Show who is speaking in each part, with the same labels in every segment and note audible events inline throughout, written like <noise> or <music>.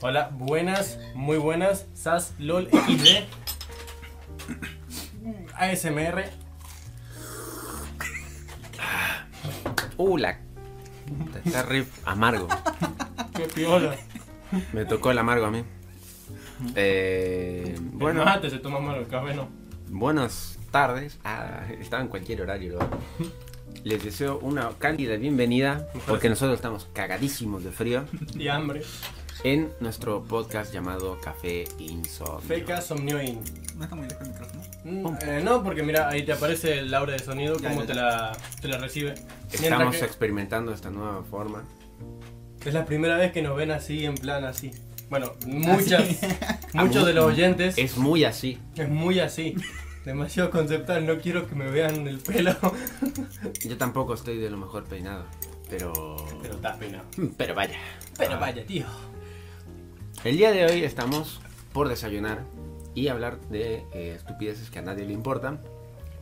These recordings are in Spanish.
Speaker 1: Hola, buenas, muy buenas. Sas, LOL, XD. ASMR.
Speaker 2: Uh, la. puta, Está re amargo.
Speaker 1: Qué piola.
Speaker 2: Me tocó el amargo a mí. Eh,
Speaker 1: Bueno,
Speaker 2: bueno,
Speaker 1: antes se toma malo el café, no.
Speaker 2: buenas tardes. Ah, estaba en cualquier horario. lo- Les deseo una cálida bienvenida porque nosotros estamos cagadísimos de frío
Speaker 1: Y hambre.
Speaker 2: en nuestro podcast llamado Café Insomnio.
Speaker 1: Feca, somnioin.
Speaker 3: No está muy lejos el micrófono.
Speaker 1: Mm, eh, no, porque mira, ahí te aparece el aura de sonido,
Speaker 3: Ya,
Speaker 1: cómo
Speaker 3: ya,
Speaker 1: te,
Speaker 3: ya.
Speaker 1: la, te la recibe.
Speaker 2: Estamos
Speaker 1: Mientras
Speaker 2: experimentando esta nueva forma.
Speaker 1: que es la primera vez que nos ven así, en plan así. Bueno, muchas, muchos
Speaker 2: Ah,
Speaker 1: de los oyentes es,
Speaker 2: Es muy así.
Speaker 1: muy así. Demasiado conceptual, no quiero que me vean el pelo.
Speaker 2: Yo tampoco estoy de lo mejor peinado, pero...
Speaker 1: Pero estás peinado.
Speaker 2: Pero vaya.
Speaker 1: Pero
Speaker 2: Ah.
Speaker 1: vaya, tío.
Speaker 2: El día de hoy estamos por desayunar y hablar de eh, estupideces que a nadie le importan,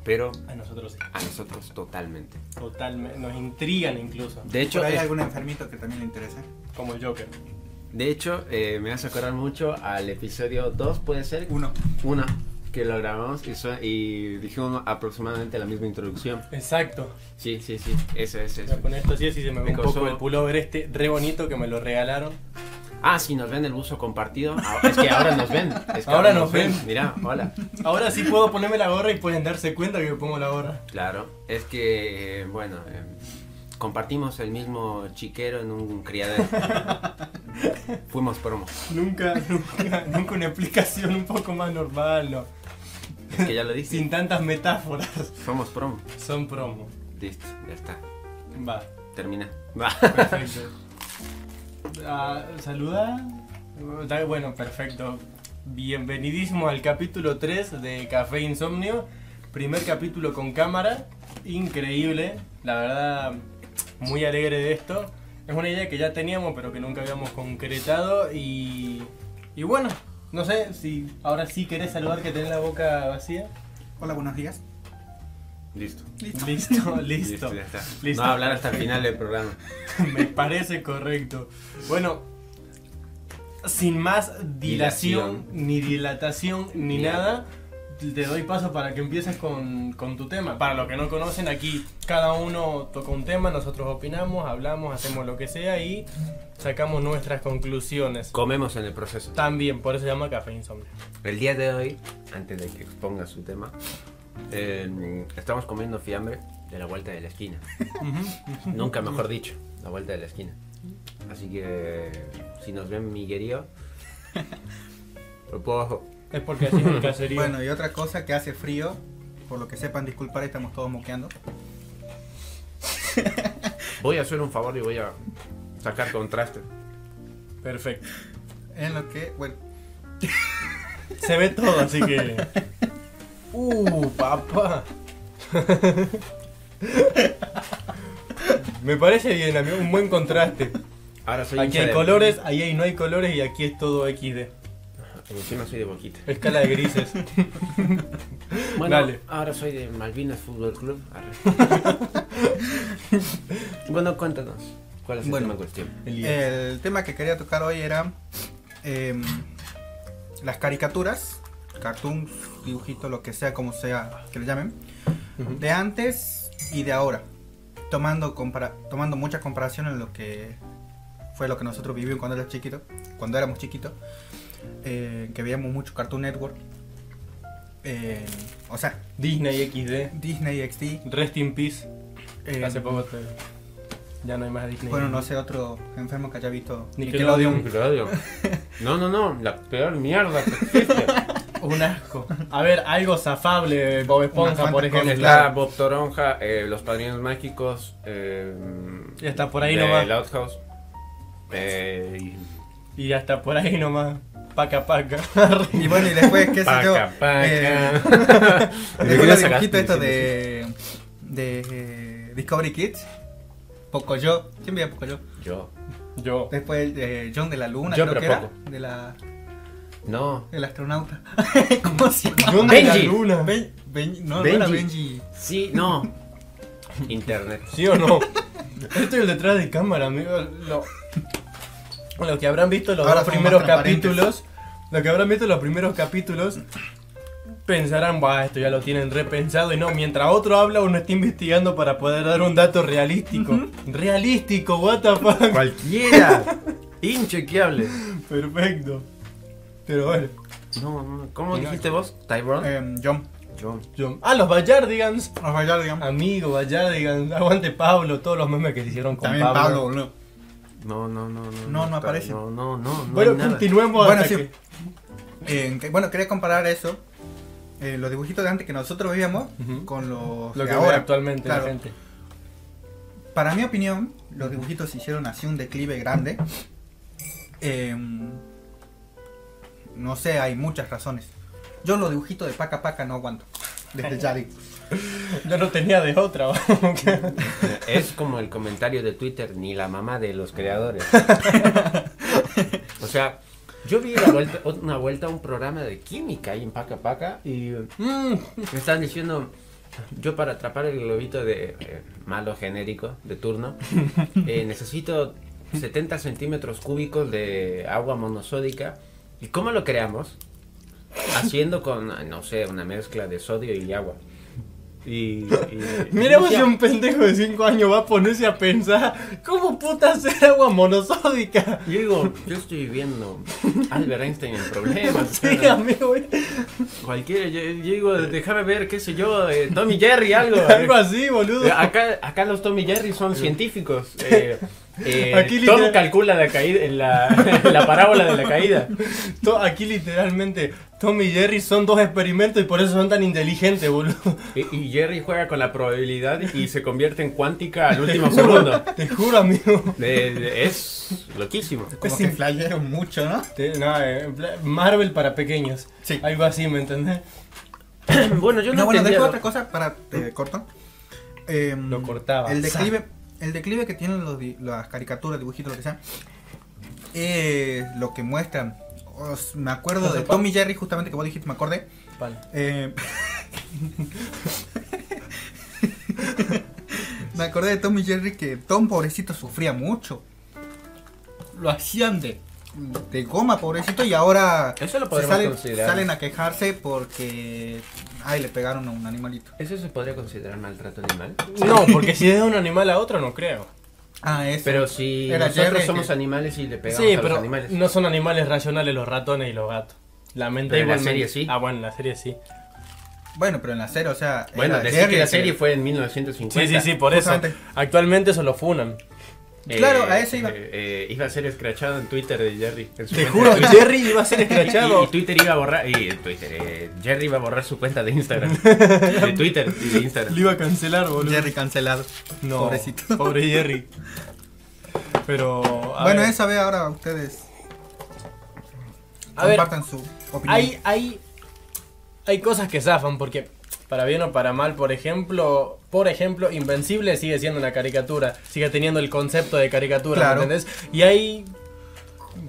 Speaker 2: pero
Speaker 1: A nosotros sí.
Speaker 2: a nosotros totalmente.
Speaker 1: Totalmente. Nos intrigan incluso.
Speaker 2: De hecho,
Speaker 3: Por ahí
Speaker 2: es-
Speaker 3: algún enfermito que también le interesa.
Speaker 1: Como el Joker.
Speaker 2: de hecho eh, me hace acordar mucho al episodio 2, puede ser,
Speaker 3: Uno.
Speaker 2: uno que lo grabamos y, sue- y dijimos aproximadamente la misma introducción.
Speaker 1: Exacto.
Speaker 2: Sí, sí, sí, ese, ese,
Speaker 1: Voy a
Speaker 2: ese.
Speaker 1: poner esto así, así se me ve
Speaker 2: Me
Speaker 1: un poco
Speaker 2: causó-
Speaker 1: el pullover este re bonito que me lo regalaron.
Speaker 2: Ah, si nos ven el buzo compartido, ah, es que ahora nos ven. es que
Speaker 1: Ahora nos ven.
Speaker 2: Mira, hola.
Speaker 1: Ahora sí puedo ponerme la gorra y pueden darse cuenta que me pongo la gorra.
Speaker 2: Claro, es que, eh, bueno, eh, compartimos el mismo chiquero en un
Speaker 1: <laughs>
Speaker 2: criadero. Fuimos promo.
Speaker 1: Nunca, <laughs> nunca, nunca una explicación un poco más normal, no.
Speaker 2: Es que ya lo dije.
Speaker 1: Sin tantas metáforas.
Speaker 2: Somos promo.
Speaker 1: Son promo.
Speaker 2: Listo, ya está.
Speaker 1: Va, <laughs>
Speaker 2: Termina. Va.
Speaker 1: perfecto. <laughs> Ah, Saluda. Da- Bueno, perfecto. Bienvenidísimo al capítulo 3 de Café Insomnio. Primer capítulo con cámara. Increíble. La verdad, muy alegre de esto. Es una idea que ya teníamos, pero que nunca habíamos concretado. Y, y bueno, no sé si ahora sí querés saludar que tenés la boca vacía.
Speaker 3: Hola, buenos días.
Speaker 2: Listo.
Speaker 3: Listo.
Speaker 1: Listo, <laughs> listo.
Speaker 2: ya está.
Speaker 1: Listo.
Speaker 2: No hablar hasta el final del programa.
Speaker 1: Me parece correcto. Bueno, sin más dilación,
Speaker 2: Dilación.
Speaker 1: ni dilatación, ni
Speaker 2: Bien.
Speaker 1: nada, te doy paso para que empieces con, con tu tema. Para los que no conocen, aquí cada uno toca un tema, nosotros opinamos, hablamos, hacemos lo que sea y sacamos nuestras conclusiones.
Speaker 2: Comemos en el proceso.
Speaker 1: También, por eso se llama Café Insomnio.
Speaker 2: El día de hoy, antes de que exponga su tema, eh, estamos comiendo fiambre de la vuelta de la esquina. Nunca mejor dicho, la vuelta de la esquina. Así que si nos ven miguerío, lo puedo abajo.
Speaker 1: Es porque así es
Speaker 2: <laughs>
Speaker 1: el caserío.
Speaker 3: Bueno, y otra cosa que hace frío, por lo que sepan disculpar, estamos todos moqueando.
Speaker 2: Voy a hacer un favor y voy a sacar contraste.
Speaker 1: Perfecto.
Speaker 3: En lo que, bueno,
Speaker 1: Se ve todo, así que. ¡Uh, papá! Me parece bien, amigo, un buen contraste.
Speaker 2: Ahora soy
Speaker 1: Aquí
Speaker 2: hincha
Speaker 1: hay
Speaker 2: de-
Speaker 1: colores, ahí hay- no hay colores y aquí es todo XD.
Speaker 2: Encima soy de Boquita.
Speaker 1: Escala de grises.
Speaker 2: <laughs> Bueno,
Speaker 1: Dale.
Speaker 2: ahora soy de Malvinas Fútbol <laughs> Club. Arre. bueno, cuéntanos. ¿Cuál es el
Speaker 3: Bueno.
Speaker 2: tema en cuestión?
Speaker 1: Elías.
Speaker 3: el tema que quería tocar hoy era em, las caricaturas, cartoons, dibujitos, lo que sea, como sea que le llamen,
Speaker 1: Ujú.
Speaker 3: de antes y de ahora, tomando, compara tomando mucha comparación en lo que fue lo que nosotros vivimos cuando era chiquito, cuando éramos chiquitos, eh, que veíamos mucho Cartoon Network, eh, o sea,
Speaker 1: Disney XD.
Speaker 3: Disney XD,
Speaker 1: Rest in Peace.
Speaker 3: eh,
Speaker 1: Hace poco te... ya no hay más Disney.
Speaker 3: bueno, no sé, otro enfermo que haya visto
Speaker 1: Nickelodeon.
Speaker 3: <laughs>
Speaker 2: No, no, no, la peor mierda que existe.
Speaker 1: Un asco. A ver, algo zafable, Bob Esponja,
Speaker 3: Unas
Speaker 1: por
Speaker 3: cuantas
Speaker 1: ejemplo.
Speaker 2: Está Bob Toronja, eh, Los Padrinos Mágicos. Eh,
Speaker 1: Y hasta por ahí
Speaker 2: de
Speaker 1: nomás.
Speaker 2: El Outhouse. Eh, y-
Speaker 1: Y hasta por ahí nomás. Paca, paca.
Speaker 3: Y bueno, y después, qué sé yo.
Speaker 2: paca, paca. <laughs>
Speaker 3: eh,
Speaker 2: ¿De
Speaker 3: después
Speaker 2: qué
Speaker 3: los
Speaker 2: la sacaste
Speaker 3: dibujitos estos
Speaker 2: diciendo
Speaker 3: de, de eh, Discovery Kids. Pocoyo. ¿Quién veía Pocoyo?
Speaker 2: eso? Yo.
Speaker 1: Yo.
Speaker 3: Después eh, John de la Luna,
Speaker 2: Yo,
Speaker 3: creo
Speaker 2: pero
Speaker 3: que era.
Speaker 2: poco.
Speaker 3: De la,
Speaker 2: No.
Speaker 3: el astronauta. <laughs> ¿Cómo se llama?
Speaker 1: John de la
Speaker 2: Benji.
Speaker 1: luna.
Speaker 3: Ben- Ben- no, no era
Speaker 2: Benji.
Speaker 3: Benji.
Speaker 2: Sí, no. Internet.
Speaker 1: ¿Sí o no? Esto es el detrás de cámara, amigo. No. Los que habrán visto los
Speaker 3: Ahora
Speaker 1: dos
Speaker 3: somos
Speaker 1: primeros
Speaker 3: más transparentes.
Speaker 1: capítulos, los que habrán visto los primeros capítulos, pensarán, bah, esto ya lo tienen repensado. Y no, mientras otro habla, uno está investigando para poder dar un dato realístico. Realístico, what the fuck.
Speaker 2: Cualquiera. Inchequeable.
Speaker 1: Perfecto. Pero bueno,
Speaker 2: No, no, ¿Cómo dijiste vos? Tyrone.
Speaker 3: Em, John,
Speaker 2: John.
Speaker 1: yo- Ah, los Bayardigans.
Speaker 3: los Bayardigans.
Speaker 1: Amigo, Bayardigans. Aguante Pablo, todos los memes que se hicieron con
Speaker 3: También Pablo, boludo.
Speaker 2: No, no, no. No,
Speaker 3: no
Speaker 2: está-
Speaker 3: aparece.
Speaker 2: No, no, no. no
Speaker 1: Bueno,
Speaker 2: hay nada.
Speaker 1: continuemos
Speaker 3: Bueno,
Speaker 1: hasta
Speaker 3: sí.
Speaker 1: que-
Speaker 3: Eh, que- bueno, quería comparar eso, eh, los dibujitos de antes que nosotros veíamos,
Speaker 1: Ujú.
Speaker 3: con los
Speaker 1: lo
Speaker 3: de
Speaker 1: que ve
Speaker 3: ahora.
Speaker 1: actualmente
Speaker 3: Claro.
Speaker 1: la gente.
Speaker 3: Para mi opinión, los dibujitos hicieron así un declive grande. Eh, no sé, hay muchas razones. Yo los dibujitos de paca paca no aguanto. Desde ya digo.
Speaker 1: Yo no tenía de otra. <laughs> vamos, que-
Speaker 2: Es como el comentario de Twitter, ni la mamá de los creadores. o sea, yo vi la vuelta- una vuelta a un programa de química ahí en Paca Paca y eh,
Speaker 1: Mm,
Speaker 2: me estaban diciendo, yo para atrapar el globito de eh, malo genérico de turno, eh, necesito 70 centímetros cúbicos de agua monosódica. ¿Y cómo lo creamos? Haciendo con, no sé, una mezcla de sodio y agua. Y, y-
Speaker 1: Mira vos
Speaker 2: y-
Speaker 1: si un pendejo de 5 años va a ponerse a pensar ¿Cómo puta hacer agua monosódica? <laughs>
Speaker 2: Yo digo, yo estoy viviendo Albert Einstein en problemas. o
Speaker 1: <laughs> Sí,
Speaker 2: sea,
Speaker 1: amigo,
Speaker 2: Cualquiera, yo, yo digo, déjame ver, qué sé yo, eh, Tommy Jerry, algo. eh.
Speaker 1: <laughs> algo así, boludo
Speaker 2: Eh, Acá, acá los Tommy Jerry son científicos. eh, eh,
Speaker 1: <laughs> Aquí
Speaker 2: Tom
Speaker 1: literal-
Speaker 2: calcula la, caída, la, <laughs> la parábola de la caída.
Speaker 1: To- Aquí literalmente Tom y Jerry son dos experimentos y por eso son tan inteligentes, boludo <laughs>
Speaker 2: Y, y Jerry juega con la probabilidad y se convierte en cuántica al
Speaker 1: <laughs>
Speaker 2: último segundo.
Speaker 1: Te juro, amigo
Speaker 2: Eh, eh, es
Speaker 1: <clears throat>
Speaker 2: loquísimo.
Speaker 3: Como
Speaker 1: Es
Speaker 3: que
Speaker 1: in-
Speaker 3: flayearon mucho, ¿no?
Speaker 1: Te- no, eh, en plan, Marvel para pequeños
Speaker 3: Sí.
Speaker 1: Algo así, ¿me entendés?
Speaker 2: Bueno, yo no,
Speaker 3: No, bueno,
Speaker 2: entendía
Speaker 3: dejo
Speaker 2: lo-
Speaker 3: otra cosa para eh, corto. Em,
Speaker 1: Lo cortaba.
Speaker 3: El
Speaker 2: <laughs>
Speaker 3: declive, el declive que tienen los di- las caricaturas, dibujitos, lo que sea, es lo que muestran. Os- me acuerdo de Tommy Jerry, justamente que vos dijiste, me acordé.
Speaker 1: Vale.
Speaker 3: Eh, me acordé de Tommy Jerry que Tom pobrecito sufría mucho. Lo hacían de, de goma, pobrecito, y ahora
Speaker 2: Eso lo
Speaker 3: se
Speaker 2: podemos
Speaker 3: salen,
Speaker 2: considerar.
Speaker 3: salen a quejarse porque. Ay, le pegaron a un animalito.
Speaker 2: ¿Eso se podría considerar maltrato animal?
Speaker 1: No, porque si es de un animal a otro no creo
Speaker 3: Ah, eso.
Speaker 2: Pero si
Speaker 3: Era
Speaker 2: nosotros
Speaker 3: Jerry
Speaker 2: somos
Speaker 3: que-
Speaker 2: animales y le pegamos
Speaker 1: Sí,
Speaker 2: a
Speaker 1: pero
Speaker 2: los animales.
Speaker 1: no son animales racionales los ratones y los gatos Lamentablemente
Speaker 2: Pero en la serie sí.
Speaker 1: Ah, bueno, en la serie sí
Speaker 3: Bueno, pero en la serie, o sea.
Speaker 2: Bueno,
Speaker 3: era
Speaker 2: decir que la
Speaker 3: que-
Speaker 2: serie fue en
Speaker 1: Sí,
Speaker 2: 1950.
Speaker 1: sí, sí, por eso.
Speaker 3: Justamente.
Speaker 1: Actualmente eso lo funan.
Speaker 3: Claro, a eso iba.
Speaker 2: eh, eh, iba a ser escrachado en Twitter de Jerry. en su
Speaker 1: Te
Speaker 2: cuenta
Speaker 1: juro,
Speaker 2: de Twitter.
Speaker 1: Jerry iba a ser
Speaker 2: Y, y
Speaker 1: <laughs> escrachado.
Speaker 2: Twitter iba a borrar. Y Twitter, eh, Jerry iba a borrar su cuenta de
Speaker 1: <laughs>
Speaker 2: Instagram. De Twitter y de
Speaker 1: Lo
Speaker 2: Instagram.
Speaker 1: iba a cancelar, boludo.
Speaker 3: Jerry cancelado.
Speaker 1: No,
Speaker 3: Pobrecito.
Speaker 1: Pobre Jerry. Pero. a
Speaker 3: bueno,
Speaker 1: ver,
Speaker 3: esa ve ahora ustedes.
Speaker 1: A ver,
Speaker 3: compartan su opinión.
Speaker 1: hay, hay, hay cosas que zafan, porque para bien o para mal, por ejemplo, por ejemplo, Invencible sigue siendo una caricatura, sigue teniendo el concepto de caricatura,
Speaker 3: Claro.
Speaker 1: ¿me ¿entendés? Y hay,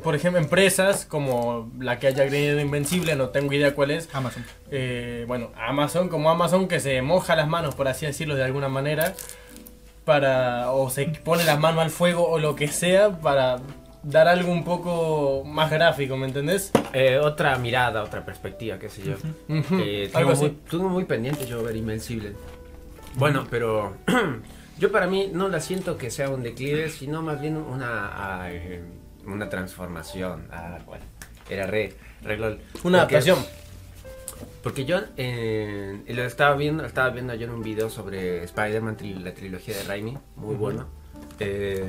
Speaker 1: por ejemplo, empresas como la que haya creado Invencible, no tengo idea cuál es,
Speaker 3: Amazon.
Speaker 1: eh, bueno, Amazon como Amazon que se moja las manos, por así decirlo, de alguna manera, para, o se pone las manos al fuego o lo que sea para dar algo un poco más gráfico, ¿me entendés?
Speaker 2: Eh, otra mirada, otra perspectiva, qué sé yo.
Speaker 1: Ujú,
Speaker 2: Eh,
Speaker 1: algo
Speaker 2: tengo,
Speaker 1: así.
Speaker 2: muy, tengo muy pendiente yo ver Invencible. Bueno, pero <clears throat> yo para mí no la siento que sea un declive, sino más bien una, ah, eh, una transformación. Ah, bueno, era re, re lol.
Speaker 1: Una
Speaker 2: Porque-
Speaker 1: adaptación.
Speaker 2: Porque yo eh, lo estaba viendo, estaba viendo ayer un video sobre Spider-Man, tri- la trilogía de Raimi, muy bueno. eh,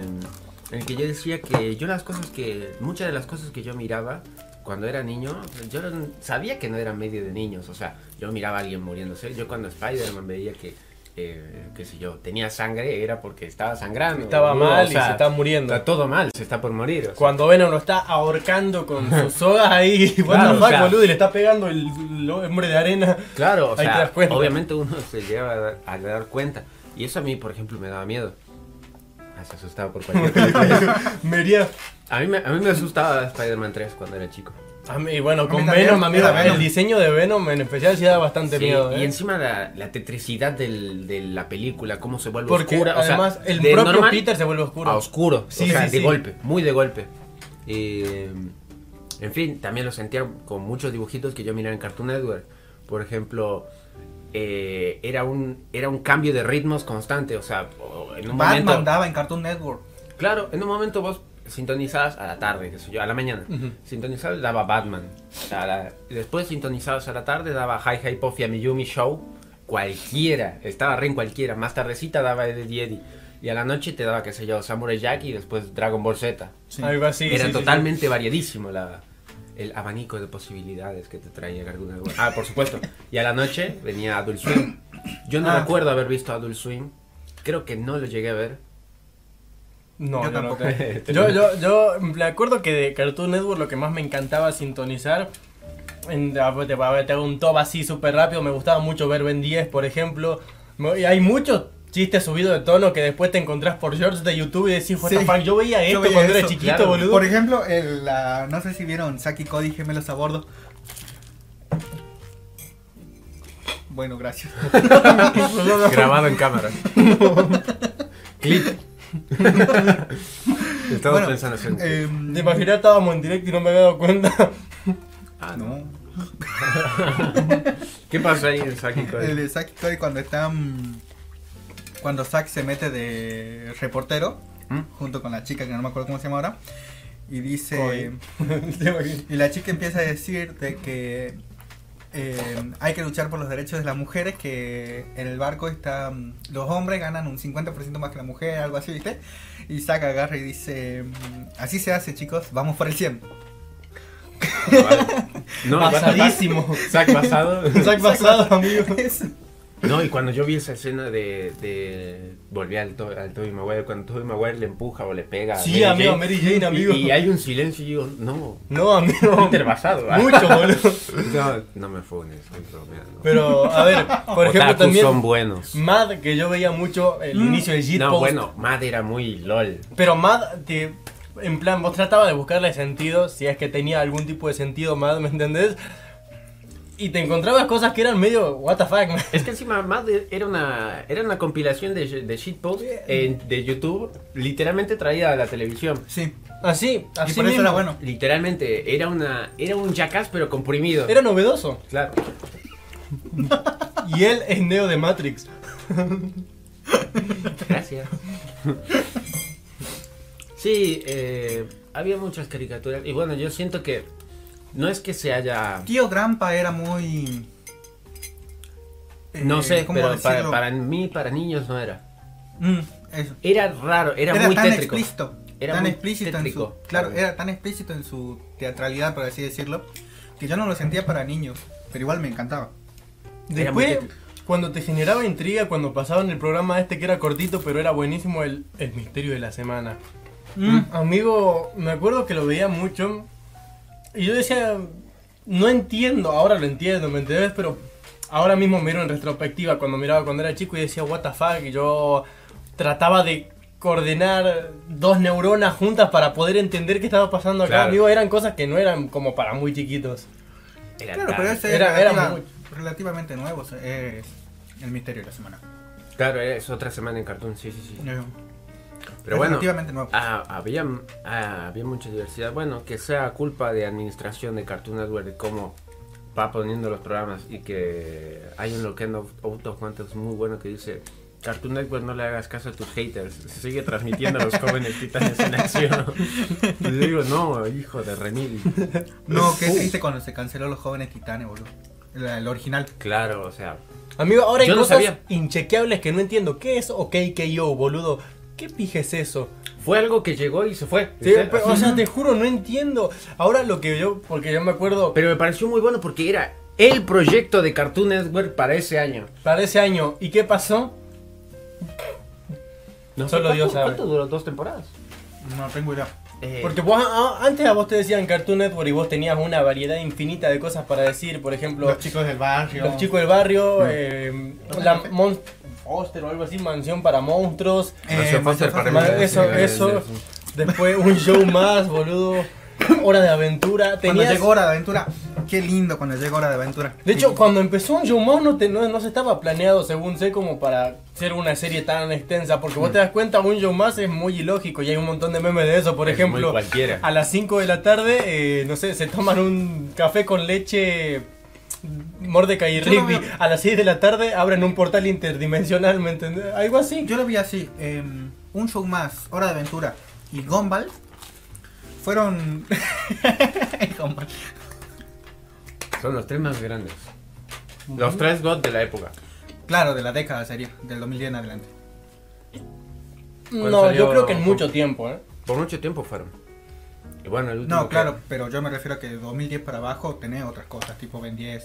Speaker 2: en el que yo decía que yo las cosas que, muchas de las cosas que yo miraba cuando era niño, yo no- sabía que no era medio de niños, o sea, yo miraba a alguien muriéndose. Yo cuando Spider-Man veía que, eh, qué sé yo, tenía sangre, era porque estaba sangrando.
Speaker 1: Estaba
Speaker 2: boludo,
Speaker 1: mal
Speaker 2: o
Speaker 1: y
Speaker 2: sea,
Speaker 1: se está muriendo.
Speaker 2: Está todo mal, se está por morir. o sea.
Speaker 1: Cuando Venom lo está ahorcando
Speaker 2: <laughs>
Speaker 1: con sus sogas ahí, <laughs> what
Speaker 2: Claro,
Speaker 1: the fuck,
Speaker 2: o sea.
Speaker 1: boludo, y le está pegando el, el hombre de arena.
Speaker 2: Claro, o
Speaker 1: Ahí te das
Speaker 2: sea,
Speaker 1: cuenta.
Speaker 2: obviamente uno se lleva a dar, a dar cuenta. Y eso a mí, por ejemplo, me daba miedo. Ah, se asustaba por
Speaker 1: <laughs>
Speaker 2: cualquier película.
Speaker 1: Me iría-
Speaker 2: a, mí me, a mí me asustaba Spider-Man 3 cuando era chico.
Speaker 1: A mí, bueno, con
Speaker 3: también,
Speaker 1: Venom, amigo,
Speaker 3: era Venom.
Speaker 1: el diseño de Venom en especial sí da bastante
Speaker 2: Sí,
Speaker 1: miedo.
Speaker 2: y
Speaker 1: ¿eh?
Speaker 2: encima la, la tetricidad del- de la película, cómo se vuelve
Speaker 1: Porque
Speaker 2: oscura. o sea,
Speaker 1: además el
Speaker 2: de
Speaker 1: propio
Speaker 2: normal
Speaker 1: Peter se vuelve oscuro.
Speaker 2: a oscuro.
Speaker 1: Sí,
Speaker 2: o sea,
Speaker 1: sí,
Speaker 2: de
Speaker 1: sí.
Speaker 2: golpe, muy de golpe. Y, en fin, también lo sentía con muchos dibujitos que yo miraba en Cartoon Network. Por ejemplo, eh, era, un, era un cambio de ritmos constante. O sea, o- en un
Speaker 3: Batman
Speaker 2: momento.
Speaker 3: daba en Cartoon Network.
Speaker 2: Claro, en un momento vos sintonizabas a la tarde, qué sé yo, a la mañana. Sintonizabas daba Batman. A la- después sintonizabas a la tarde, daba Hi Hi Puffy a Miyumi Show. Cualquiera, estaba re en cualquiera. Más tardecita daba Eddie Eddy. Y a la noche te daba, qué sé yo, Samurai Jack y después Dragon Ball Z.
Speaker 3: Sí.
Speaker 1: Algo así.
Speaker 2: Era
Speaker 1: sí, sí,
Speaker 2: totalmente variadísimo la, el abanico de posibilidades que te traía Cartoon Network. Ah, por supuesto. Y a la noche venía Adult Swim. Yo no
Speaker 3: Ah.
Speaker 2: recuerdo haber visto Adult Swim. Creo que no lo llegué a
Speaker 1: sí.
Speaker 2: ver.
Speaker 1: No,
Speaker 3: Yo
Speaker 1: yo, no
Speaker 3: tampoco.
Speaker 1: tengo. yo, yo, yo me acuerdo que de Cartoon Network lo que más me encantaba sintonizar. En, a ver, te a ver, te hago un top así súper rápido. Me gustaba mucho ver Ben 10, por ejemplo. Me- y hay muchos chistes subidos de tono que después te encontrás por George de YouTube y decís, what the
Speaker 3: Sí.
Speaker 1: fuck, yo veía esto
Speaker 3: Yo veía
Speaker 1: cuando era
Speaker 3: eso,
Speaker 1: chiquito,
Speaker 2: claro.
Speaker 1: boludo.
Speaker 3: Por ejemplo, el, la- no sé si vieron Saki Cody Gemelos a Bordo. Bueno,
Speaker 1: <laughs>
Speaker 3: gracias.
Speaker 2: <laughs> Grabado en cámara.
Speaker 1: <laughs>
Speaker 2: Clip. Estaba
Speaker 3: Bueno,
Speaker 2: pensando hacer un
Speaker 1: eh,
Speaker 2: clip.
Speaker 3: em,
Speaker 1: Te imaginé, estábamos en directo y no me había dado cuenta. <laughs>
Speaker 2: Ah, no.
Speaker 3: No,
Speaker 2: ¿Qué pasó ahí en Saki
Speaker 3: el de Saki Cody cuando están. Cuando Zack se mete de reportero
Speaker 2: ¿Mm?
Speaker 3: junto con la chica que no me acuerdo cómo se llama ahora. Y dice.
Speaker 1: Te imaginé.
Speaker 3: Y la chica empieza a decir de que eh, hay que luchar por los derechos de las mujeres, que en el barco está mm, los hombres ganan un 50% más que la mujer, algo así, ¿viste? Y saca, agarra y dice, mm, así se hace chicos, vamos por el <laughs> 100.
Speaker 2: No,
Speaker 1: Pasadísimo.
Speaker 2: Sac pasado.
Speaker 1: <laughs> Zack pasado, amigo.
Speaker 3: Eso.
Speaker 2: No, y cuando yo vi esa escena de. de volví al, to, al Tobey Maguire, cuando Tobey Maguire le empuja o le pega. a
Speaker 1: Sí,
Speaker 2: Mary
Speaker 1: amigo,
Speaker 2: Jane,
Speaker 1: Mary Jane, amigo.
Speaker 2: Y, y hay un silencio y digo, no.
Speaker 1: No, amigo.
Speaker 2: Peter basado. ¿va?
Speaker 1: Mucho, boludo.
Speaker 2: No, no me funes, estoy bromeando.
Speaker 1: Pero, a ver, por ejemplo,
Speaker 2: Otakus son
Speaker 1: también
Speaker 2: buenos.
Speaker 1: Mad, que yo veía mucho el inicio de Jitpost.
Speaker 2: No, bueno, Mad era muy lol.
Speaker 1: Pero Mad, te, en plan, vos tratabas de buscarle sentido, si es que tenía algún tipo de sentido Mad, ¿me entendés? Y te encontrabas cosas que eran medio, what the fuck, man.
Speaker 2: Es que encima Mad era una, era una compilación de, de shitpost en- de YouTube, literalmente traída a la televisión.
Speaker 3: Sí,
Speaker 1: Así,
Speaker 3: y
Speaker 1: así
Speaker 3: por eso
Speaker 1: mismo.
Speaker 3: era bueno.
Speaker 2: Literalmente, era una era un jackass pero comprimido.
Speaker 1: Era novedoso.
Speaker 2: Claro.
Speaker 1: Y él es Neo de Matrix.
Speaker 2: Gracias. Sí, eh, había muchas caricaturas. Y bueno, yo siento que no es que se haya...
Speaker 3: Tío Grampa era muy... eh,
Speaker 2: No sé,
Speaker 3: ¿cómo
Speaker 2: pero para,
Speaker 3: decirlo?
Speaker 2: para mí, para niños no era.
Speaker 3: Mm, eso.
Speaker 2: Era raro, era, muy
Speaker 3: tan
Speaker 2: tétrico.
Speaker 3: explícito.
Speaker 2: Era
Speaker 3: tan
Speaker 2: muy
Speaker 3: explícito en
Speaker 2: tétrico.
Speaker 3: su. Claro, era tan explícito en su teatralidad, por así decirlo, que yo no lo sentía para niños, pero igual me encantaba.
Speaker 2: Era muy
Speaker 1: Después,
Speaker 2: tétrico.
Speaker 1: cuando te generaba intriga, cuando pasaban el programa este que era cortito, pero era buenísimo, el, el misterio de la semana. Mm.
Speaker 2: Mm.
Speaker 3: Mm.
Speaker 1: Amigo, me acuerdo que lo veía mucho. Y yo decía, no entiendo, ahora lo entiendo, ¿me entendés? Pero ahora mismo miro en retrospectiva cuando miraba cuando era chico y decía, what the fuck, y yo trataba de coordinar dos neuronas juntas para poder entender qué estaba pasando acá.
Speaker 2: Claro.
Speaker 1: Amigo, eran cosas que no eran como para muy chiquitos.
Speaker 2: Era
Speaker 3: Claro, pero
Speaker 2: raro.
Speaker 3: ese
Speaker 1: Era-
Speaker 3: era,
Speaker 1: era
Speaker 3: relativa-
Speaker 1: muy-
Speaker 3: relativamente nuevo, o sea, es el misterio de la semana.
Speaker 2: Claro, es otra semana en cartoon, sí, sí, sí.
Speaker 3: Pero
Speaker 2: Pero bueno,
Speaker 3: Relativamente nuevo.
Speaker 2: ah, había, ah, había mucha diversidad. Bueno, que sea culpa de administración de Cartoon Network de cómo va poniendo los programas y que hay un loquendo autocontext muy bueno que dice Cartoon Network no le hagas caso a tus haters, sigue transmitiendo
Speaker 1: <laughs>
Speaker 2: a los jóvenes titanes en acción. Y yo digo, no, hijo de Renil.
Speaker 3: No, qué triste cuando se canceló los jóvenes titanes, boludo. La- El, original.
Speaker 2: Claro, o sea,
Speaker 1: Amigo, ahora hay
Speaker 2: Yo no
Speaker 1: cosas
Speaker 2: sabía.
Speaker 1: inchequeables que no entiendo. ¿Qué es OKKO, boludo? ¿Qué pije es eso?
Speaker 2: fue algo que llegó y se fue. Este,
Speaker 1: Sí,
Speaker 2: ¿viste?
Speaker 1: pero, o sea, te juro, no entiendo. Ahora lo que yo, porque yo me acuerdo,
Speaker 2: Pero me pareció muy bueno porque era el proyecto de Cartoon Network para ese año.
Speaker 1: para ese año, ¿y qué pasó?
Speaker 2: No
Speaker 1: Solo
Speaker 2: ¿cuánto-
Speaker 1: Dios sabe.
Speaker 2: ¿Cuánto duró? ¿Dos temporadas?
Speaker 3: No tengo idea.
Speaker 2: Eh,
Speaker 1: Porque vos, a- a- antes a vos te decían Cartoon Network y vos tenías una variedad infinita de cosas para decir, por ejemplo,
Speaker 3: Los
Speaker 1: los,
Speaker 3: chicos del barrio.
Speaker 1: chicos del barrio, eh, la
Speaker 3: Ajá.
Speaker 1: mon- Foster o algo así, mansión para monstruos,
Speaker 3: Eh, Marcelo Foster.
Speaker 1: para- Eso, eso. después un show más, boludo. Hora de aventura.
Speaker 3: Cuando
Speaker 1: Tenías...
Speaker 3: llegó Hora de Aventura, qué lindo cuando llegó Hora de Aventura.
Speaker 1: De hecho,
Speaker 3: Y-
Speaker 1: cuando empezó un Youmou no, te- no, no se estaba planeado, según sé, como para ser una serie tan extensa. Porque
Speaker 2: Mm.
Speaker 1: vos te das cuenta, un Youmou es muy ilógico y hay un montón de memes de eso. Por
Speaker 2: Es muy
Speaker 1: ejemplo,
Speaker 2: cualquiera.
Speaker 1: a las 5 de la tarde, eh, no sé, se toman un café con leche. Mordecai y
Speaker 3: Yo lo
Speaker 1: Rigby.
Speaker 3: veo-
Speaker 1: A las 6 de la tarde abren un portal interdimensional, ¿me entendés? Algo así.
Speaker 3: yo lo vi así, em, un show más, Hora de Aventura y Gumball fueron... <laughs> Gumball.
Speaker 2: Son los tres más grandes. Los tres gods de la época.
Speaker 3: Claro, de la década sería, del 2010 en adelante.
Speaker 2: ¿Cuál
Speaker 1: No,
Speaker 3: Mm.
Speaker 1: yo
Speaker 2: salió?
Speaker 1: creo que en mucho tiempo, ¿eh?
Speaker 2: Por mucho tiempo fueron. Y bueno, el último.
Speaker 3: No,
Speaker 2: que-
Speaker 3: claro, pero yo me refiero a que de 2010 para abajo tenés otras cosas, tipo Ben 10.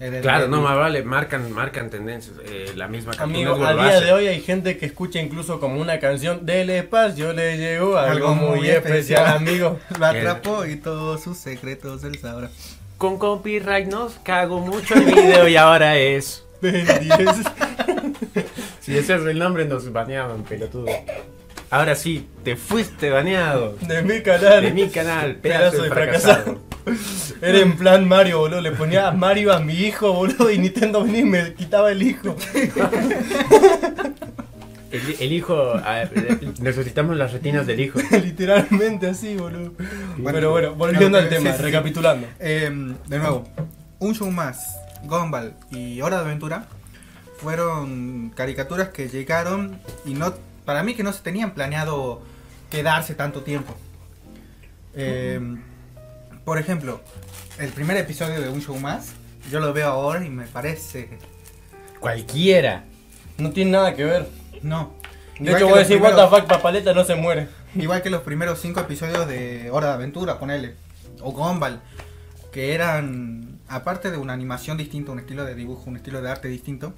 Speaker 3: RRD.
Speaker 2: Claro, no más vale, marcan, marcan tendencias. eh, la misma Cartoon
Speaker 1: Amigo,
Speaker 2: Network
Speaker 1: a
Speaker 2: lo
Speaker 1: día
Speaker 2: hace.
Speaker 1: de hoy hay gente que escucha incluso como una canción del espacio le llegó algo,
Speaker 3: Algo
Speaker 1: muy,
Speaker 3: muy
Speaker 1: especial,
Speaker 3: especial.
Speaker 1: amigo.
Speaker 3: <laughs> Lo atrapó y todos sus secretos él sabrá.
Speaker 2: Con copyright nos cago mucho el video y ahora es.
Speaker 1: Ben 10.
Speaker 2: Si ese es el nombre, nos baneaban, pelotudo. Ahora sí, te fuiste baneado.
Speaker 1: de mi canal.
Speaker 2: De mi canal,
Speaker 1: Pedazo
Speaker 2: pedazo,
Speaker 1: de
Speaker 2: de fracasado.
Speaker 1: Era en plan Mario, boludo. Le ponía a Mario a mi hijo, boludo. Y Nintendo venía y me quitaba el hijo. <laughs>
Speaker 2: El, el hijo, a- eh, necesitamos las retinas del hijo.
Speaker 1: Literalmente así, boludo.
Speaker 3: Bueno,
Speaker 1: Pero bueno, volviendo
Speaker 3: no,
Speaker 1: al
Speaker 3: sí,
Speaker 1: tema,
Speaker 3: sí, sí.
Speaker 1: recapitulando.
Speaker 3: Em, de nuevo, un show más, Gumball y Hora de Aventura fueron caricaturas que llegaron y no, para mí que no se tenían planeado quedarse tanto tiempo. Em, por ejemplo, el primer episodio de un show más, yo lo veo ahora y me parece
Speaker 2: Cualquiera.
Speaker 1: No tiene nada que ver.
Speaker 3: no.
Speaker 1: De
Speaker 3: Igual
Speaker 1: hecho,
Speaker 3: que
Speaker 1: voy a
Speaker 3: los
Speaker 1: decir, what the
Speaker 3: primeros-
Speaker 1: fuck, papaleta no se muere.
Speaker 3: Igual que los primeros cinco episodios de Hora de Aventura, ponele. O Gumball. Que eran, aparte de una animación distinta, un estilo de dibujo, un estilo de arte distinto,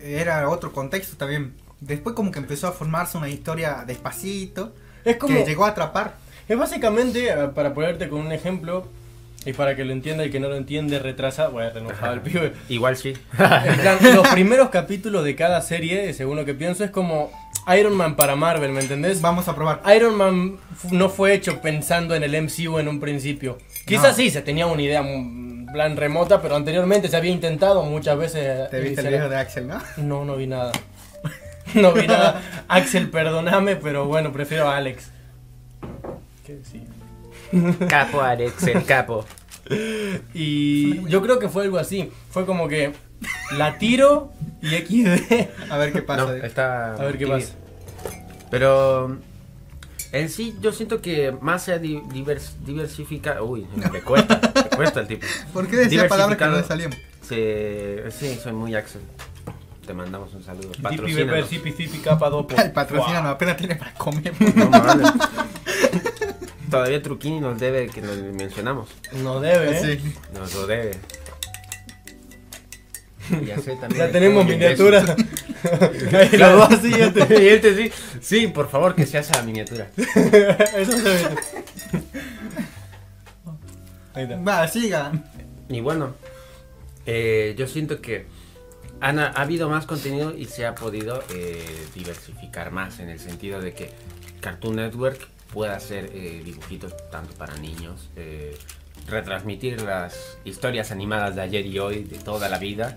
Speaker 3: era otro contexto también. Después como que empezó a formarse una historia despacito,
Speaker 1: Es como.
Speaker 3: que llegó a atrapar.
Speaker 1: Es básicamente, eh, para ponerte con un ejemplo, y para que lo entienda y que no lo entiende, retrasa. Bueno, renojado el
Speaker 3: <laughs>
Speaker 1: pibe.
Speaker 2: Igual sí.
Speaker 1: En plan, los primeros capítulos de cada serie, según lo que pienso, es como Iron Man para Marvel, ¿me entendés?
Speaker 3: Vamos a probar.
Speaker 1: Iron Man fu- no fue hecho pensando en el MCU en un principio. Quizás
Speaker 3: No.
Speaker 1: sí, se tenía una idea un plan remota, pero anteriormente se había intentado muchas veces. eh,
Speaker 3: Te viste el
Speaker 1: se-
Speaker 3: video de Axel, ¿no?
Speaker 1: <laughs> No, no vi nada. No vi nada. Axel, perdóname, pero bueno, prefiero a Alex. ¿Qué decir?
Speaker 2: Capo, Alex, el capo.
Speaker 1: Y yo creo que fue algo así. Fue como que la tiro y XD.
Speaker 3: A ver qué pasa.
Speaker 2: No, está.
Speaker 1: A ver qué pasa.
Speaker 2: Pero. En sí, yo siento que más se ha di- divers- diversificado. Uy, me cuesta, me cuesta el tipo.
Speaker 3: ¿Por qué decía palabras que no le
Speaker 2: Diversificado. Se-
Speaker 3: salían?
Speaker 2: sí, soy muy Axel. Te mandamos un saludo.
Speaker 1: Tipi, Beber,
Speaker 2: Patrocínanos.
Speaker 1: Zipi, Zipi, Capa,
Speaker 3: <laughs>
Speaker 1: Dopo.
Speaker 3: Ay, patrocina, no, apenas tiene para
Speaker 2: <laughs>
Speaker 3: comer.
Speaker 2: No mames. Todavía Truquini nos debe que nos mencionamos.
Speaker 1: No debe, ¿eh?
Speaker 3: Sí.
Speaker 2: Nos lo debe. Ya sé también.
Speaker 1: Ya tenemos miniatura. <laughs>
Speaker 3: <laughs>
Speaker 1: Ahí <laughs>
Speaker 2: Claro.
Speaker 1: Los dos así ya te-
Speaker 2: <laughs> Y este sí. Sí, por favor, que se hace la miniatura.
Speaker 1: Eso se ve. Ahí está.
Speaker 3: Va, sigan.
Speaker 2: Y bueno, eh, yo siento que han- ha habido más contenido y se ha podido eh, diversificar más en el sentido de que Cartoon Network pueda hacer eh, dibujitos tanto para niños, eh, retransmitir las historias animadas de ayer y hoy, de toda la vida,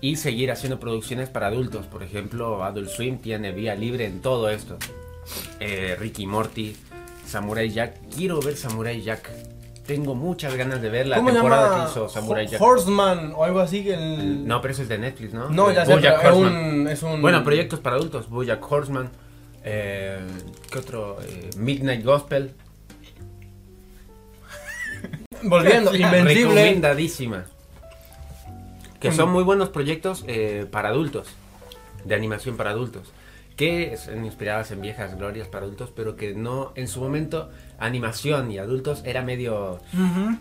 Speaker 2: y seguir haciendo producciones para adultos. Por ejemplo, Adult Swim tiene vía libre en todo esto. Eh, Ricky Morty, Samurai Jack. Quiero ver Samurai Jack. Tengo muchas ganas de ver la
Speaker 1: ¿Cómo se
Speaker 2: temporada
Speaker 1: llama?
Speaker 2: que hizo Samurai
Speaker 1: Ho-
Speaker 2: Jack.
Speaker 1: Horseman o algo así que el...
Speaker 2: No, pero eso es de Netflix, ¿no?
Speaker 1: No,
Speaker 2: Eh,
Speaker 1: ya sé,
Speaker 2: BoJack
Speaker 1: pero es
Speaker 2: Horseman.
Speaker 1: un, es un...
Speaker 2: Bueno, proyectos para adultos. Bojack Horseman. eh, ¿Qué otro? Eh, Midnight Gospel. <laughs>
Speaker 1: Volviendo, Invencible.
Speaker 2: Recomendadísima. Que son muy buenos proyectos eh, para adultos, de animación para adultos, que son inspiradas en viejas glorias para adultos, pero que no, en su momento, animación y adultos era medio...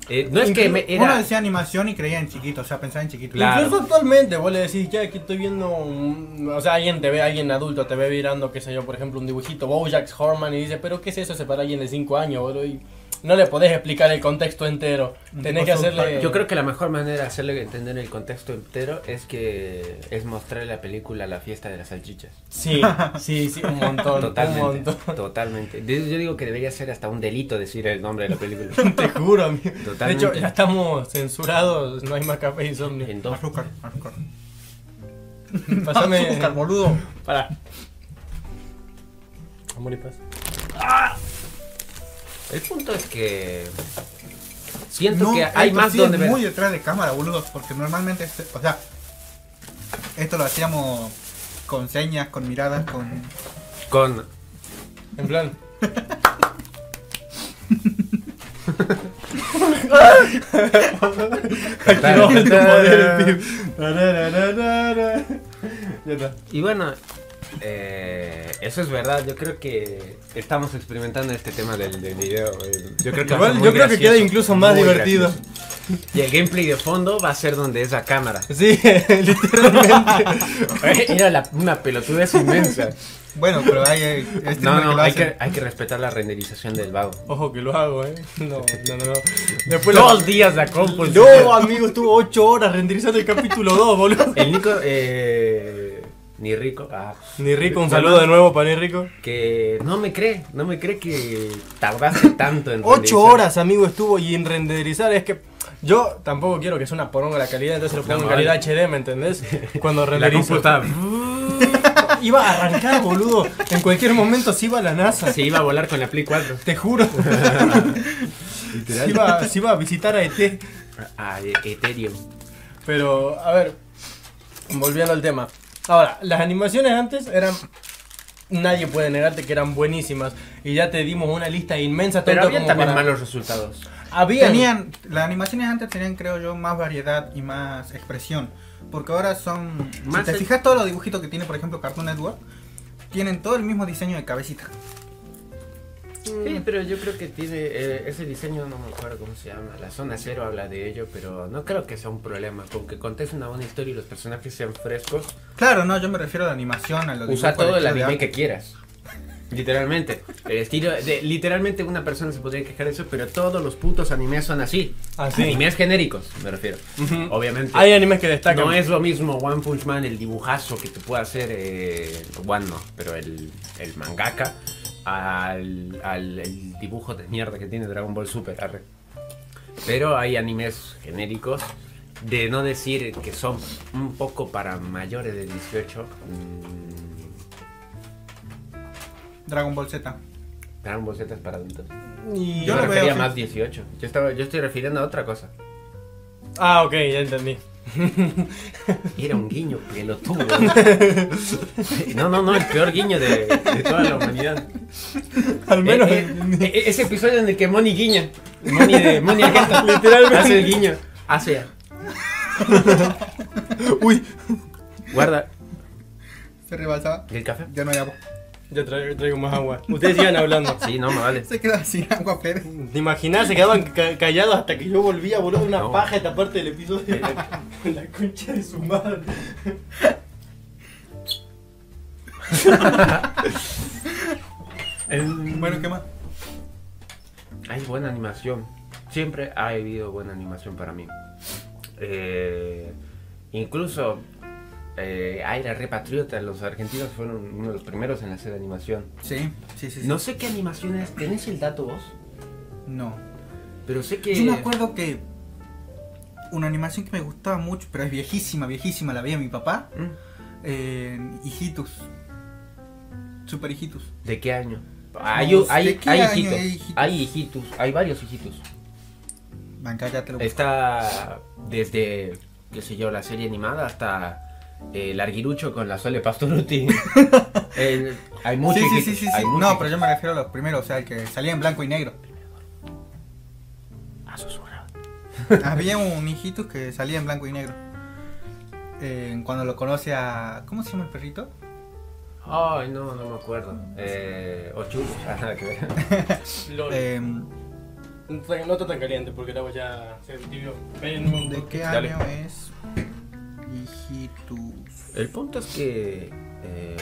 Speaker 2: eh, no es que me-
Speaker 3: Uno
Speaker 2: era...
Speaker 3: decía animación y creía en chiquito, o sea, pensaba en chiquito.
Speaker 2: Claro.
Speaker 1: Incluso actualmente, vos le decís, ya aquí estoy viendo, un- o sea, alguien te ve, alguien adulto te ve mirando, qué sé yo, por ejemplo, un dibujito, Bojack Horman, y dice, pero ¿qué es eso? Se para alguien de 5 años, boludo, y no le podés explicar el contexto entero. Tenés que
Speaker 3: Tipo South
Speaker 1: hacerle.
Speaker 2: Yo creo que la mejor manera de hacerle entender el contexto entero es que es mostrar la película La fiesta de las salchichas.
Speaker 1: Sí, sí, sí, un montón. Un
Speaker 2: Totalmente.
Speaker 1: montón. <laughs>
Speaker 2: Totalmente. De- Yo digo que debería ser hasta un delito decir el nombre de la película.
Speaker 3: <laughs>
Speaker 1: Te juro, amigo. De
Speaker 2: Totalmente.
Speaker 1: hecho, ya estamos censurados, no hay más café insomnio.
Speaker 2: En dos.
Speaker 3: Azúcar, azúcar.
Speaker 1: <laughs> Pásame.
Speaker 3: Azúcar, boludo.
Speaker 1: Pará. Amor y paz.
Speaker 2: El punto es que siento
Speaker 3: No,
Speaker 2: que hay
Speaker 3: esto
Speaker 2: más
Speaker 3: sí
Speaker 2: donde
Speaker 3: es
Speaker 2: ver.
Speaker 3: muy detrás de cámara, boludo, porque normalmente, este- o sea, esto lo hacíamos con señas, con miradas, con... <laughs>
Speaker 2: Con
Speaker 1: En plan. Activamos tu poder, Pip. Tarararara. Eh. <laughs> Ya está.
Speaker 2: y bueno, eh, eso es verdad. Yo creo que estamos experimentando este tema del, del video. eh, Yo creo que, va a
Speaker 1: Igual,
Speaker 2: ser muy
Speaker 1: yo creo que
Speaker 2: gracioso,
Speaker 1: queda incluso más
Speaker 2: muy
Speaker 1: divertido.
Speaker 2: gracioso. Y el gameplay de fondo va a ser donde es la <laughs> cámara.
Speaker 1: Sí, <laughs> literalmente.
Speaker 2: Era Eh, la- una
Speaker 1: <laughs>
Speaker 2: pelotudez inmensa.
Speaker 3: Bueno, pero hay... eh,
Speaker 1: Este
Speaker 3: streamer
Speaker 2: No,
Speaker 3: que
Speaker 2: no,
Speaker 3: lo
Speaker 2: hay
Speaker 3: hacen.
Speaker 2: que, hay que respetar la renderización del vago.
Speaker 1: Ojo que lo hago, eh. <laughs> No, no, no. no. Después Pues <laughs> la-
Speaker 2: Dos días pues, la compu.
Speaker 1: No, amigo, estuvo 8 horas renderizando el capítulo <laughs> 2, boludo.
Speaker 2: El Nico, eh, ni rico. Ah.
Speaker 1: Ni rico, un saludo de nuevo para Ni rico.
Speaker 2: Que no me cree, no me cree que tardaste tanto en
Speaker 1: 8
Speaker 2: renderizar.
Speaker 1: horas, amigo, estuvo y en renderizar es que yo tampoco quiero que sea una poronga la calidad, entonces lo pongo
Speaker 2: No,
Speaker 1: en calidad HD, ¿me entendés? <laughs> Cuando
Speaker 2: La compu
Speaker 1: renderizo.
Speaker 2: estaba-
Speaker 1: Iba a arrancar, boludo. En cualquier momento se iba a la NASA.
Speaker 2: Se iba a volar con la Play 4.
Speaker 1: Te juro. se, iba, se iba a visitar a E ET.
Speaker 2: A Ethereum.
Speaker 1: Pero, a ver, volviendo al tema. Ahora, las animaciones antes eran. Nadie puede negarte que eran buenísimas. Y ya te dimos una lista inmensa.
Speaker 2: Pero
Speaker 1: tanto
Speaker 2: había
Speaker 1: como
Speaker 2: también
Speaker 1: para-
Speaker 2: malos resultados.
Speaker 1: Había.
Speaker 3: Tenían, las animaciones antes tenían, creo yo, más variedad y más expresión. Porque ahora son...
Speaker 2: Más
Speaker 3: si te
Speaker 2: el-
Speaker 3: fijas todos los dibujitos que tiene, por ejemplo, Cartoon Network, tienen todo el mismo diseño de cabecita.
Speaker 2: Sí, pero yo creo que tiene eh, ese diseño, no me acuerdo cómo se llama. La zona cero habla de ello, pero no creo que sea un problema. Con que contes una buena historia y los personajes sean frescos,
Speaker 3: Claro, no, yo me refiero a la animación, a los
Speaker 2: usa
Speaker 3: dibujos,
Speaker 2: todo
Speaker 3: al
Speaker 2: el
Speaker 3: estilo de
Speaker 2: anime que
Speaker 3: arte.
Speaker 2: quieras. Literalmente. El estilo de- literalmente una persona se podría quejar de eso, pero todos los putos animes son así.
Speaker 1: Así.
Speaker 2: Animes genéricos, me refiero.
Speaker 1: Ujú.
Speaker 2: Obviamente.
Speaker 1: ah, Hay animes que destacan.
Speaker 2: No es lo mismo One Punch Man, el dibujazo que te puede hacer eh, One no, pero el, el mangaka al, al el dibujo de mierda que tiene Dragon Ball Super. arre. Pero hay animes genéricos de no decir que son un poco para mayores de 18. mm,
Speaker 3: Dragon Ball Z.
Speaker 2: Dragon Ball Z es para adultos.
Speaker 1: Y-
Speaker 2: Yo
Speaker 3: lo
Speaker 2: me
Speaker 3: veo
Speaker 2: refería
Speaker 3: así.
Speaker 2: más 18. Yo, estaba, yo estoy refiriendo a otra cosa.
Speaker 1: Ah, ok, ya entendí.
Speaker 2: Era un guiño pelotudo. No, no, no, el peor guiño de, de toda la humanidad.
Speaker 1: Al menos.
Speaker 2: Eh, eh, eh, ese episodio en el que Moni guiña. Moni de Moni Argento, literalmente. Hace el guiño. Hace.
Speaker 1: Uy,
Speaker 2: Guarda
Speaker 3: Se rebalsaba.
Speaker 2: el café.
Speaker 3: Ya no hay agua.
Speaker 1: yo tra- traigo más agua. Ustedes sigan hablando.
Speaker 2: Sí, no, me vale.
Speaker 3: Se queda sin agua, Pérez.
Speaker 1: ¿Te imaginas? Se quedaban ca- callados hasta que yo volvía, boludo, una
Speaker 2: No.
Speaker 1: paja esta parte del episodio. <laughs> la concha de su madre.
Speaker 3: Em, Bueno, ¿qué más?
Speaker 2: Hay buena animación. Siempre ha habido buena animación para mí. Eh, incluso eh, Aira Repatriota, los argentinos fueron uno de los primeros en hacer animación.
Speaker 3: Sí, sí, sí. sí.
Speaker 2: No sé qué animaciones, ¿tenés el dato vos?
Speaker 3: No.
Speaker 2: Pero sé que...
Speaker 3: Yo me acuerdo que una animación que me gustaba mucho, pero es viejísima, viejísima, la veía mi papá.
Speaker 2: Mm.
Speaker 3: en hijitus. Super hijitus.
Speaker 2: ¿De qué año?
Speaker 3: Pues, No
Speaker 2: Hay,
Speaker 3: sé,
Speaker 2: hay,
Speaker 3: ¿qué
Speaker 2: hay
Speaker 3: año
Speaker 2: hijitos,
Speaker 3: hay hijitos?
Speaker 2: hay hijitos, hay varios hijitos.
Speaker 3: Man, cállate, lo
Speaker 2: Está desde, qué sé yo, la serie animada hasta eh, el arguirucho con la Sole
Speaker 3: <laughs>
Speaker 2: Pastoruti. El- hay muchos
Speaker 3: Sí, sí,
Speaker 2: hijitos.
Speaker 3: sí, sí,
Speaker 2: hay
Speaker 3: sí.
Speaker 2: muchos
Speaker 3: No, pero yo
Speaker 2: hijitos.
Speaker 3: me refiero a los primeros, o sea, el que salía en blanco y negro.
Speaker 2: Ah, susurra.
Speaker 3: Había un hijitus que salía en blanco y negro. Eh, cuando lo conoce a. ¿Cómo se llama el perrito?
Speaker 2: Ay, no, no me acuerdo. Eh, Ochu, ah, <laughs> nada que ver.
Speaker 3: Eh,
Speaker 1: No está tan caliente porque el agua ya se tibió.
Speaker 3: ¿De qué
Speaker 2: Dale.
Speaker 3: año es? Hijitus.
Speaker 2: El punto es que eh,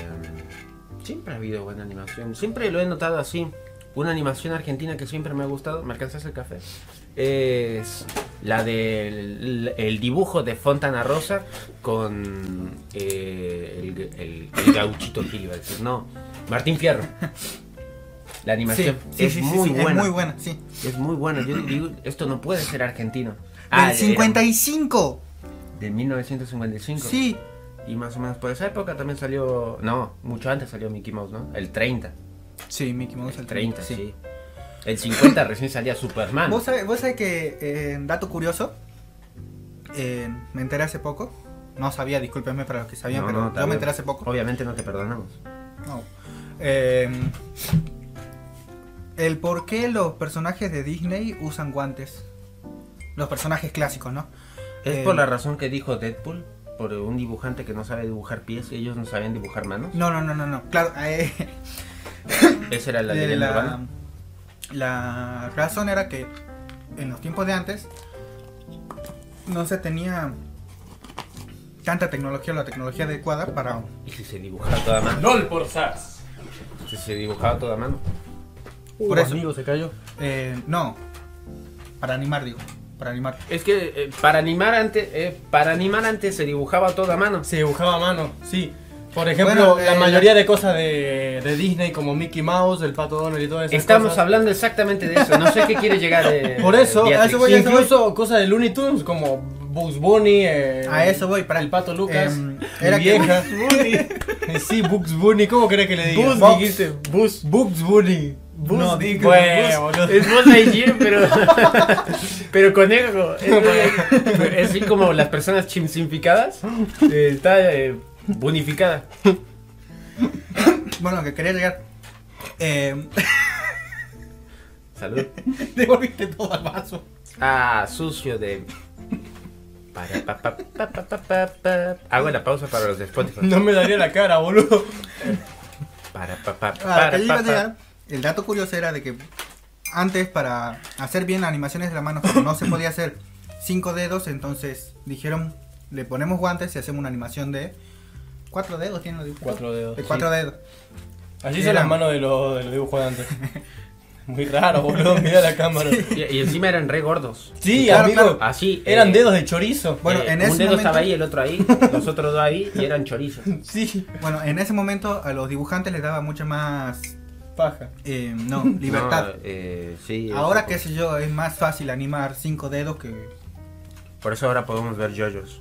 Speaker 2: siempre ha habido buena animación. Siempre lo he notado así. Una animación argentina que siempre me ha gustado, ¿me alcanzas el café? Es la del el dibujo de Fontana Rosa con eh, el, el- el gauchito Gil, iba a decir, no, Martín Fierro. La animación es, muy
Speaker 3: es
Speaker 2: buena,
Speaker 3: muy buena, sí.
Speaker 2: es muy buena. Yo digo, esto no puede ser argentino. Ah,
Speaker 3: ¡Del
Speaker 2: de-
Speaker 3: 55!
Speaker 2: De 1955.
Speaker 3: Sí,
Speaker 2: Y más o menos por esa época también salió. No, mucho antes salió Mickey Mouse, ¿no? El 30.
Speaker 3: sí, Mickey Mouse
Speaker 2: El 30, sí. El 50 recién salía Superman.
Speaker 3: ¿Vos sabés, vos sabés que, eh, dato curioso, eh, me enteré hace poco. No sabía, discúlpenme para los que sabían,
Speaker 2: No,
Speaker 3: pero
Speaker 2: no,
Speaker 3: yo
Speaker 2: también.
Speaker 3: me enteré hace poco.
Speaker 2: Obviamente no te perdonamos.
Speaker 3: No. Eh, el por qué los personajes de Disney usan guantes. Los personajes clásicos, ¿no?
Speaker 2: ¿Es
Speaker 3: Eh,
Speaker 2: por la razón que dijo Deadpool? ¿Por un dibujante que no sabe dibujar pies y ellos no sabían dibujar manos?
Speaker 3: No, no, no, no, no. Claro, eh,
Speaker 2: Esa era la
Speaker 3: de
Speaker 2: leyenda
Speaker 3: la,
Speaker 2: urbana.
Speaker 3: la razón era que en los tiempos de antes no se tenía tanta tecnología, la tecnología adecuada para
Speaker 2: ¿Y si se dibujaba toda mano?
Speaker 1: LOL por SAS.
Speaker 2: Si se dibujaba toda mano.
Speaker 3: Por eso.
Speaker 1: amigo, se cayó.
Speaker 3: Eh, no. Para animar, digo. Para animar.
Speaker 2: Es que eh, para animar antes eh, para animar antes se dibujaba toda mano.
Speaker 1: Se dibujaba a mano, sí. Por ejemplo,
Speaker 3: Bueno,
Speaker 1: la
Speaker 3: eh,
Speaker 1: mayoría de cosas de, de Disney, como Mickey Mouse, el pato Donald y todas esas
Speaker 2: Estamos
Speaker 1: cosas.
Speaker 2: hablando exactamente de eso. No sé qué quiere
Speaker 3: <laughs>
Speaker 2: llegar. eh,
Speaker 1: Por eso,
Speaker 2: Beatrix.
Speaker 1: a eso voy, a eso incluso cosas de Looney Tunes, como Bugs Bunny. eh,
Speaker 3: A eso voy, para
Speaker 1: El pato Lucas.
Speaker 3: Em,
Speaker 1: mi
Speaker 3: era que-
Speaker 1: vieja. Eh, <laughs> sí, Bugs Bunny, ¿cómo crees que le diga?
Speaker 3: Bugs,
Speaker 1: Bugs-
Speaker 3: dijiste,
Speaker 1: Bugs. Bunny.
Speaker 3: No, digo,
Speaker 1: Güey,
Speaker 3: Bugs.
Speaker 1: boludo.
Speaker 2: Es Buzz Lightyear, pero. <laughs> pero conejo.
Speaker 3: <laughs>
Speaker 2: Es, es así como las personas chimsimficadas. eh, está eh, bonificada.
Speaker 3: Bueno, que quería llegar. Eh,
Speaker 2: Salud.
Speaker 3: <laughs> devolviste todo al vaso.
Speaker 2: Ah, sucio de. Para, pa, pa, pa, pa, pa, pa, pa. Hago la pausa para los de Spotify.
Speaker 1: No me daría la cara, boludo.
Speaker 2: Para, pa, pa,
Speaker 3: A lo
Speaker 2: para,
Speaker 3: Ah, que yo iba a
Speaker 2: pa, pa.
Speaker 3: llegar, el dato curioso era de que antes para hacer bien animaciones de la mano, como no se podía hacer cinco dedos, entonces dijeron, le ponemos guantes y hacemos una animación de cuatro dedos, tienen los dibujos?
Speaker 1: Cuatro dedos,
Speaker 3: De cuatro
Speaker 1: sí.
Speaker 3: dedos.
Speaker 1: Así son las manos de los, de los dibujos de antes. <laughs> Muy raro, boludo. <laughs> Mira la cámara.
Speaker 2: Y, y encima eran re gordos.
Speaker 1: Sí,
Speaker 3: Claro,
Speaker 1: amigo.
Speaker 3: claro.
Speaker 2: Así. eh,
Speaker 1: Eran dedos de chorizo.
Speaker 3: Bueno,
Speaker 2: eh,
Speaker 3: en
Speaker 2: un
Speaker 3: ese
Speaker 2: dedo estaba
Speaker 3: momento-
Speaker 2: ahí, el otro ahí, los otros dos ahí, y eran chorizos.
Speaker 1: Sí,
Speaker 3: Bueno, en ese momento a los dibujantes les daba mucha más,
Speaker 1: paja.
Speaker 3: eh, no, <laughs>
Speaker 2: <laughs>
Speaker 3: libertad.
Speaker 2: No, eh, sí,
Speaker 3: Ahora,
Speaker 2: es-
Speaker 3: qué sé yo, es más fácil animar cinco dedos que...
Speaker 2: Por eso ahora podemos ver yoyos.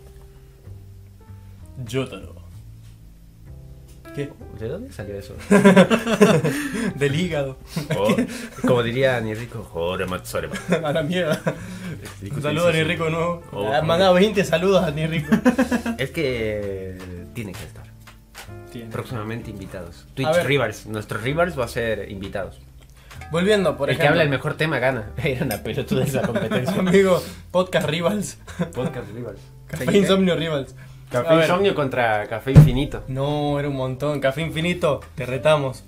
Speaker 1: Yotaro. ¿Qué?
Speaker 2: ¿De dónde
Speaker 1: <laughs>
Speaker 2: salió eso?
Speaker 1: Del hígado.
Speaker 2: O, como diría ni rico, joder, matzorema.
Speaker 1: <laughs> A la mierda. Un saludo a
Speaker 2: Sí, sí, sí.
Speaker 1: Nirrico de nuevo.
Speaker 2: Oh,
Speaker 1: Ah, Manda 20 saludos a Nirrico.
Speaker 2: Es que eh, tiene que estar.
Speaker 1: Tiene.
Speaker 2: Próximamente invitados. Twitch
Speaker 1: A ver.
Speaker 2: Rivals. Nuestro Rivals va a ser invitados.
Speaker 1: Volviendo, por
Speaker 2: el que
Speaker 1: ejemplo.
Speaker 2: habla el mejor tema gana. <laughs> Era una pelotuda esa competencia.
Speaker 1: <laughs>
Speaker 2: <laughs>
Speaker 1: Amigo, podcast Rivals.
Speaker 2: Podcast Rivals.
Speaker 1: Café
Speaker 3: Seguiré.
Speaker 1: Insomnio Rivals. A
Speaker 2: Café
Speaker 1: ver.
Speaker 2: Insomnio contra
Speaker 1: <laughs>
Speaker 2: Café Infinito.
Speaker 1: No, era un montón. Café Infinito, te retamos.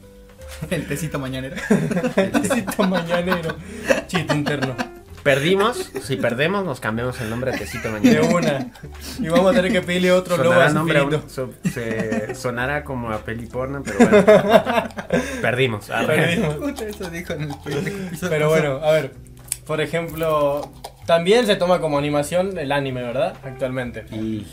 Speaker 3: El tecito mañanero. <laughs>
Speaker 1: Tecito mañanero. Chiste interno.
Speaker 2: Perdimos. Si perdemos, nos cambiamos el nombre a Tecito
Speaker 1: De
Speaker 2: Mañana.
Speaker 1: una. Y vamos a tener que pedirle otro logo a
Speaker 2: Sonará,
Speaker 1: ese
Speaker 2: nombre a
Speaker 1: infinito.
Speaker 2: un- so- se- sonará como a peli porno, pero
Speaker 1: <laughs>
Speaker 2: bueno. Perdimos. Arre.
Speaker 1: Perdimos.
Speaker 3: Puta, eso dijo en el primer episodio.
Speaker 1: Pero bueno, a ver. Por ejemplo, también se toma como animación el anime, ¿verdad? Actualmente.
Speaker 2: Y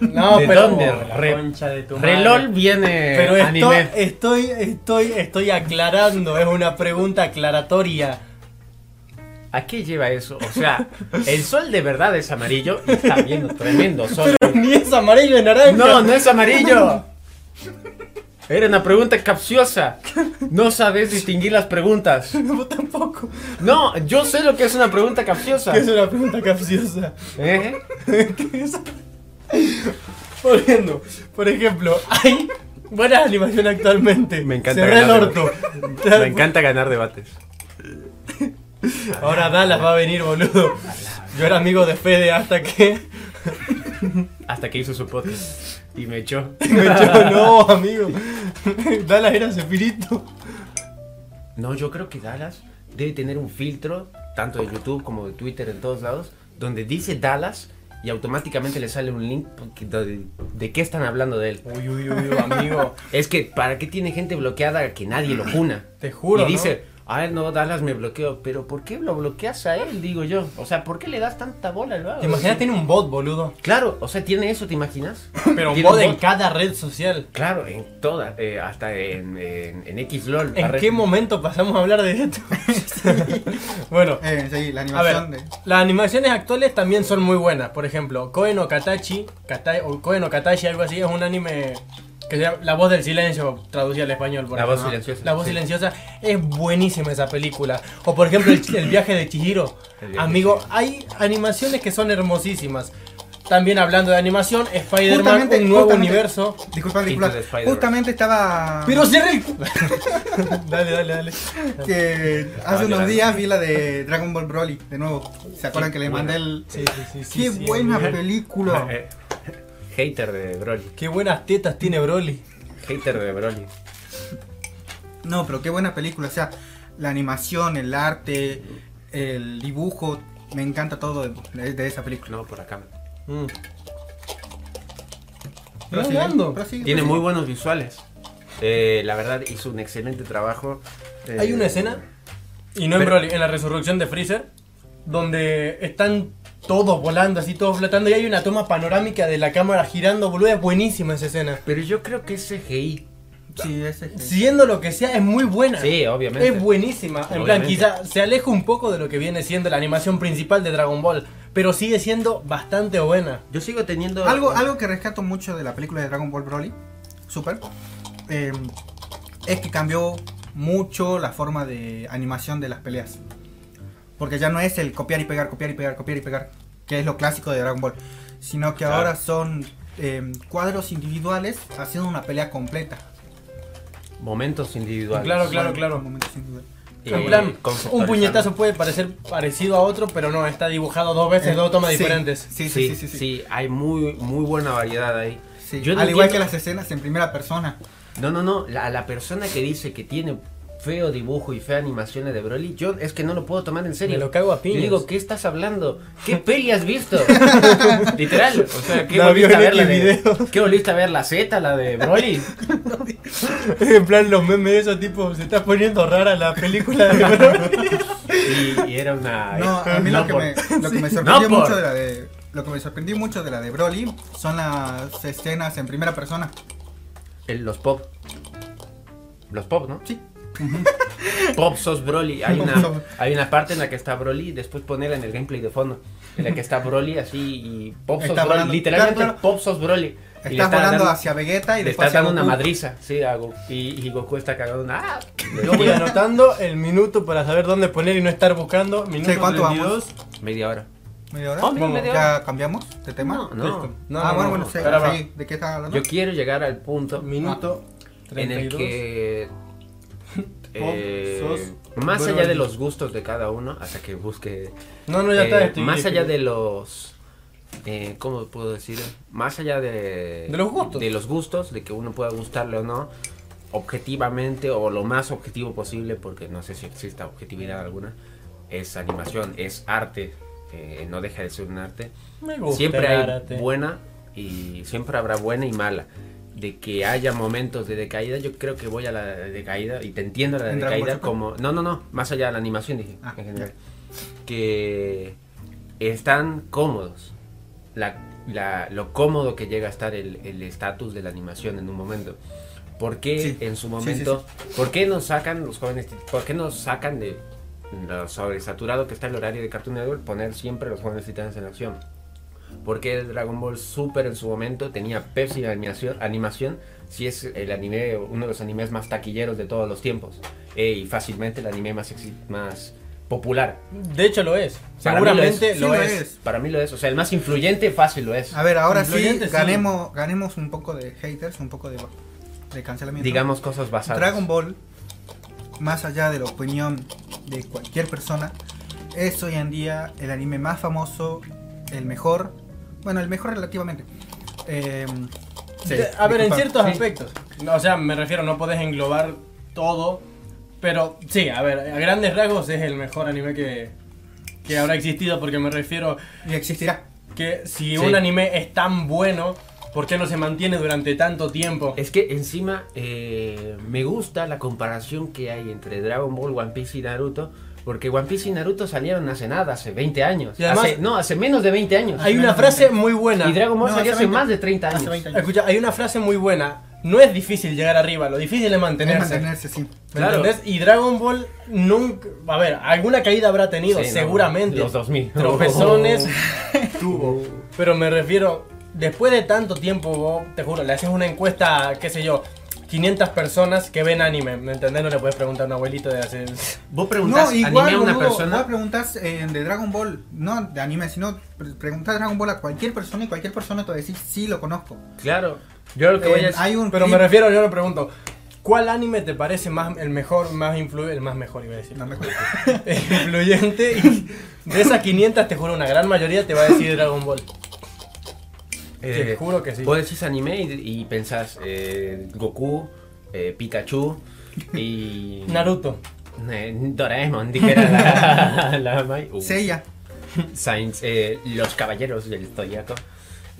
Speaker 1: No,
Speaker 2: ¿De
Speaker 1: pero
Speaker 2: dónde?
Speaker 1: la
Speaker 2: Re-
Speaker 1: concha de tu madre.
Speaker 2: Relol viene
Speaker 1: Pero esto-
Speaker 2: Eh, anime.
Speaker 1: estoy, estoy, estoy aclarando, es una pregunta aclaratoria. <laughs>
Speaker 2: ¿A qué lleva eso? O sea, el sol de verdad es amarillo y está viendo tremendo sol.
Speaker 1: Ni es amarillo ni naranja.
Speaker 2: No, no es amarillo. Era una pregunta capciosa. No sabes distinguir las
Speaker 1: <laughs>
Speaker 2: preguntas.
Speaker 1: no, tampoco.
Speaker 2: No, yo sé lo que es una pregunta capciosa.
Speaker 1: Es una pregunta capciosa.
Speaker 2: ¿Eh?
Speaker 1: Volviendo, por ejemplo, hay buena animación actualmente.
Speaker 2: Me encanta
Speaker 1: Cerré el
Speaker 2: ganar.
Speaker 1: orto.
Speaker 2: Me encanta ganar debates.
Speaker 1: Ahora Dallas va a venir, boludo. Yo era amigo de Fede hasta que <laughs>
Speaker 2: Hasta que hizo su podcast y me echó.
Speaker 1: me echó. No, amigo. <laughs> Dallas era Sepirito.
Speaker 2: No, yo creo que Dallas debe tener un filtro, tanto de YouTube como de Twitter en todos lados, donde dice Dallas y automáticamente le sale un link porque- de, de qué están hablando de él.
Speaker 1: Uy, uy, uy, amigo.
Speaker 2: <laughs> Es que, ¿para qué tiene gente bloqueada que nadie lo juna?
Speaker 1: <clears throat> Te juro,
Speaker 2: Y
Speaker 1: ¿no?
Speaker 2: dice, A él no, Dallas me bloqueó, pero ¿por qué lo bloqueas a él? Digo yo. O sea, ¿por qué le das tanta bola al vago?
Speaker 1: ¿Te imaginas? Tiene un bot, boludo.
Speaker 2: Claro, o sea, tiene eso, ¿te imaginas?
Speaker 1: <clears throat> Pero un
Speaker 2: Tiene un
Speaker 1: bot en
Speaker 2: bot.
Speaker 1: cada red social.
Speaker 2: Claro, en todas, eh, hasta en, en, en XLOL. la
Speaker 1: ¿En
Speaker 2: red-
Speaker 1: qué momento pasamos a hablar de esto? <laughs> bueno,
Speaker 3: <laughs> Eh, sí, la
Speaker 1: a ver,
Speaker 3: animación de.
Speaker 1: las animaciones actuales también son muy buenas. Por ejemplo, Koen o Katachi, Kata- o Koen o Katachi, algo así, es un anime que se llama La voz del silencio, traducida al español. Por
Speaker 2: La
Speaker 1: ejemplo.
Speaker 2: voz silenciosa.
Speaker 1: La voz
Speaker 2: Sí.
Speaker 1: silenciosa es buenísima esa película. O por ejemplo, el, el viaje de Chihiro.
Speaker 2: El viaje de
Speaker 1: Amigo,
Speaker 2: Chihiro.
Speaker 1: hay animaciones que son hermosísimas. También hablando de animación, Spider-Man,
Speaker 3: Justamente-
Speaker 1: un nuevo
Speaker 3: justamente-
Speaker 1: universo.
Speaker 3: Disculpa,
Speaker 2: Into
Speaker 3: disculpa.
Speaker 2: the Spider-Verse.
Speaker 3: Justamente estaba.
Speaker 1: Pero cierre. <laughs> dale, dale, dale.
Speaker 3: que hace unos
Speaker 2: llorando.
Speaker 3: días vi la de Dragon Ball Broly de nuevo. ¿Se acuerdan que le mandé el.
Speaker 1: Sí, sí, sí, sí,
Speaker 3: ¡Qué
Speaker 1: sí,
Speaker 3: buena
Speaker 1: amigo.
Speaker 2: <laughs> Eh.
Speaker 3: película!
Speaker 2: Hater de Broly.
Speaker 1: Qué buenas tetas tiene Broly.
Speaker 2: Hater de Broly.
Speaker 3: No, pero qué buena película. O sea, la animación, el arte, el dibujo. Me encanta todo de, de esa película.
Speaker 2: No, por acá.
Speaker 1: Mm.
Speaker 3: Pero
Speaker 1: Está
Speaker 3: sigue,
Speaker 1: hablando.
Speaker 3: pero sigue,
Speaker 2: Tiene
Speaker 3: pero
Speaker 2: muy
Speaker 3: sigue.
Speaker 2: buenos visuales. Eh, la verdad, hizo un excelente trabajo. Eh,
Speaker 1: Hay una escena, y no en
Speaker 2: Pero-
Speaker 1: Broly, en la resurrección de Freezer, donde están todos volando, así todos flotando, y hay una toma panorámica de la cámara girando, boludo, es buenísima esa escena.
Speaker 2: Pero yo creo que es CGI.
Speaker 3: Sí, este. ese.
Speaker 1: Siendo lo que sea, es muy buena.
Speaker 2: Sí, obviamente.
Speaker 1: Es buenísima. En plan,
Speaker 2: Obviamente.
Speaker 1: quizá se aleja un poco de lo que viene siendo la animación principal de Dragon Ball, pero sigue siendo bastante buena.
Speaker 2: Yo sigo teniendo.
Speaker 3: Algo, algo que rescato mucho de la película de Dragon Ball Broly, Super, eh, es que cambió mucho la forma de animación de las peleas. Porque ya no es el copiar y pegar, copiar y pegar, copiar y pegar, que es lo clásico de Dragon Ball. Sino que
Speaker 2: Claro.
Speaker 3: ahora son eh, cuadros individuales haciendo una pelea completa.
Speaker 2: Momentos individuales.
Speaker 1: Claro, claro, claro.
Speaker 3: Momentos individuales.
Speaker 2: Eh,
Speaker 1: en plan, un
Speaker 2: conceptualizando.
Speaker 1: puñetazo puede parecer parecido a otro, pero no, está dibujado dos veces,
Speaker 3: Eh,
Speaker 1: dos tomas
Speaker 3: sí,
Speaker 1: diferentes.
Speaker 3: Sí, sí, sí. sí, sí.
Speaker 2: hay muy, muy buena variedad ahí.
Speaker 3: Sí,
Speaker 2: Yo no
Speaker 3: Al igual que
Speaker 2: entiendo-
Speaker 3: las escenas en primera persona.
Speaker 2: No, no, no. La, a la persona que dice que tiene feo dibujo y fea animaciones de Broly, yo es que no lo puedo tomar en serio.
Speaker 1: Me lo cago a
Speaker 2: Yo
Speaker 1: piñas. <laughs>
Speaker 2: digo, ¿qué estás hablando? ¿Qué peli has visto? Literal. O sea, ¿qué
Speaker 1: La
Speaker 2: volviste
Speaker 1: vio
Speaker 2: a ver
Speaker 1: en
Speaker 2: la
Speaker 1: X
Speaker 2: de, ¿Qué volviste a ver la Z, la de Broly?
Speaker 1: En plan, los memes de esos tipo, se está poniendo rara la película de <laughs> Broly.
Speaker 2: Y, y era una. este,
Speaker 3: No, a mí
Speaker 2: no
Speaker 3: lo que,
Speaker 2: por-
Speaker 3: me, lo
Speaker 2: <laughs>
Speaker 3: que me sorprendió
Speaker 2: No por-
Speaker 3: mucho de la de lo que me sorprendió mucho de la de Broly son las escenas en primera persona.
Speaker 2: el- los pop. Los pop, ¿no?
Speaker 3: Sí.
Speaker 2: <laughs> Pop sos Broly. Hay
Speaker 3: Pop
Speaker 2: una,
Speaker 3: sos-
Speaker 2: hay una parte en la que está Broly, después poner en el gameplay de fondo. En la que está Broly así y Pop sos
Speaker 3: Está
Speaker 2: Broly.
Speaker 3: volando.
Speaker 2: Literalmente
Speaker 3: Claro, claro.
Speaker 2: Pop sos Broly. Y le
Speaker 3: Estás
Speaker 2: está
Speaker 3: volando
Speaker 2: dando-
Speaker 3: hacia Vegeta y
Speaker 2: Le
Speaker 3: después
Speaker 2: estás
Speaker 3: hacia
Speaker 2: dando una
Speaker 3: Goku.
Speaker 2: madriza, sí, a Goku. Y, y Goku está cagando una. ¡Ah! <laughs>
Speaker 1: Yo voy anotando el minuto para saber dónde poner y no estar buscando. Minuto
Speaker 3: Sí, ¿cuánto
Speaker 1: 32.
Speaker 2: Media hora.
Speaker 3: ¿Media hora?
Speaker 2: Oh, mira,
Speaker 3: Vamos,
Speaker 2: media
Speaker 3: ¿Ya cambiamos de tema?
Speaker 2: No,
Speaker 1: Listo. No,
Speaker 2: no.
Speaker 3: ah,
Speaker 1: no, no,
Speaker 3: bueno, bueno,
Speaker 1: no.
Speaker 3: sí,
Speaker 1: Espera, va.
Speaker 3: sí, ¿de qué estás hablando?
Speaker 2: Yo quiero llegar al punto
Speaker 1: Minuto
Speaker 2: Ah, en el
Speaker 1: 32.
Speaker 2: que. eh,
Speaker 1: Pop sos
Speaker 2: más allá
Speaker 1: Broly.
Speaker 2: de los gustos de cada uno, hasta que busque.
Speaker 1: No, no, ya está. este
Speaker 2: eh,
Speaker 1: estoy-
Speaker 2: más allá
Speaker 1: estoy-
Speaker 2: de los. eh, ¿Cómo puedo decir? Más allá de.
Speaker 1: De los gustos.
Speaker 2: De los gustos, de que uno pueda gustarle o no. Objetivamente o lo más objetivo posible, porque no sé si exista objetividad alguna. Es animación, es arte. eh, no deja de ser un arte.
Speaker 1: Me gusta
Speaker 2: siempre hay
Speaker 1: el arte.
Speaker 2: buena y siempre habrá buena y mala. De que haya momentos de decaída, yo creo que voy a la decaída y te entiendo la
Speaker 3: ¿En Dragon Ball
Speaker 2: decaída
Speaker 3: Super?
Speaker 2: como. No, no, no, más allá de la animación, dije,
Speaker 3: Ah,
Speaker 2: en general. Que están cómodos. La, la- lo cómodo que llega a estar el el estatus de la animación en un momento. ¿Por qué
Speaker 3: Sí,
Speaker 2: en su
Speaker 3: sí, sí,
Speaker 2: momento? ¿Por qué nos sacan los jóvenes? ¿Por qué nos sacan de lo sobresaturado que está el horario de Cartoon Network poner siempre los jóvenes titanes en acción? Porque el Dragon Ball Super en su momento tenía Pepsi animación, animación si es el anime, uno de los animes más taquilleros de todos los tiempos. Eh, y fácilmente el anime más, exi- más popular.
Speaker 1: De hecho, lo es.
Speaker 2: Para mí lo es.
Speaker 1: Seguramente
Speaker 3: Sí,
Speaker 1: lo
Speaker 3: lo
Speaker 1: es.
Speaker 3: es.
Speaker 2: Para mí lo es. O sea, el más influyente fácil lo es.
Speaker 3: A ver, ahora sí,
Speaker 1: Influyente, sí.
Speaker 3: ganemos, ganemos un poco de haters, un poco de, de cancelamiento.
Speaker 2: Digamos cosas basadas.
Speaker 3: Dragon Ball, más allá de la opinión de cualquier persona, es hoy en día el anime más famoso, el mejor, bueno, el mejor relativamente. Eh, sí,
Speaker 1: De- a ver, en
Speaker 3: disculpa.
Speaker 1: ciertos
Speaker 3: Sí.
Speaker 1: aspectos. No, O sea, me refiero, no podés englobar todo. Pero sí, a ver, a grandes rasgos es el mejor anime que, que habrá existido. Porque me refiero
Speaker 3: Y existirá.
Speaker 1: que si
Speaker 2: Sí.
Speaker 1: un anime es tan bueno, ¿Por qué no se mantiene durante tanto tiempo?
Speaker 2: Es que encima eh, me gusta la comparación que hay entre Dragon Ball, One Piece y Naruto. Porque One Piece y Naruto salieron hace nada, hace 20 años.
Speaker 1: Y además-
Speaker 2: Hace- no, hace menos de 20 años.
Speaker 1: Hay una frase muy buena.
Speaker 2: Y Dragon Ball
Speaker 3: No,
Speaker 2: salió
Speaker 3: hace
Speaker 2: hace
Speaker 3: 20.
Speaker 2: más de 30 años.
Speaker 3: Hace 20 años.
Speaker 1: Escucha, hay una frase muy buena. No es difícil llegar arriba, lo difícil es
Speaker 3: Es
Speaker 1: mantenerse.
Speaker 3: mantenerse, sí.
Speaker 1: ¿Me
Speaker 2: Claro.
Speaker 1: entendés? Y Dragon Ball nunca. A ver, alguna caída habrá tenido,
Speaker 2: Sí, no,
Speaker 1: seguramente.
Speaker 2: los 2000. <laughs>
Speaker 1: Tropezones tuvo. Pero me refiero, después de tanto tiempo, vos, te juro, le haces una encuesta, qué sé yo, 500 personas que ven anime. ¿Me entendés? No le puedes preguntar a un abuelito de hace.
Speaker 2: Vos
Speaker 3: No,
Speaker 2: preguntás
Speaker 3: igual,
Speaker 2: anime a una
Speaker 3: boludo, vos
Speaker 2: persona.
Speaker 3: preguntás eh, de Dragon Ball, no de anime, sino pre- preguntás Dragon Ball a cualquier persona y cualquier persona te va a decir, sí, lo conozco.
Speaker 2: Claro. Yo lo que voy
Speaker 3: Eh,
Speaker 2: a decir.
Speaker 3: hay un
Speaker 1: Pero
Speaker 3: clip-
Speaker 1: me refiero, yo le pregunto. ¿Cuál anime te parece más el mejor, más influyente, el más mejor iba a decir,
Speaker 3: No,
Speaker 2: <laughs>
Speaker 3: me acuerdo.
Speaker 1: <laughs> influyente? Y de esas 500 te juro una gran mayoría te va a decir Dragon Ball. te juro que sí.
Speaker 2: eh, Vos decís anime y, y pensás eh, Goku, eh, Pikachu y.
Speaker 1: <laughs> Naruto.
Speaker 2: Eh, Doraemon, dijera la, <laughs> la Mai. Uh,
Speaker 3: Seiya.
Speaker 2: Sainz, eh, los caballeros del Zodiaco.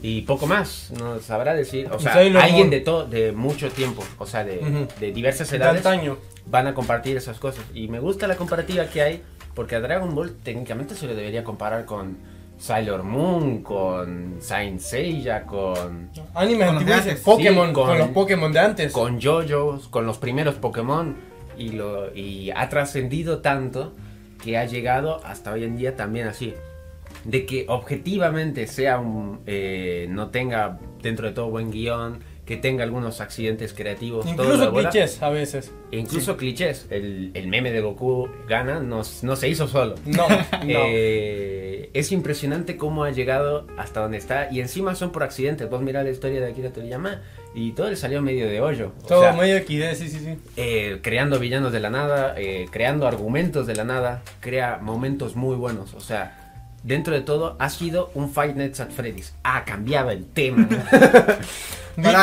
Speaker 2: Y poco más, no sabrá decir. O sea,
Speaker 1: Sailor Moon.
Speaker 2: alguien de todo, de mucho tiempo, o sea, de,
Speaker 1: Ujú.
Speaker 2: de diversas
Speaker 1: De
Speaker 2: edades,
Speaker 1: antaño.
Speaker 2: van a compartir esas cosas. Y me gusta la comparativa que hay, porque a Dragon Ball técnicamente se le debería comparar con Sailor Moon, con Saint Seiya, con,
Speaker 1: Animes
Speaker 3: Con los de
Speaker 1: antiguos,
Speaker 3: antes.
Speaker 1: Pokémon,
Speaker 2: Sí,
Speaker 1: con,
Speaker 2: con-
Speaker 1: los Pokémon de antes.
Speaker 2: con JoJo's, con los primeros Pokémon y, lo, y ha trascendido tanto que ha llegado hasta hoy en día también así. De que objetivamente sea un... eh, no tenga dentro de todo buen guión, que tenga algunos accidentes creativos. todo la
Speaker 1: Incluso
Speaker 2: bola.
Speaker 1: clichés a veces.
Speaker 2: E incluso clichés. El, el meme de Goku gana no, no se hizo solo.
Speaker 1: No, no.
Speaker 2: Eh, es impresionante cómo ha llegado hasta donde está. Y encima son por accidentes. Vos mirá la historia de Akira Toriyama y todo le salió medio de hoyo. O
Speaker 1: Todo
Speaker 2: sea,
Speaker 1: medio XD, sí, sí, sí.
Speaker 2: eh, creando villanos de la nada, eh, creando argumentos de la nada, crea momentos muy buenos. O sea, dentro de todo ha sido un Fight Nights at Freddy's. Ah, cambiaba el tema.
Speaker 3: Pará,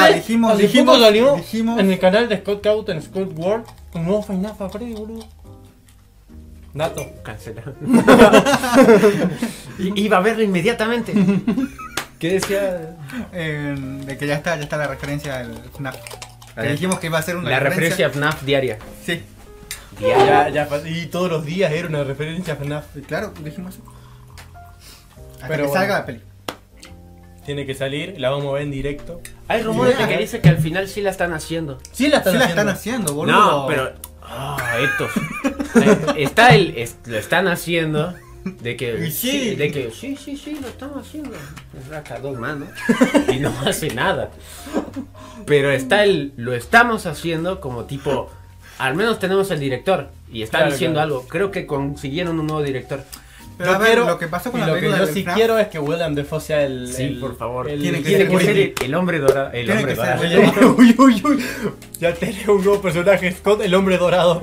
Speaker 1: ¿Viste?
Speaker 3: dijimos-
Speaker 1: Hace
Speaker 3: dijimos-
Speaker 1: poco salió
Speaker 3: dijimos-
Speaker 1: en el canal de Scott Out en Scott World un nuevo Final Fantasy Freddy, boludo. Dato.
Speaker 2: Cancelado. <laughs> I- Iba a verlo inmediatamente. ¿Qué decía?
Speaker 3: Eh, de que ya está, ya está la referencia al FNAF.
Speaker 2: A
Speaker 3: Que
Speaker 2: ver.
Speaker 3: dijimos que iba a ser una
Speaker 2: La referencia a FNAF diaria.
Speaker 3: Sí,
Speaker 1: Ya, ya, pas- y todos los días era una referencia a FNAF.
Speaker 3: y claro, dijimos eso. Hasta
Speaker 1: Pero
Speaker 3: que
Speaker 1: bueno.
Speaker 3: salga la peli.
Speaker 1: Tiene que salir, la vamos a ver en directo.
Speaker 2: Hay rumores
Speaker 3: Ya.
Speaker 2: de que dice que al final sí la están haciendo.
Speaker 1: Sí, la
Speaker 3: Sí
Speaker 1: están
Speaker 3: la
Speaker 1: haciendo.
Speaker 3: están haciendo, boludo.
Speaker 2: No, pero. Ah, estos. <laughs> Está el. es- lo están haciendo. De que.
Speaker 1: Y sí.
Speaker 2: De que. Sí, sí, sí, lo están haciendo. Es Raca dos manos. Y no <laughs> hace nada. Pero está el. Lo estamos haciendo como tipo. Al menos tenemos el director. Y están
Speaker 1: Claro,
Speaker 2: haciendo
Speaker 1: claro.
Speaker 2: algo. Creo que consiguieron un nuevo director.
Speaker 3: Pero
Speaker 1: Yo
Speaker 3: a ver,
Speaker 1: quiero-
Speaker 3: lo que pasó con
Speaker 1: y
Speaker 3: la
Speaker 1: lo que
Speaker 3: película
Speaker 1: yo
Speaker 3: del
Speaker 1: sí
Speaker 3: FNAF-
Speaker 1: quiero es que William Defoe sea el.
Speaker 2: Sí,
Speaker 1: el-
Speaker 2: por favor.
Speaker 1: el-
Speaker 3: Tiene que
Speaker 2: Tiene que
Speaker 3: Willy.
Speaker 2: ser el, el hombre dorado. El
Speaker 3: Tiene
Speaker 2: hombre
Speaker 3: que ser
Speaker 2: dorado.
Speaker 3: Willy.
Speaker 1: uy, uy, uy. Ya tenés un nuevo personaje, Scott, el hombre dorado.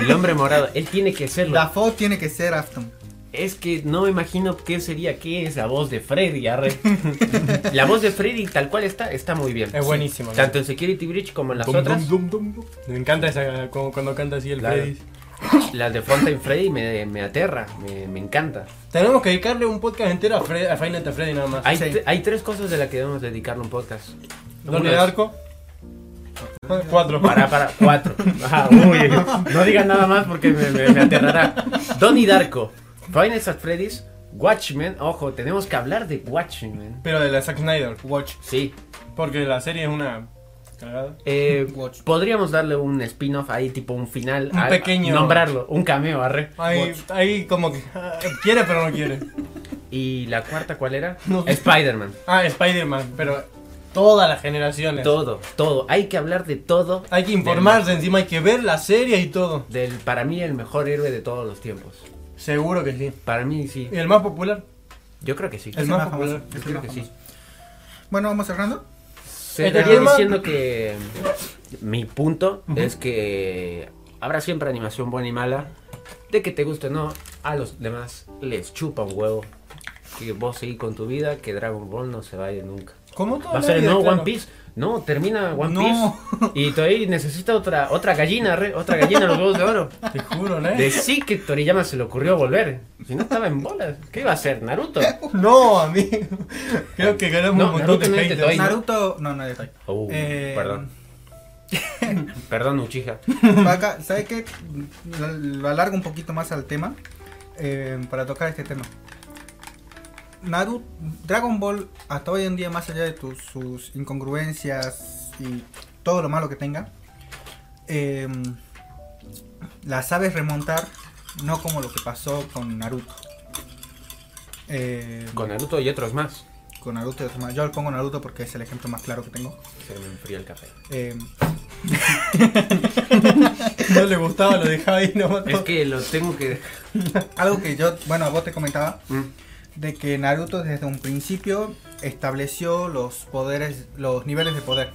Speaker 2: El hombre morado. Él tiene que serlo.
Speaker 3: Dafoe tiene que ser Afton.
Speaker 2: Es que no me imagino qué sería, qué es la voz de
Speaker 1: <laughs>
Speaker 2: Freddy, arre. la voz de Freddy tal cual está, está muy bien.
Speaker 1: Es buenísimo. ¿no?
Speaker 2: Tanto en Security Bridge como en las
Speaker 1: Dum,
Speaker 2: otras.
Speaker 1: dum, dum, dum, dum. Me encanta esa, como cuando canta así el
Speaker 2: Claro.
Speaker 1: Freddy.
Speaker 2: Las de Fontaine Freddy me, me aterra, me, me encanta.
Speaker 1: Tenemos que dedicarle un podcast entero a, Fre- a Final Fantasy Freddy nada más.
Speaker 2: Hay,
Speaker 3: Sí.
Speaker 2: tre- hay tres cosas de las que debemos dedicarle un podcast.
Speaker 1: ¿Dónde
Speaker 2: Una
Speaker 1: el
Speaker 2: es-
Speaker 1: arco? Cuatro.
Speaker 2: Para, para, cuatro. Ah, uy, no digan nada más porque me, me- me aterrará. Donnie Darko, Final at Freddy's, Watchmen. Ojo, tenemos que hablar de Watchmen.
Speaker 1: Pero de la Zack Snyder.
Speaker 3: Watch.
Speaker 2: Sí,
Speaker 1: Porque la serie es una. cagada.
Speaker 2: Eh,
Speaker 3: <laughs> Watch.
Speaker 2: podríamos darle un spin-off ahí, tipo un final.
Speaker 1: Un
Speaker 2: a-
Speaker 1: pequeño-
Speaker 2: Nombrarlo, un cameo, arre.
Speaker 1: Ahí,
Speaker 3: Watch.
Speaker 1: ahí como que. ah, Quiere, pero no quiere.
Speaker 2: Y la cuarta, ¿cuál era?
Speaker 1: <laughs> No.
Speaker 2: Spider-Man.
Speaker 1: Ah, Spider-Man. Pero todas las generaciones.
Speaker 2: Todo, todo. Hay que hablar de todo.
Speaker 1: Hay que informarse, encima hay que ver la serie y todo.
Speaker 2: Del, del- para mí, el mejor héroe de todos los tiempos.
Speaker 1: Seguro que sí.
Speaker 2: Para mí, sí.
Speaker 1: ¿Y el más popular?
Speaker 2: Yo creo que sí.
Speaker 3: Es el más famoso.
Speaker 2: Yo
Speaker 3: es el
Speaker 2: creo
Speaker 3: más
Speaker 2: que sí.
Speaker 3: famoso. Bueno, vamos cerrando.
Speaker 2: Se
Speaker 1: Este
Speaker 2: estaría
Speaker 1: tema-
Speaker 2: diciendo que mi punto es que habrá siempre animación buena y mala. De que te guste o no, a los demás les chupa un huevo. Que vos seguís con tu vida, que Dragon Ball no se vaya nunca.
Speaker 1: Como todo.
Speaker 2: Va a ser el nuevo One Piece. No, termina One
Speaker 3: No.
Speaker 2: Piece y todavía necesita otra, otra gallina, re- otra gallina en los huevos de oro.
Speaker 1: Te juro, ¿no?
Speaker 2: Decí que Toriyama se le ocurrió volver. Si no estaba en bolas, ¿qué iba a hacer?
Speaker 1: <laughs>
Speaker 2: ¿Naruto?
Speaker 1: Eh, No, amigo. Creo que ganamos
Speaker 2: No,
Speaker 1: un montón
Speaker 2: Naruto no
Speaker 1: de
Speaker 2: es de
Speaker 1: haters.
Speaker 2: Toei, ¿no?
Speaker 3: Naruto. No, no, estoy.
Speaker 2: Uh,
Speaker 3: Eh,
Speaker 2: Perdón. Perdón, Uchiha.
Speaker 3: Acá, ¿sabes qué? Lo, lo alargo un poquito más al tema eh, para tocar este tema. Naruto, Dragon Ball, hasta hoy en día, más allá de tus- sus incongruencias y todo lo malo que tenga, eh, la sabes remontar, no como lo que pasó con Naruto. Eh,
Speaker 2: Con Naruto y otros más.
Speaker 3: con Naruto, yo le pongo Naruto porque es el ejemplo más claro que tengo.
Speaker 2: Se me enfrió el café.
Speaker 3: Eh,
Speaker 1: No le gustaba, lo dejaba ahí nomás.
Speaker 2: Es que lo tengo que.
Speaker 3: algo que yo, bueno, vos te comentaba,
Speaker 2: Mm.
Speaker 3: de que Naruto desde un principio estableció los poderes, los niveles de poder.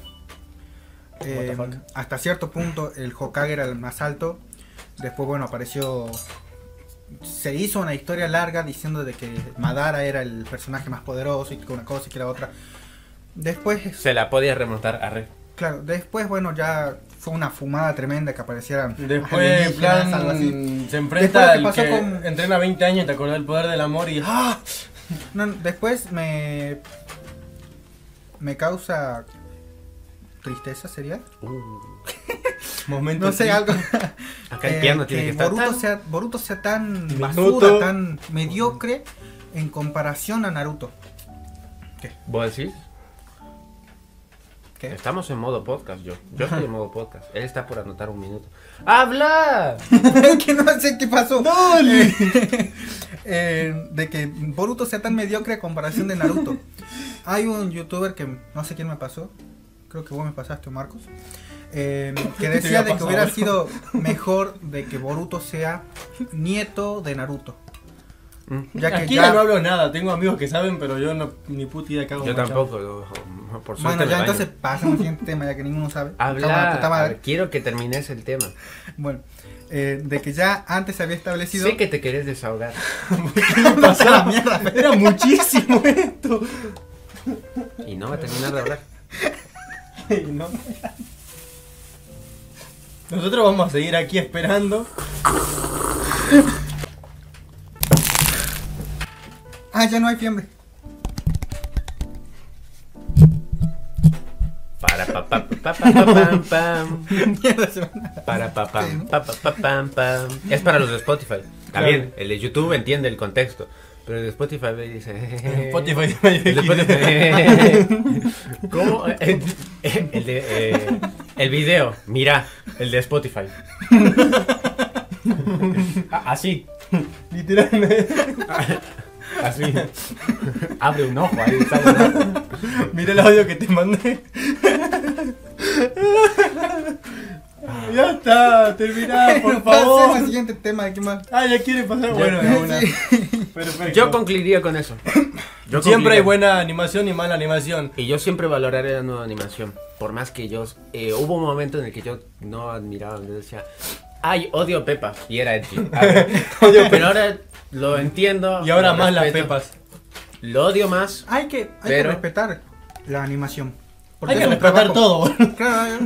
Speaker 3: Eh,
Speaker 1: What the fuck?
Speaker 3: hasta cierto punto el Hokage era el más alto. Después, bueno, apareció. Se hizo una historia larga diciendo de que Madara era el personaje más poderoso y que una cosa y que la otra. Después,
Speaker 2: Se la podía remontar a Red.
Speaker 3: claro, después, bueno, ya fue una fumada tremenda que aparecieran.
Speaker 1: Después, en
Speaker 3: alienígenas,
Speaker 1: plan,
Speaker 3: algo así.
Speaker 1: se
Speaker 3: Después lo
Speaker 1: enfrenta
Speaker 3: que
Speaker 1: al
Speaker 3: pasó
Speaker 1: que
Speaker 3: con-
Speaker 1: entrena 20 años y te acordás del poder del amor y ¡ah!
Speaker 3: No, no, después me. Me causa. Tristeza sería.
Speaker 2: Uh.
Speaker 1: Momento
Speaker 3: No sé,
Speaker 1: triste.
Speaker 2: <laughs>
Speaker 3: algo.
Speaker 2: Acá el
Speaker 3: eh,
Speaker 2: piano tiene que estar. Ah.
Speaker 3: Boruto,
Speaker 2: tan-
Speaker 3: sea, Boruto sea tan
Speaker 1: Minuto.
Speaker 3: basura, tan mediocre en comparación a Naruto.
Speaker 2: ¿Vos decís?
Speaker 3: ¿Qué?
Speaker 2: Estamos en modo podcast, yo. Yo estoy en modo podcast. Él está por anotar un minuto. ¡Habla!
Speaker 3: <laughs> que no sé qué pasó.
Speaker 1: ¡Dale!
Speaker 3: <laughs> Eh, de que Boruto sea tan mediocre a comparación de Naruto. Hay un youtuber que no sé quién me pasó. Creo que vos me pasaste, Marcos. eh, que
Speaker 1: había
Speaker 3: decía de que
Speaker 1: pasado.
Speaker 3: hubiera sido
Speaker 1: <laughs>
Speaker 3: mejor de que Boruto sea nieto de Naruto.
Speaker 2: Mm.
Speaker 3: Ya que
Speaker 1: Aquí
Speaker 3: ya,
Speaker 1: ya no hablo nada, tengo amigos que saben, pero yo no, ni puta idea que hago
Speaker 2: Yo
Speaker 1: mucho.
Speaker 2: tampoco, yo- por suerte.
Speaker 3: bueno,
Speaker 2: me
Speaker 3: ya
Speaker 2: baño.
Speaker 3: entonces pasamos al siguiente tema, ya que ninguno sabe. Cago en la
Speaker 2: Habla.
Speaker 3: puta madre.
Speaker 2: Quiero que termines el tema.
Speaker 3: Bueno, eh, de que ya antes se había establecido.
Speaker 2: Sé que te querés desahogar.
Speaker 1: <laughs>
Speaker 3: Pasa la mierda.
Speaker 1: Era muchísimo eh.
Speaker 3: <laughs>
Speaker 1: esto.
Speaker 2: Y no va a terminar de <laughs> hablar.
Speaker 1: Y no. Nosotros vamos a seguir aquí esperando.
Speaker 3: Ah, ya no hay fiambre. <laughs>
Speaker 2: Para pa pa pa pa pa pam pam.
Speaker 3: Mierda, se van a-
Speaker 2: Para pa pam pa pa pa pam pam. Es para los de Spotify. Está bien, el de YouTube entiende el contexto. Pero el de Spotify dice.
Speaker 3: Eh.
Speaker 2: "Eh,
Speaker 1: En Spotify
Speaker 2: El de Spotify. <laughs> ¿Cómo? El, el de, eh, el video, mira, el de Spotify. <laughs> A- Así,
Speaker 1: <laughs> Literalmente.
Speaker 2: así. Abre un ojo ahí. sale un ojo.
Speaker 1: Mira el audio que te
Speaker 3: <laughs>
Speaker 1: mandé. ya está,
Speaker 3: <laughs>
Speaker 1: terminá, por
Speaker 3: Bueno, pasemos al
Speaker 1: favor.
Speaker 3: siguiente tema. ¿de qué más?
Speaker 1: Ah, ya quiere pasar. Bueno, de
Speaker 3: <laughs>
Speaker 1: una. Perfecto.
Speaker 2: Yo concluiría con eso. Yo
Speaker 1: Siempre hay
Speaker 2: concluiría.
Speaker 1: buena animación y mala animación.
Speaker 2: Y yo siempre valoraré la nueva animación. Por más que yo. eh, hubo un momento en el que yo no admiraba, yo decía. Ay, odio a Pepa. Y
Speaker 1: <laughs>
Speaker 2: era Edgy. A ver. Pero ahora lo entiendo.
Speaker 1: Y ahora
Speaker 2: lo
Speaker 1: más las <laughs>
Speaker 2: respeto.
Speaker 1: pepas.
Speaker 2: Lo odio más.
Speaker 3: Hay que, hay
Speaker 2: Pero-
Speaker 3: que respetar la animación.
Speaker 1: Hay que
Speaker 3: es un
Speaker 1: respetar
Speaker 3: trabajo.
Speaker 1: todo.
Speaker 3: <laughs> Claro,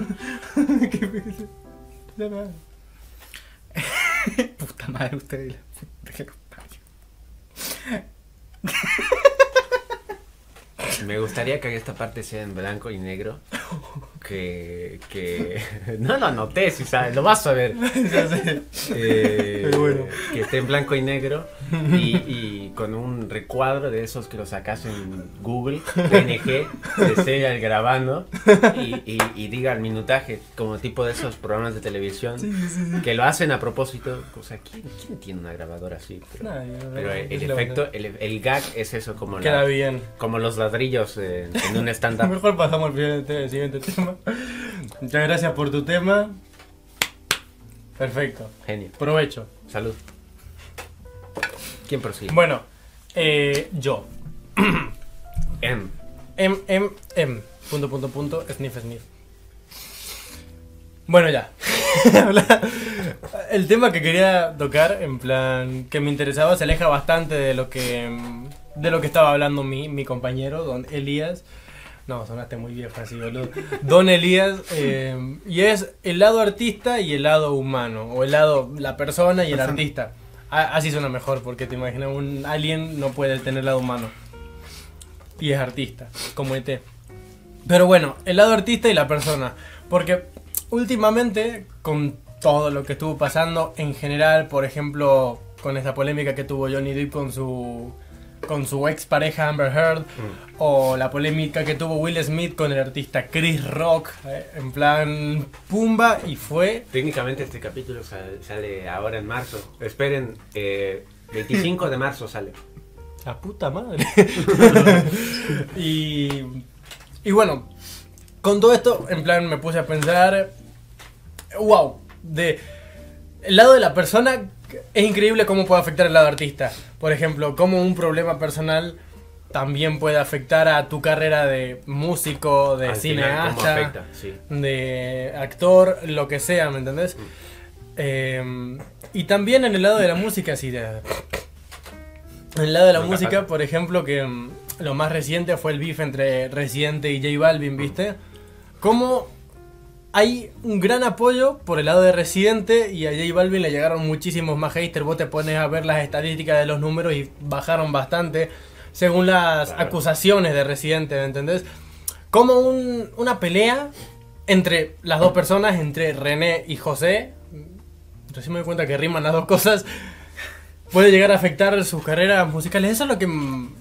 Speaker 1: Yo
Speaker 3: eh, puta madre, ustedes. y la puta que los parió.
Speaker 2: Me gustaría que esta parte sea en blanco y negro. Que. que... <laughs> No lo noté, si sabes. Lo vas a ver.
Speaker 1: sé.
Speaker 2: Eh,
Speaker 1: Pero <laughs> bueno.
Speaker 2: que esté en blanco y negro y, y con un recuadro de esos que lo sacas en Google, PNG, de serial grabando y, y- y diga el minutaje, como tipo de esos programas de televisión que lo hacen a propósito. O sea, ¿quién, quién tiene una grabadora así? Pero,
Speaker 1: Nadie, la
Speaker 2: pero
Speaker 1: verdad,
Speaker 2: el,
Speaker 1: es
Speaker 2: el
Speaker 1: la
Speaker 2: efecto,
Speaker 1: verdad.
Speaker 2: el, el gag es eso, como, la-
Speaker 1: Queda bien.
Speaker 2: como los ladrillos eh, en un
Speaker 1: <laughs>
Speaker 2: stand-up.
Speaker 1: Mejor pasamos al siguiente, al siguiente tema. Muchas gracias por tu tema. Perfecto.
Speaker 2: Genio.
Speaker 1: Provecho.
Speaker 2: Salud. ¿Quién prosigue?
Speaker 1: Bueno, eh, yo.
Speaker 2: Em.
Speaker 1: M, M, M. Punto, punto, punto. Sniff, sniff. Bueno, ya. <laughs> Habla- El tema que quería tocar, en plan, que me interesaba, se aleja bastante de lo que, mm, de lo que estaba hablando mi, mi compañero, don Elías. No, sonaste muy viejo así, boludo. Don Elías, eh, y es el lado artista y el lado humano, o el lado, la persona y el
Speaker 3: Persona.
Speaker 1: artista. A- así suena mejor, porque te imaginas, un alien no puede tener lado humano. Y es artista, como E ET. Pero bueno, el lado artista y la persona. Porque últimamente, con todo lo que estuvo pasando en general, por ejemplo, con esta polémica que tuvo Johnny Depp con su con su ex pareja Amber Heard, o la polémica que tuvo Will Smith con el artista Chris Rock, eh, en plan pumba, y fue...
Speaker 2: Técnicamente este capítulo sal- sale ahora en marzo. Esperen, eh, 25 de marzo sale.
Speaker 1: La puta
Speaker 2: <laughs>
Speaker 1: madre. y, y bueno, con todo esto, en plan, me puse a pensar, wow, de el lado de la persona es increíble cómo puede afectar al lado artista. Por ejemplo, cómo un problema personal también puede afectar a tu carrera de músico, de
Speaker 2: Al final,
Speaker 1: cineasta.
Speaker 2: ¿cómo afecta? Sí.
Speaker 1: de actor, lo que sea, ¿me
Speaker 2: Mm.
Speaker 1: entendés? Eh, y también en el lado de la música, sí. de- En el lado de la
Speaker 2: Nunca
Speaker 1: música,
Speaker 2: falta.
Speaker 1: por ejemplo, que mm, lo más reciente fue el beef entre Residente y J
Speaker 2: Mm.
Speaker 1: Balvin, ¿viste? Como hay un gran apoyo por el lado de Residente y a J Balvin le llegaron muchísimos más haters. Vos te pones a ver las estadísticas de los números y bajaron bastante según las
Speaker 2: Claro.
Speaker 1: acusaciones de Residente, ¿me entendés? Como un- una pelea entre las dos personas, entre René y José. Recién me doy cuenta que riman las dos cosas. Puede llegar a afectar sus carreras musicales. Eso es lo que mm,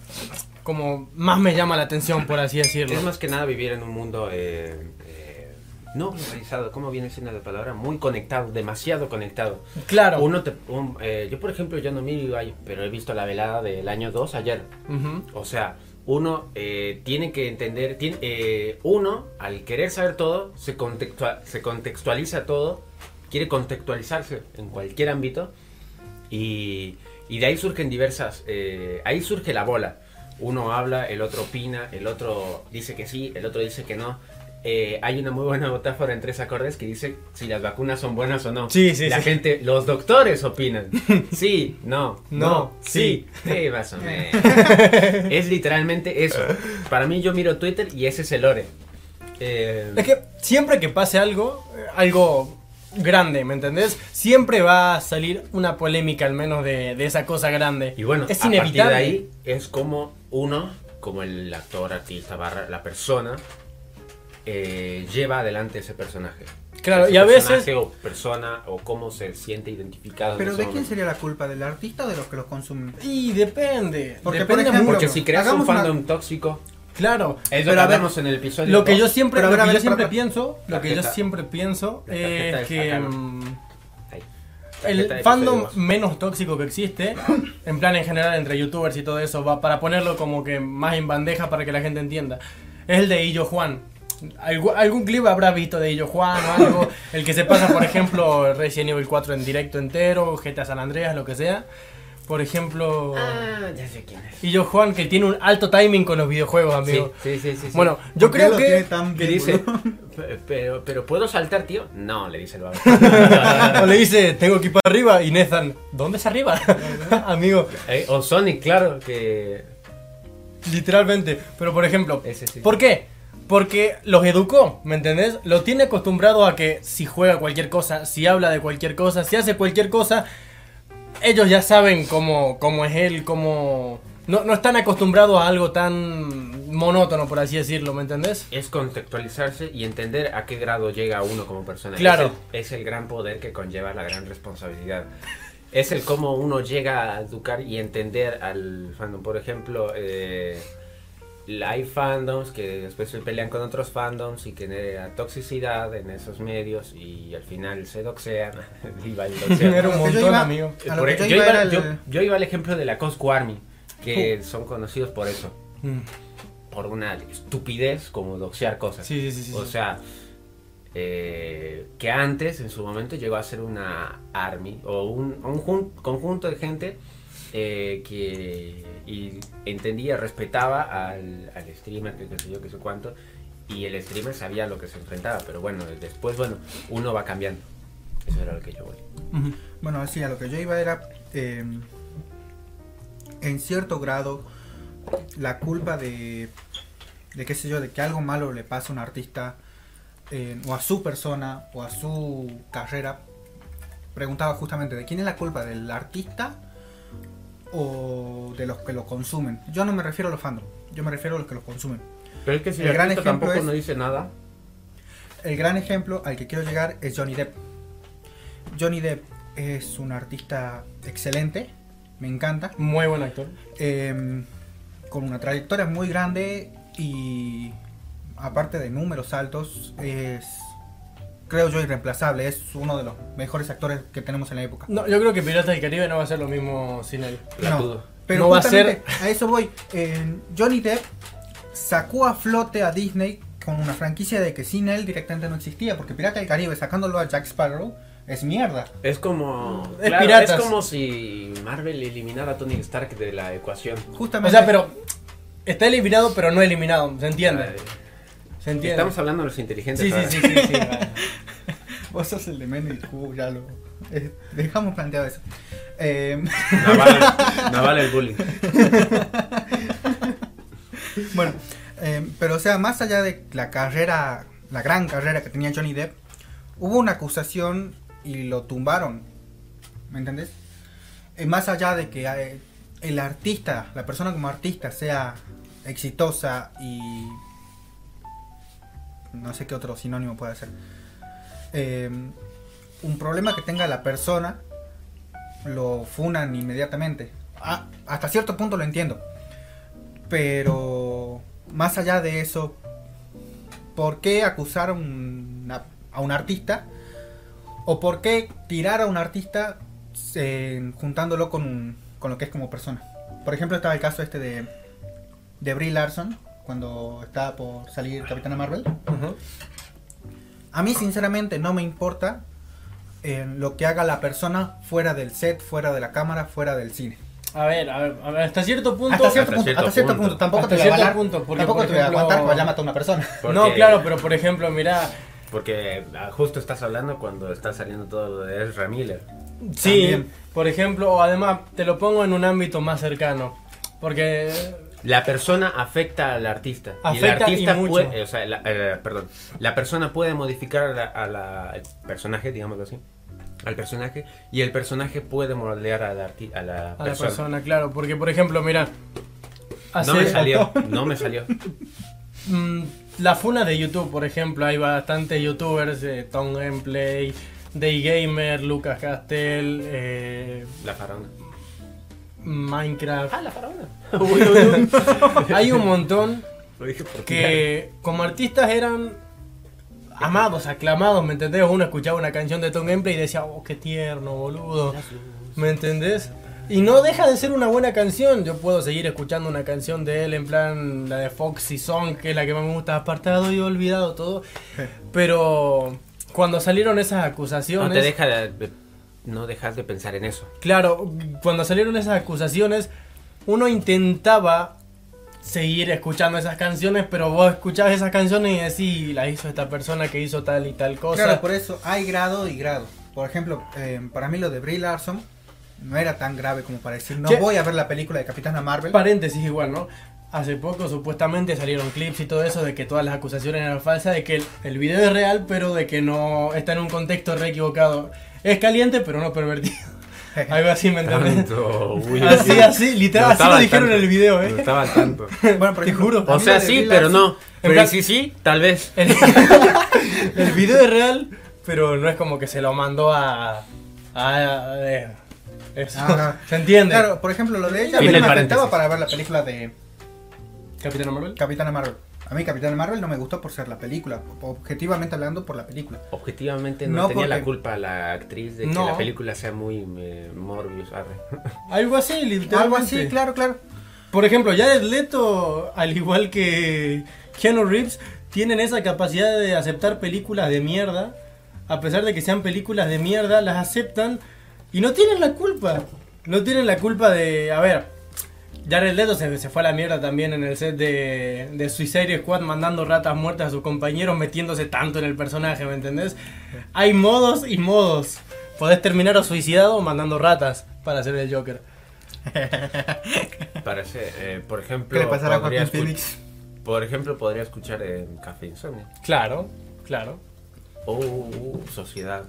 Speaker 1: como más me llama la atención, por así decirlo.
Speaker 2: Es más que nada vivir en un mundo eh, eh, no globalizado, ¿cómo viene siendo la palabra? Muy conectado, demasiado conectado.
Speaker 1: Claro.
Speaker 2: Uno te, un- eh, yo, por ejemplo, yo no miro ahí, pero he visto la velada del año 2 ayer.
Speaker 1: Ujú.
Speaker 2: O sea, uno eh, tiene que entender, tiene- eh, uno al querer saber todo, se, contextua- se contextualiza todo, quiere contextualizarse en cualquier ámbito y, y de ahí surgen diversas, eh, ahí surge la bola. Uno habla, el otro opina, el otro dice que sí, el otro dice que no. Eh, hay una muy buena metáfora en tres acordes que dice si las vacunas son buenas o no.
Speaker 1: Sí, sí,
Speaker 2: La
Speaker 1: sí.
Speaker 2: gente, los doctores
Speaker 1: <laughs>
Speaker 2: opinan. Sí, no, no,
Speaker 1: No,
Speaker 2: sí. Sí, más o menos.
Speaker 1: <laughs>
Speaker 2: Es literalmente eso. Para mí yo miro Twitter y ese es el lore. Eh,
Speaker 1: Es que siempre que pase algo, eh, algo grande, ¿me entendés? Siempre va a salir una polémica al menos de, de esa cosa grande.
Speaker 2: y bueno,
Speaker 1: es
Speaker 2: a partir
Speaker 1: inevitable.
Speaker 2: de ahí es como uno, como el actor, artista, barra, la persona, eh, lleva adelante ese personaje.
Speaker 1: Claro,
Speaker 2: Ese
Speaker 1: y a veces...
Speaker 2: personaje O persona, o cómo se siente identificado. en
Speaker 3: Pero
Speaker 2: ese
Speaker 3: ¿de quién
Speaker 2: momento.
Speaker 3: sería la culpa? ¿Del artista o de los que los consumen?
Speaker 1: Y depende.
Speaker 3: Porque, por
Speaker 1: depende
Speaker 3: ejemplo,
Speaker 1: mucho.
Speaker 2: Porque si creas
Speaker 3: Hagamos
Speaker 2: un
Speaker 3: una-
Speaker 2: fandom tóxico,
Speaker 1: Claro.
Speaker 2: es lo
Speaker 3: Pero
Speaker 2: que
Speaker 3: a ver,
Speaker 2: hablamos en el episodio.
Speaker 1: Lo que
Speaker 2: dos.
Speaker 1: yo siempre,
Speaker 3: Pero a ver,
Speaker 1: lo
Speaker 3: a
Speaker 1: que
Speaker 3: ver,
Speaker 1: yo siempre
Speaker 3: espera,
Speaker 1: pienso, lo que yo
Speaker 2: Tarjeta.
Speaker 1: siempre pienso
Speaker 2: La tarjeta
Speaker 1: es
Speaker 2: es
Speaker 1: que
Speaker 2: acá, ¿no?
Speaker 1: mm,
Speaker 2: Ahí. Tarjeta
Speaker 1: el
Speaker 2: de
Speaker 1: fandom
Speaker 2: episodios.
Speaker 1: menos tóxico que existe, en plan en general entre youtubers y todo eso, va para ponerlo como que más en bandeja para que la gente entienda, es el de Illo Juan. Algu- algún clip habrá visto de Illo Juan o algo, el que se pasa, por ejemplo, Resident Evil 4 en directo entero, GTA San Andreas, lo que sea. Por ejemplo,
Speaker 2: Ah, ya sé quién es.
Speaker 1: Illo Juan que tiene un alto timing con los videojuegos, amigo.
Speaker 2: Sí, sí, sí, sí, sí.
Speaker 1: Bueno, yo
Speaker 3: ¿Por qué
Speaker 1: creo
Speaker 3: lo
Speaker 1: que...
Speaker 3: tiene tan
Speaker 2: ¿Qué
Speaker 3: bien,
Speaker 2: dice?
Speaker 3: boludo?
Speaker 2: <laughs> "Pe- Pero, pero ¿puedo saltar, tío? No, le dice
Speaker 1: <laughs>
Speaker 2: el vago.
Speaker 1: <laughs> O le dice, tengo que ir para arriba y Nathan, ¿dónde es arriba? <laughs> Amigo,
Speaker 2: Eh, o Sonic, claro, que
Speaker 1: literalmente. Pero por ejemplo,
Speaker 2: Ese sí.
Speaker 1: ¿por qué? Porque los educó, ¿me entendés? Lo tiene acostumbrado a que si juega cualquier cosa, si habla de cualquier cosa, si hace cualquier cosa, ellos ya saben cómo, cómo es él, cómo... No, no están acostumbrados a algo tan monótono, por así decirlo, ¿me entendés?
Speaker 2: es contextualizarse y entender a qué grado llega uno como persona.
Speaker 1: Claro.
Speaker 2: Es el, es el gran poder que conlleva la gran responsabilidad. Es el cómo uno llega a educar y entender al fandom. Por ejemplo, eh, hay fandoms que después se pelean con otros fandoms y genera toxicidad en esos medios y al final se doxean. <laughs> y va el doxeo.
Speaker 1: Era un
Speaker 3: A lo que yo
Speaker 1: montón,
Speaker 3: iba-
Speaker 1: amigo.
Speaker 3: a lo
Speaker 2: Por
Speaker 3: que
Speaker 2: e-
Speaker 3: yo
Speaker 2: yo,
Speaker 3: iba
Speaker 2: iba,
Speaker 3: era el- Uh.
Speaker 2: yo- yo iba al ejemplo de la Cosco Army, que son conocidos por eso,
Speaker 1: Mm,
Speaker 2: por una estupidez como doxear cosas.
Speaker 1: Sí, sí, sí, sí.
Speaker 2: o
Speaker 1: sí.
Speaker 2: sea, eh, que antes, en su momento, llegó a ser una Army o un, un jun- conjunto de gente eh, que y entendía, respetaba al, al streamer, que qué sé yo, qué sé cuánto, y el streamer sabía a lo que se enfrentaba, pero bueno, después, bueno, uno va cambiando. Eso era lo que yo voy.
Speaker 1: Ujú.
Speaker 3: Bueno, así a lo que yo iba era, eh, en cierto grado, la culpa de de qué sé yo, de que algo malo le pasa a un artista, eh, o a su persona, o a su carrera, preguntaba justamente de quién es la culpa, del artista o de los que lo consumen. Yo no me refiero a los fandom, yo me refiero a los que los consumen.
Speaker 2: Pero es que si
Speaker 3: El
Speaker 2: el
Speaker 3: gran
Speaker 2: artista
Speaker 3: ejemplo
Speaker 2: tampoco
Speaker 3: es-
Speaker 2: no dice nada,
Speaker 3: El gran ejemplo al que quiero llegar es Johnny Depp. Johnny Depp es un artista excelente, me encanta,
Speaker 1: Muy buen actor.
Speaker 3: eh, con una trayectoria muy grande y aparte de números altos, es, creo yo, irreemplazable. Es uno de los mejores actores que tenemos en la época.
Speaker 1: No, yo creo que Piratas del Caribe no va a ser lo mismo sin él.
Speaker 2: platudo.
Speaker 3: pero
Speaker 1: No va a
Speaker 3: justamente a eso voy. Eh, Johnny Depp sacó a flote a Disney con una franquicia de que sin él directamente no existía, porque Pirata del Caribe sacándolo a Jack Sparrow es mierda.
Speaker 2: Es como.
Speaker 1: Es
Speaker 2: Mm, claro,
Speaker 1: piratas.
Speaker 2: es como si Marvel eliminara a Tony Stark de la ecuación.
Speaker 1: O
Speaker 3: Justamente.
Speaker 1: sea, pero está eliminado, pero no eliminado. ¿Se entiende?
Speaker 2: Eh,
Speaker 1: ¿Se entiende?
Speaker 2: Estamos hablando de los inteligentes.
Speaker 1: Sí, sí,
Speaker 2: ahora.
Speaker 1: sí, sí, sí, vale.
Speaker 3: Vos sos el de Mendy Cubo, ya lo. eh, dejamos planteado eso. Eh,
Speaker 1: <laughs>
Speaker 2: Naval, Naval el bullying.
Speaker 3: Bueno, eh, pero o sea, más allá de la carrera, la gran carrera que tenía Johnny Depp, hubo una acusación y lo tumbaron. ¿Me entendés? Eh, más allá de que eh, el artista, la persona como artista, sea exitosa y. No sé qué otro sinónimo puede ser. Eh, un problema que tenga la persona lo funan inmediatamente. Ah, hasta cierto punto lo entiendo. Pero más allá de eso, ¿por qué acusar a un, a- a un artista? ¿O por qué tirar a un artista eh, juntándolo con, un- con lo que es como persona? Por ejemplo, estaba el caso este de, de Brie Larson, cuando estaba por salir Capitana Marvel.
Speaker 1: Ujú.
Speaker 3: A mí, sinceramente, no me importa eh, lo que haga la persona fuera del set, fuera de la cámara, fuera del cine.
Speaker 1: A ver, a ver, a ver, hasta cierto punto.
Speaker 3: Hasta cierto
Speaker 2: Hasta
Speaker 3: punto,
Speaker 2: cierto
Speaker 3: hasta cierto
Speaker 2: punto.
Speaker 3: punto. Tampoco
Speaker 1: Hasta
Speaker 3: te voy a
Speaker 1: cierto
Speaker 3: avalar,
Speaker 1: punto, porque,
Speaker 3: tampoco
Speaker 1: por
Speaker 3: te voy a
Speaker 1: ejemplo-
Speaker 3: aguantar cuando ya mata a una persona.
Speaker 1: No,
Speaker 2: Porque-
Speaker 1: claro, pero por ejemplo, mirá.
Speaker 2: Porque ah, justo estás hablando cuando está saliendo todo lo de Ezra Miller.
Speaker 1: Sí,
Speaker 3: También.
Speaker 1: por ejemplo, o además te lo pongo en un ámbito más cercano. Porque
Speaker 2: La persona afecta al artista.
Speaker 1: Afecta y
Speaker 2: el artista
Speaker 1: mucho.
Speaker 2: puede- o sea, la, eh, perdón. La persona puede modificar a la- a la- al personaje, digámoslo así. Al personaje. Y el personaje puede moldear al arti- a la,
Speaker 1: a la
Speaker 2: persona.
Speaker 1: persona, Ah, claro. Porque, por ejemplo, mira.
Speaker 2: No me
Speaker 1: <laughs>
Speaker 2: salió. No me salió.
Speaker 1: Mm, la funa de YouTube, por ejemplo, hay bastantes youtubers, eh, Tom Gameplay, Day Gamer, Lucas Castel, eh,
Speaker 2: La faraona.
Speaker 1: Minecraft.
Speaker 2: Ah, la faraona.
Speaker 1: <laughs> hay un montón
Speaker 2: Lo dije por tirar.
Speaker 1: que como artistas eran amados, aclamados, ¿me entendés? Uno escuchaba una canción de Tom Gameplay y decía, oh, qué tierno, boludo, ¿me entendés? Y no deja de ser una buena canción. Yo puedo seguir escuchando una canción de él, en plan la de Foxy Song, que es la que más me gusta, apartado y olvidado
Speaker 2: <laughs>
Speaker 1: todo. Pero cuando salieron esas acusaciones.
Speaker 2: No te deja de- no dejas de pensar en eso.
Speaker 1: Claro, cuando salieron esas acusaciones, uno intentaba seguir escuchando esas canciones, pero vos escuchabas esas canciones y decís, la hizo esta persona que hizo tal y tal cosa.
Speaker 3: claro, por eso hay grado y grado. Por ejemplo, eh, para mí lo de Brie Larson no era tan grave como para decir, no
Speaker 1: Che.
Speaker 3: voy a ver la película de Capitana Marvel.
Speaker 1: Paréntesis igual, ¿no? Hace poco supuestamente salieron clips y todo eso de que todas las acusaciones eran falsas, de que el, el video es real, pero de que no está en un contexto re equivocado. Es caliente, pero no pervertido. <laughs> Algo así, ¿me entendés?
Speaker 2: <laughs> Tanto, uy,
Speaker 1: Así,
Speaker 2: sí.
Speaker 1: así, literal, así
Speaker 2: No estaba
Speaker 1: lo
Speaker 2: al
Speaker 1: dijeron en
Speaker 2: tanto.
Speaker 1: el video,
Speaker 2: No
Speaker 1: ¿eh?
Speaker 2: estaba al tanto.
Speaker 3: bueno,
Speaker 1: <laughs>
Speaker 3: por
Speaker 1: Te
Speaker 3: ejemplo,
Speaker 1: juro.
Speaker 3: a
Speaker 2: O
Speaker 3: mí
Speaker 2: sea,
Speaker 3: lo de
Speaker 2: sí,
Speaker 3: Brie
Speaker 2: pero
Speaker 3: Larson-
Speaker 2: no. Pero
Speaker 1: plan-
Speaker 2: y sí, sí, tal vez.
Speaker 1: El, <laughs> el video es real, pero no es como que se lo mandó a. a, a- eh, eso.
Speaker 3: Ah,
Speaker 1: ¿Se entiende?
Speaker 3: Claro, por ejemplo, lo de ella
Speaker 2: Fin
Speaker 3: no
Speaker 2: del
Speaker 3: me afectaba
Speaker 2: paréntesis.
Speaker 3: para ver la película de
Speaker 1: Capitana Marvel.
Speaker 3: Capitana Marvel. A mí Capitana Marvel no me gustó por ser la película, objetivamente hablando por la película.
Speaker 2: Objetivamente no,
Speaker 3: No,
Speaker 2: tenía la
Speaker 3: porque-
Speaker 2: culpa la actriz de que
Speaker 1: No.
Speaker 2: la película sea muy eh, Morbius.
Speaker 1: <laughs>
Speaker 2: arre.
Speaker 1: Algo así, literalmente.
Speaker 3: Algo así, claro, claro.
Speaker 1: Por ejemplo, Jared Leto, al igual que Keanu Reeves, tienen esa capacidad de aceptar películas de mierda. A pesar de que sean películas de mierda, las aceptan y no tienen la culpa. No tienen la culpa de. A ver, Jared Leto se, se fue a la mierda también en el set de, de Suicide Squad, mandando ratas muertas a sus compañeros, metiéndose tanto en el personaje, ¿me entendés? Hay modos y modos. Podés terminar o suicidado o mandando ratas para hacer el Joker.
Speaker 2: Parece, eh, por ejemplo,
Speaker 3: ¿Qué le pasará a
Speaker 2: podrías
Speaker 3: Joaquín Phoenix?
Speaker 2: cul- Por ejemplo, podría escuchar en Café Insomnio
Speaker 1: Claro, claro.
Speaker 2: o Sociedad.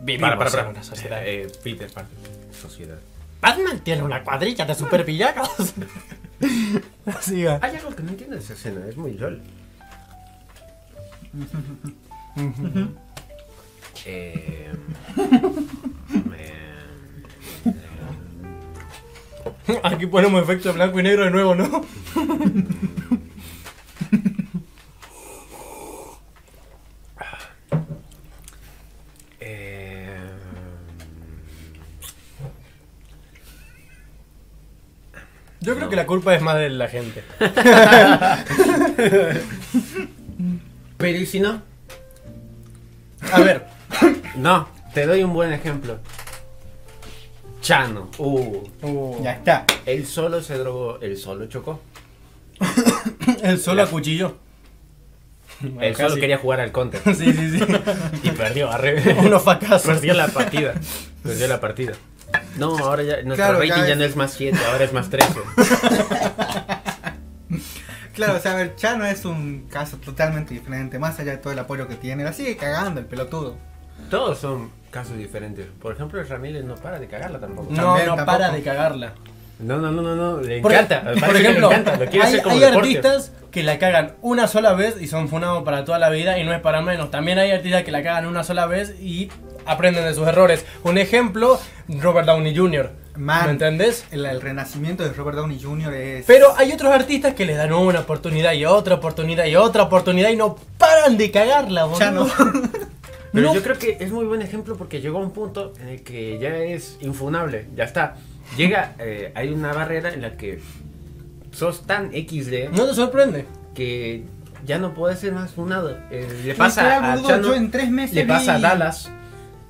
Speaker 1: Vivimos
Speaker 2: Para, para,
Speaker 1: en
Speaker 2: para.
Speaker 1: una sociedad.
Speaker 2: Eh, Peter Parker. Sociedad.
Speaker 1: Batman tiene una cuadrilla de supervillanos. Siga.
Speaker 2: Hay algo que no entiendo de esa escena, es muy LOL. Eh, eh,
Speaker 1: Aquí ponemos efecto blanco y negro de nuevo, ¿no?
Speaker 2: eh,
Speaker 1: Yo creo que la culpa es más de la gente.
Speaker 2: pero ¿y si no?
Speaker 1: A ver,
Speaker 2: No, te doy un buen ejemplo. Chano. Uh,
Speaker 1: uh,
Speaker 3: Ya está.
Speaker 2: él solo se drogó, él solo chocó.
Speaker 1: el solo acuchilló. Bueno,
Speaker 2: él solo
Speaker 1: casi.
Speaker 2: quería jugar al counter.
Speaker 1: Sí, sí, sí.
Speaker 2: y
Speaker 1: <laughs>
Speaker 2: perdió, arre.
Speaker 1: Unos fracasos.
Speaker 2: Perdió la partida. Perdió la partida. No, ahora ya. Nuestro
Speaker 3: Claro,
Speaker 2: rating
Speaker 3: ya
Speaker 2: ya,
Speaker 3: es-
Speaker 2: no es más 7, ahora es más 13.
Speaker 3: Claro, o sea, a ver, Chano es un caso totalmente diferente, más allá de todo el apoyo que tiene. La sigue cagando el pelotudo.
Speaker 2: Todos son casos diferentes. Por ejemplo, Ramírez no para de cagarla tampoco.
Speaker 1: No,
Speaker 3: También,
Speaker 1: no
Speaker 3: tampoco.
Speaker 1: para de cagarla.
Speaker 2: No, no, no, no, no. Le
Speaker 1: Por-
Speaker 2: encanta. Parece
Speaker 1: Por
Speaker 2: que le
Speaker 1: ejemplo,
Speaker 2: encanta, lo quiere
Speaker 1: hay,
Speaker 2: hacer como
Speaker 1: hay
Speaker 2: deporte.
Speaker 1: artistas que la cagan una sola vez y son funados para toda la vida y no es para menos. También hay artistas que la cagan una sola vez y aprenden de sus errores. Un ejemplo, Robert Downey Jr.
Speaker 3: Man.
Speaker 1: ¿Me entendés?
Speaker 3: El, el renacimiento de Robert Downey Jr. es.
Speaker 1: Pero hay otros artistas que le dan una oportunidad y otra oportunidad y otra oportunidad y no paran de cagarla, boludo.
Speaker 3: Chano.
Speaker 2: Pero
Speaker 1: No.
Speaker 2: yo creo que es muy buen ejemplo porque llegó a un punto en el que ya es infunable, ya está. Llega, eh, hay una barrera en la que sos tan XD
Speaker 1: No te sorprende.
Speaker 2: que ya no puedes ser más funado. Eh, le pasa
Speaker 3: Literal,
Speaker 2: a
Speaker 3: boludo,
Speaker 2: Chano,
Speaker 3: yo en tres meses
Speaker 2: le pasa a
Speaker 3: vi-
Speaker 2: Dallas.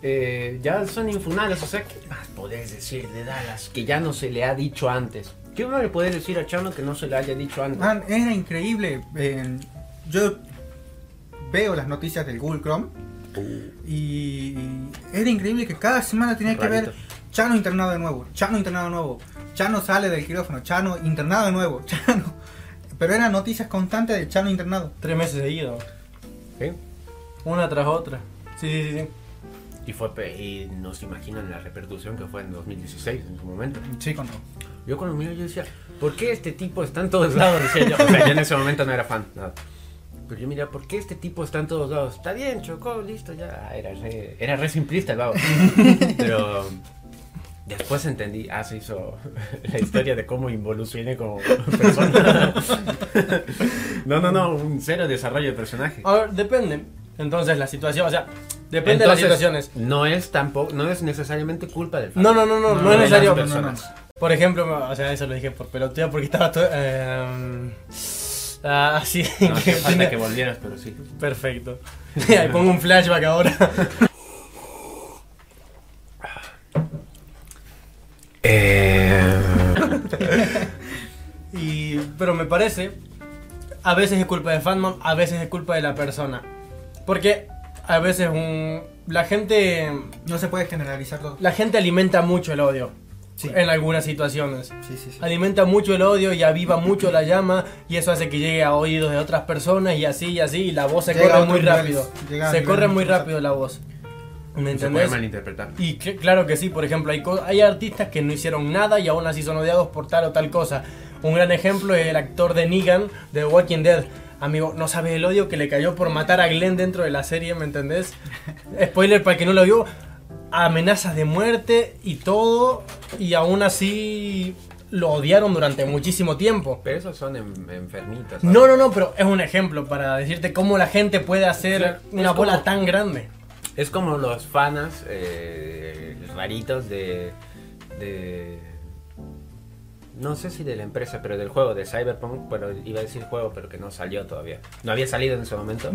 Speaker 2: eh, ya son infunables, o sea, ¿qué más podés decir de Dallas que ya no se le ha dicho antes? ¿Qué uno le podés decir a Chano que no se le haya dicho antes?
Speaker 3: Man, era increíble. Eh, yo veo las noticias del Google Chrome y era increíble que cada semana tenía que ver
Speaker 2: Rarito.
Speaker 3: Chano internado de nuevo, Chano internado de nuevo, Chano sale del quirófano, Chano internado de nuevo, <laughs> Chano. Pero eran noticias constantes de Chano internado.
Speaker 1: Tres meses seguidos,
Speaker 2: ¿Sí?
Speaker 1: una tras otra. Sí, sí, sí, sí.
Speaker 2: Y fue pe- y nos imaginan la repercusión que fue en 2016 en su momento.
Speaker 3: Sí, con
Speaker 2: Yo cuando miro yo decía, ¿por qué este tipo está en todos lados? Decía yo, <laughs> o sea, yo en ese momento no era fan, nada. Pero yo miraba, ¿por qué este tipo está en todos lados? Está bien, chocó, listo, ya. Ah, Era re, era re simplista <laughs> el vago. Pero después entendí, ah, se hizo la historia de cómo involucioné como <laughs> persona. No, no, no, un cero desarrollo de personaje.
Speaker 1: A ver, depende. Entonces la situación, o sea, Oh, depende
Speaker 2: Entonces,
Speaker 1: de las situaciones.
Speaker 2: No es tampoco, no es necesariamente culpa del fan.
Speaker 1: No, no, no, no, no,
Speaker 2: No,
Speaker 1: es
Speaker 2: no,
Speaker 1: necesario.
Speaker 2: no, no, no.
Speaker 1: Por ejemplo, o sea, eso lo dije por pelotea porque estaba todo. eh, ah, sí,
Speaker 2: No hacía
Speaker 1: <laughs> que
Speaker 2: falta
Speaker 1: tenga-
Speaker 2: que volvieras, pero sí.
Speaker 1: Perfecto. <laughs> Ahí pongo un flashback ahora.
Speaker 2: Eh,
Speaker 1: <laughs> Y, pero me parece, a veces es culpa de fandom, a veces es culpa de la persona. Porque a veces un, la gente
Speaker 3: No se puede generalizar todo.
Speaker 1: la gente alimenta mucho el odio
Speaker 3: Sí.
Speaker 1: en algunas situaciones.
Speaker 3: Sí, sí, sí.
Speaker 1: Alimenta mucho el odio y aviva mucho la llama y eso hace que llegue a oídos de otras personas y así y así y la voz se
Speaker 3: Llega a
Speaker 1: corre
Speaker 3: otros
Speaker 1: muy
Speaker 3: niveles,
Speaker 1: rápido.
Speaker 3: llega a
Speaker 1: Se
Speaker 3: niveles
Speaker 1: corre
Speaker 3: mucho
Speaker 1: muy
Speaker 3: más
Speaker 1: rápido la voz. ¿Me
Speaker 2: Se puede
Speaker 1: entendés?
Speaker 2: malinterpretar.
Speaker 1: Y que- claro que sí, por ejemplo, hay, co- hay artistas que no hicieron nada y aún así son odiados por tal o tal cosa. Un gran ejemplo es el actor de Negan de The Walking Dead. Amigo, no sabes el odio que le cayó por matar a Glenn dentro de la serie, ¿me
Speaker 2: <laughs>
Speaker 1: entendés? Spoiler para el que no lo vio, amenazas de muerte y todo, y aún así lo odiaron durante muchísimo tiempo.
Speaker 2: Pero esos son en- enfermitas.
Speaker 1: No, no, no, pero es un ejemplo para decirte cómo la gente puede hacer
Speaker 2: Claro,
Speaker 1: una
Speaker 2: es
Speaker 1: bola
Speaker 2: como-
Speaker 1: tan grande.
Speaker 2: Es como los fanas eh, raritos de, de. No sé si de la empresa, pero del juego de Cyberpunk. Pero iba a decir juego, pero que no salió todavía. No había salido en ese momento.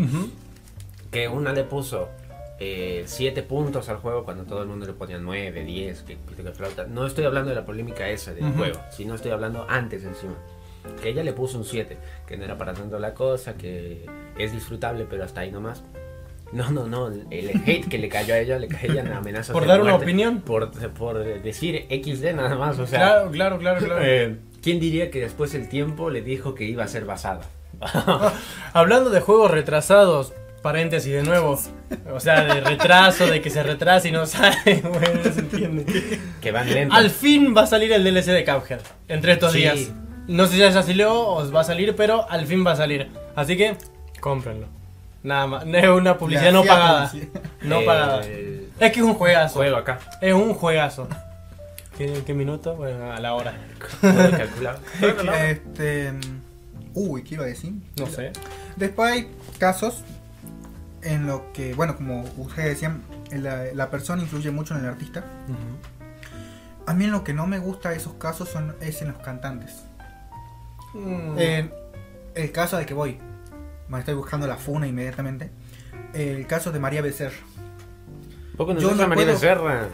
Speaker 2: Que una le puso 7 puntos al juego cuando todo el mundo le ponía 9, 10, que, que flauta. No estoy hablando de la polémica esa del
Speaker 1: Ujú.
Speaker 2: juego, sino estoy hablando antes encima. Que ella le puso un 7, que no era para tanto la cosa, que es disfrutable, pero hasta ahí nomás. No, no, no, el hate que le cayó a ella, le caían amenazas.
Speaker 1: Por
Speaker 2: de
Speaker 1: dar una
Speaker 2: muerte,
Speaker 1: opinión.
Speaker 2: Por, por decir XD nada más, o sea.
Speaker 1: claro, claro, claro, claro.
Speaker 2: eh, ¿Quién diría que después el tiempo le dijo que iba a ser basada?
Speaker 1: Hablando de juegos retrasados, paréntesis de nuevo. O sea, de retraso, de que se retrasa y no sale, <laughs> bueno, no se entiende.
Speaker 2: Que van lento.
Speaker 1: Al fin va a salir el DLC de Cuphead entre estos
Speaker 2: Sí.
Speaker 1: días. No sé si ya ya salió o va a salir, pero al fin va a salir. Así que, cómprenlo. Nada más. <laughs> No Es una publicidad no
Speaker 3: hacía
Speaker 1: pagada.
Speaker 3: <laughs> publicidad.
Speaker 1: No pagada.
Speaker 2: El
Speaker 1: Es que es un juegazo.
Speaker 2: Eh, juego acá.
Speaker 1: Es un juegazo. ¿Qué, qué minuto? Bueno, a la hora.
Speaker 2: Todo calculado.
Speaker 3: Este. mm, Uy, ¿qué iba a decir?
Speaker 1: No sé.
Speaker 3: Después hay casos en los que, bueno, como ustedes decían, la, la persona influye mucho en el artista. A mí lo que no me gusta de esos casos son, es en los cantantes.
Speaker 1: Mm.
Speaker 3: En el caso de que voy, me estoy buscando la funa inmediatamente. El caso de María Becerra.
Speaker 2: Poco
Speaker 3: Yo
Speaker 2: conoces
Speaker 3: no
Speaker 2: a María
Speaker 3: puedo.
Speaker 2: Becerra.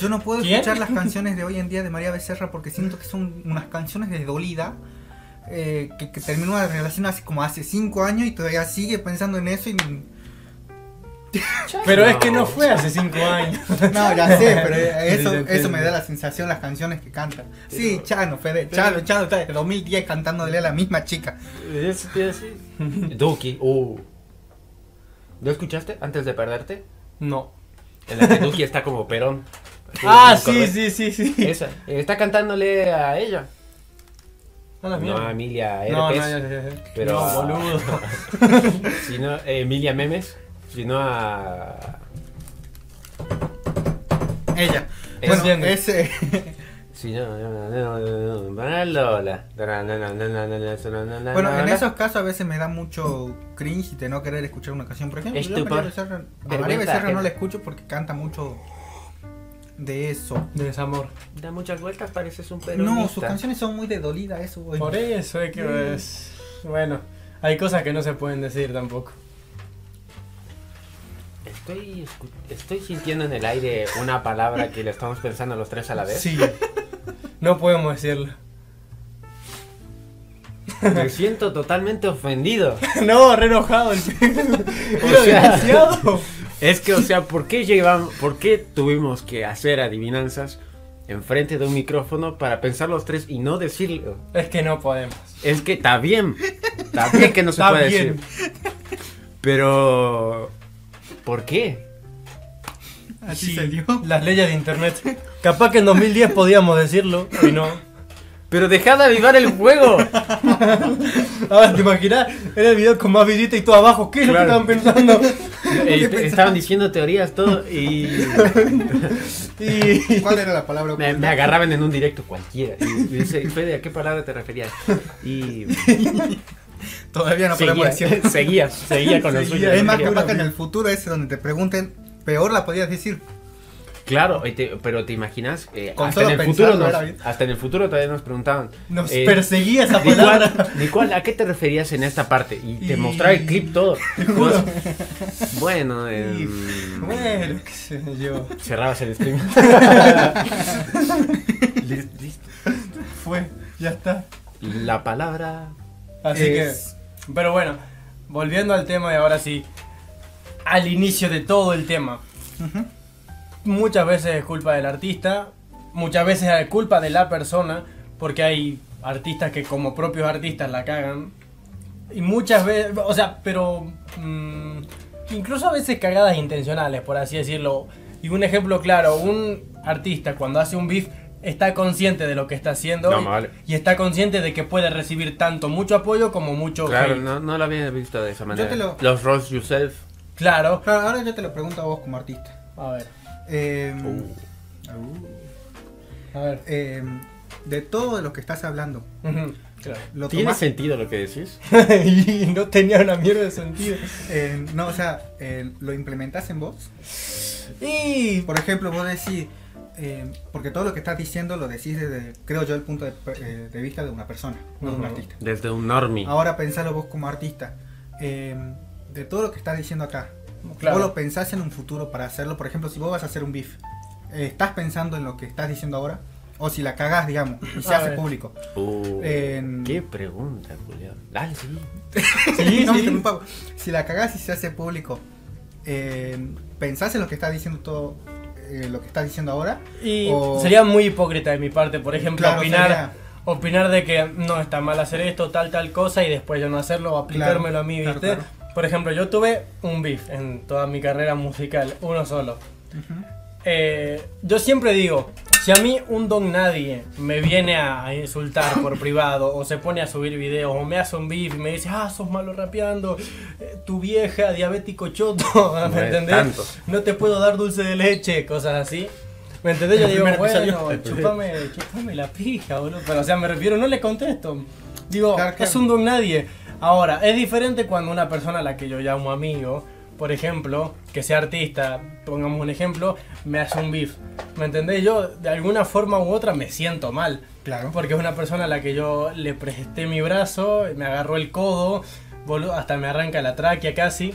Speaker 3: Yo no puedo
Speaker 1: ¿Quién?
Speaker 3: escuchar las
Speaker 2: <laughs>
Speaker 3: canciones de hoy en día de María Becerra porque siento que son unas canciones de dolida. eh, que, que terminó una relación hace como hace 5 años y todavía sigue pensando en eso y
Speaker 1: Pero es
Speaker 2: No.
Speaker 1: que no fue hace 5 años.
Speaker 3: <laughs> No, <laughs> ya sé, pero eso,
Speaker 1: Sí, sí, sí.
Speaker 3: eso me da la sensación las canciones que cantan. Sí, Chano, Fede, Chano, Chano, está desde 2010 cantándole a la misma chica.
Speaker 2: Eso te iba a decir. Duki. Uh. ¿Lo escuchaste antes de perderte?
Speaker 1: <laughs> No.
Speaker 2: En la que Duki está como Perón. Así,
Speaker 1: Ah,
Speaker 2: me acordé.
Speaker 1: sí, sí, sí, sí.
Speaker 2: Esa. Eh, Está cantándole a ella.
Speaker 1: A la
Speaker 2: No
Speaker 1: mierda.
Speaker 2: a Emilia
Speaker 1: No, no,
Speaker 2: Herpes,
Speaker 1: ya, ya, ya.
Speaker 2: pero- ah.
Speaker 1: No,
Speaker 2: <laughs>
Speaker 1: boludo.
Speaker 2: sino eh, Emilia Memes, sino a...
Speaker 3: Ella.
Speaker 2: Es
Speaker 3: Bueno,
Speaker 1: bien.
Speaker 2: <laughs>
Speaker 3: ese.
Speaker 2: Sino... a Lola. Bueno,
Speaker 3: Bueno, en esos casos a veces me da mucho cringe de no querer escuchar una canción. Por ejemplo, yo a María
Speaker 2: Estupor.
Speaker 3: Becerra, a María
Speaker 2: Vergüenza
Speaker 3: Becerra no
Speaker 2: ajena.
Speaker 3: la escucho porque canta mucho de eso.
Speaker 1: De desamor.
Speaker 2: Da muchas vueltas, pareces un peronista.
Speaker 3: No, sus canciones son muy de dolida, eso, güey.
Speaker 1: Por eso es
Speaker 3: Mm.
Speaker 1: que es. Bueno, hay cosas que no se pueden decir tampoco.
Speaker 2: Estoy, escu- estoy sintiendo en el aire una palabra que le estamos pensando los tres a la vez.
Speaker 3: Sí.
Speaker 1: No podemos decirlo. <laughs>
Speaker 2: Me siento
Speaker 1: <laughs>
Speaker 2: totalmente ofendido.
Speaker 1: No, re enojado el
Speaker 2: <laughs>
Speaker 1: Mira,
Speaker 2: sea-
Speaker 1: desgraciado.
Speaker 2: <laughs> Es que, o sea, ¿por qué llevamos, por qué tuvimos que hacer adivinanzas enfrente de un micrófono para pensar los tres y no decirlo?
Speaker 1: Es que no podemos.
Speaker 2: Es que está bien, está bien que no se
Speaker 1: Está
Speaker 2: puede
Speaker 1: bien.
Speaker 2: decir. Pero, ¿por qué?
Speaker 3: Así
Speaker 1: Sí,
Speaker 3: se dio.
Speaker 1: Las leyes de internet. Capaz que en 2010 podíamos decirlo y no.
Speaker 2: Pero dejad de avivar el
Speaker 1: <laughs>
Speaker 2: juego.
Speaker 1: Ahora te imaginas, era el video con más visitas y todo abajo. ¿Qué es
Speaker 2: Claro.
Speaker 1: lo que estaban
Speaker 2: <laughs>
Speaker 1: pensando?
Speaker 2: Eh, te- estaban diciendo teorías, todo, y
Speaker 1: Y.
Speaker 3: <laughs> ¿Cuál era la palabra?
Speaker 2: me,
Speaker 3: oculta?
Speaker 2: me agarraban en un directo cualquiera. Y, y dice, Fede, ¿a qué palabra te referías? Y
Speaker 3: Todavía no podemos
Speaker 2: seguía, <laughs>
Speaker 3: decir.
Speaker 2: seguía, seguía con el
Speaker 1: Seguía.
Speaker 2: suyo.
Speaker 3: Es más,
Speaker 2: Seguía.
Speaker 3: capaz que en el futuro ese donde te pregunten, peor la podías decir.
Speaker 2: Claro, y te- pero te imaginas, eh,
Speaker 3: Con
Speaker 2: hasta,
Speaker 3: solo
Speaker 2: en el futuro
Speaker 3: pensarlo
Speaker 2: nos-
Speaker 3: era bien.
Speaker 2: hasta en el futuro todavía nos preguntaban.
Speaker 1: Nos
Speaker 2: eh,
Speaker 1: perseguía esa
Speaker 2: ¿de
Speaker 1: palabra.
Speaker 2: cuál, de cuál- ¿A qué te referías en esta parte? Y te
Speaker 1: Y-
Speaker 2: mostraba el
Speaker 1: <laughs>
Speaker 2: clip todo.
Speaker 1: juro.
Speaker 2: Nos- bueno, eh,
Speaker 1: Bueno, qué sé yo.
Speaker 2: cerrabas el stream. <laughs> Lis- lis-
Speaker 1: Fue, ya está.
Speaker 2: La palabra.
Speaker 1: Así
Speaker 3: Es-
Speaker 1: que, pero bueno, volviendo al tema de ahora sí, al inicio de todo el tema.
Speaker 3: Ujú.
Speaker 1: Muchas veces es culpa del artista, muchas veces es culpa de la persona, porque hay artistas que como propios artistas la cagan. Y muchas veces, o sea, pero mm, incluso a veces cagadas intencionales, por así decirlo. Y un ejemplo claro, un artista cuando hace un beef está consciente de lo que está haciendo
Speaker 2: No,
Speaker 1: y,
Speaker 2: me vale.
Speaker 1: y está consciente de que puede recibir tanto mucho apoyo como mucho
Speaker 2: Claro,
Speaker 1: hate.
Speaker 2: no, no lo había visto de esa manera.
Speaker 3: te lo-
Speaker 2: Los Rolls Yourself.
Speaker 1: Claro.
Speaker 3: Claro, ahora yo te lo pregunto a vos como artista.
Speaker 1: A ver,
Speaker 3: Eh,
Speaker 2: Uh.
Speaker 3: uh,
Speaker 1: a ver. <laughs>
Speaker 3: eh, de todo de lo que estás hablando,
Speaker 1: Ujú, claro. <laughs>
Speaker 3: lo
Speaker 2: ¿Tiene
Speaker 3: tomás.
Speaker 2: sentido lo que decís?
Speaker 1: y no tenía una mierda de sentido.
Speaker 3: eh, no, o sea, eh, lo implementás en vos.
Speaker 1: Y
Speaker 3: Por ejemplo, vos decís, eh, porque todo lo que estás diciendo lo decís desde, creo yo, el punto de, eh, de vista de una persona, no de un
Speaker 1: Ujú.
Speaker 3: artista.
Speaker 2: Desde un normie.
Speaker 3: Ahora pensalo vos como artista. eh, de todo lo que estás diciendo acá,
Speaker 1: Claro.
Speaker 3: vos lo pensás en un futuro para hacerlo. Por ejemplo, si vos vas a hacer un beef, eh, ¿estás pensando en lo que estás diciendo ahora? O si la cagás, digamos, y se
Speaker 1: A
Speaker 3: hace
Speaker 1: ver. <laughs>
Speaker 3: público.
Speaker 2: Uh,
Speaker 3: En-
Speaker 2: Qué pregunta, Julián. Dale, sí.
Speaker 1: Sí,
Speaker 3: No me
Speaker 1: sí.
Speaker 3: interrumpa. Si la cagás y se hace público, eh, ¿pensás en lo que estás diciendo todo, eh, lo que estás diciendo ahora?
Speaker 1: Y
Speaker 3: O-
Speaker 1: sería muy hipócrita de mi parte, por ejemplo,
Speaker 3: Claro,
Speaker 1: opinar,
Speaker 3: sería-
Speaker 1: opinar de que no está mal hacer esto, tal, tal cosa y después yo no hacerlo o aplicármelo a mí,
Speaker 3: claro,
Speaker 1: ¿viste?
Speaker 3: claro.
Speaker 1: Por ejemplo, yo tuve un beef en toda mi carrera musical, uno solo. Eh, yo siempre digo, si a mí un don nadie me viene a a insultar por privado o se pone a subir videos o me hace un beef y me dice, ah, sos malo rapeando, eh, tu vieja, diabético choto, <laughs> ¿me
Speaker 2: No es
Speaker 1: entendés?
Speaker 2: tanto.
Speaker 1: No te puedo dar dulce de leche, cosas así. ¿Me entendés? Yo
Speaker 3: El
Speaker 1: digo,
Speaker 3: primero que salió.
Speaker 1: bueno, chupame, chupame la pija, boludo. Pero, o sea, me refiero, no le contesto. Digo,
Speaker 3: Claro, claro.
Speaker 1: es un don nadie. Ahora, es diferente cuando una persona a la que yo llamo amigo, por ejemplo, que sea artista, pongamos un ejemplo, me hace un beef. ¿Me entendés? Yo, de alguna forma u otra, me siento mal.
Speaker 3: Claro.
Speaker 1: Porque es una persona a la que yo le presté mi brazo, me agarró el codo, boludo, hasta me arranca la tráquea casi.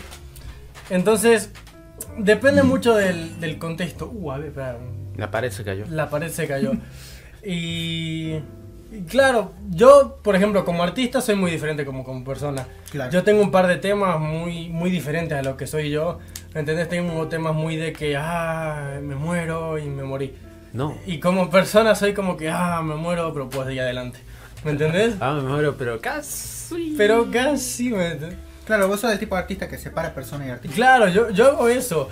Speaker 1: Entonces, depende mucho del, del contexto. Uh, a ver, espera,
Speaker 2: La pared se cayó.
Speaker 1: la pared se cayó. Y, y claro, yo, por ejemplo, como artista soy muy diferente como como persona.
Speaker 3: Claro.
Speaker 1: Yo tengo un par de temas muy, muy diferentes a lo que soy yo. ¿Me entendés? Tengo temas muy de que, ah, me muero y me morí.
Speaker 2: No.
Speaker 1: Y como persona soy como que, ah, me muero, pero puedo seguir adelante. ¿Me entendés?
Speaker 2: Ah, me muero, pero casi.
Speaker 1: Pero casi, ¿me entendés?
Speaker 3: Claro, vos sos el tipo de artista que separa personas y artistas.
Speaker 1: Claro, yo, yo hago eso.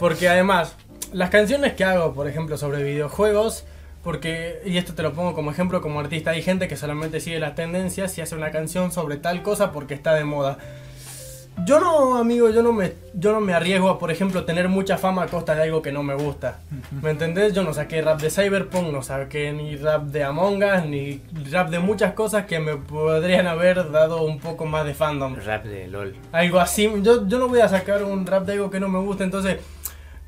Speaker 1: Porque además, las canciones que hago, por ejemplo, sobre videojuegos, porque, y esto te lo pongo como ejemplo como artista, hay gente que solamente sigue las tendencias y hace una canción sobre tal cosa porque está de moda. Yo no, amigo, yo no me, yo no me arriesgo a, por ejemplo, tener mucha fama a costa de algo que no me gusta. ¿Me entendés? Yo no saqué rap de Cyberpunk, no saqué ni rap de Among Us, ni rap de muchas cosas que me podrían haber dado un poco más de fandom
Speaker 2: Rap de LOL.
Speaker 1: algo así. Yo, yo no voy a sacar un rap de algo que no me gusta, entonces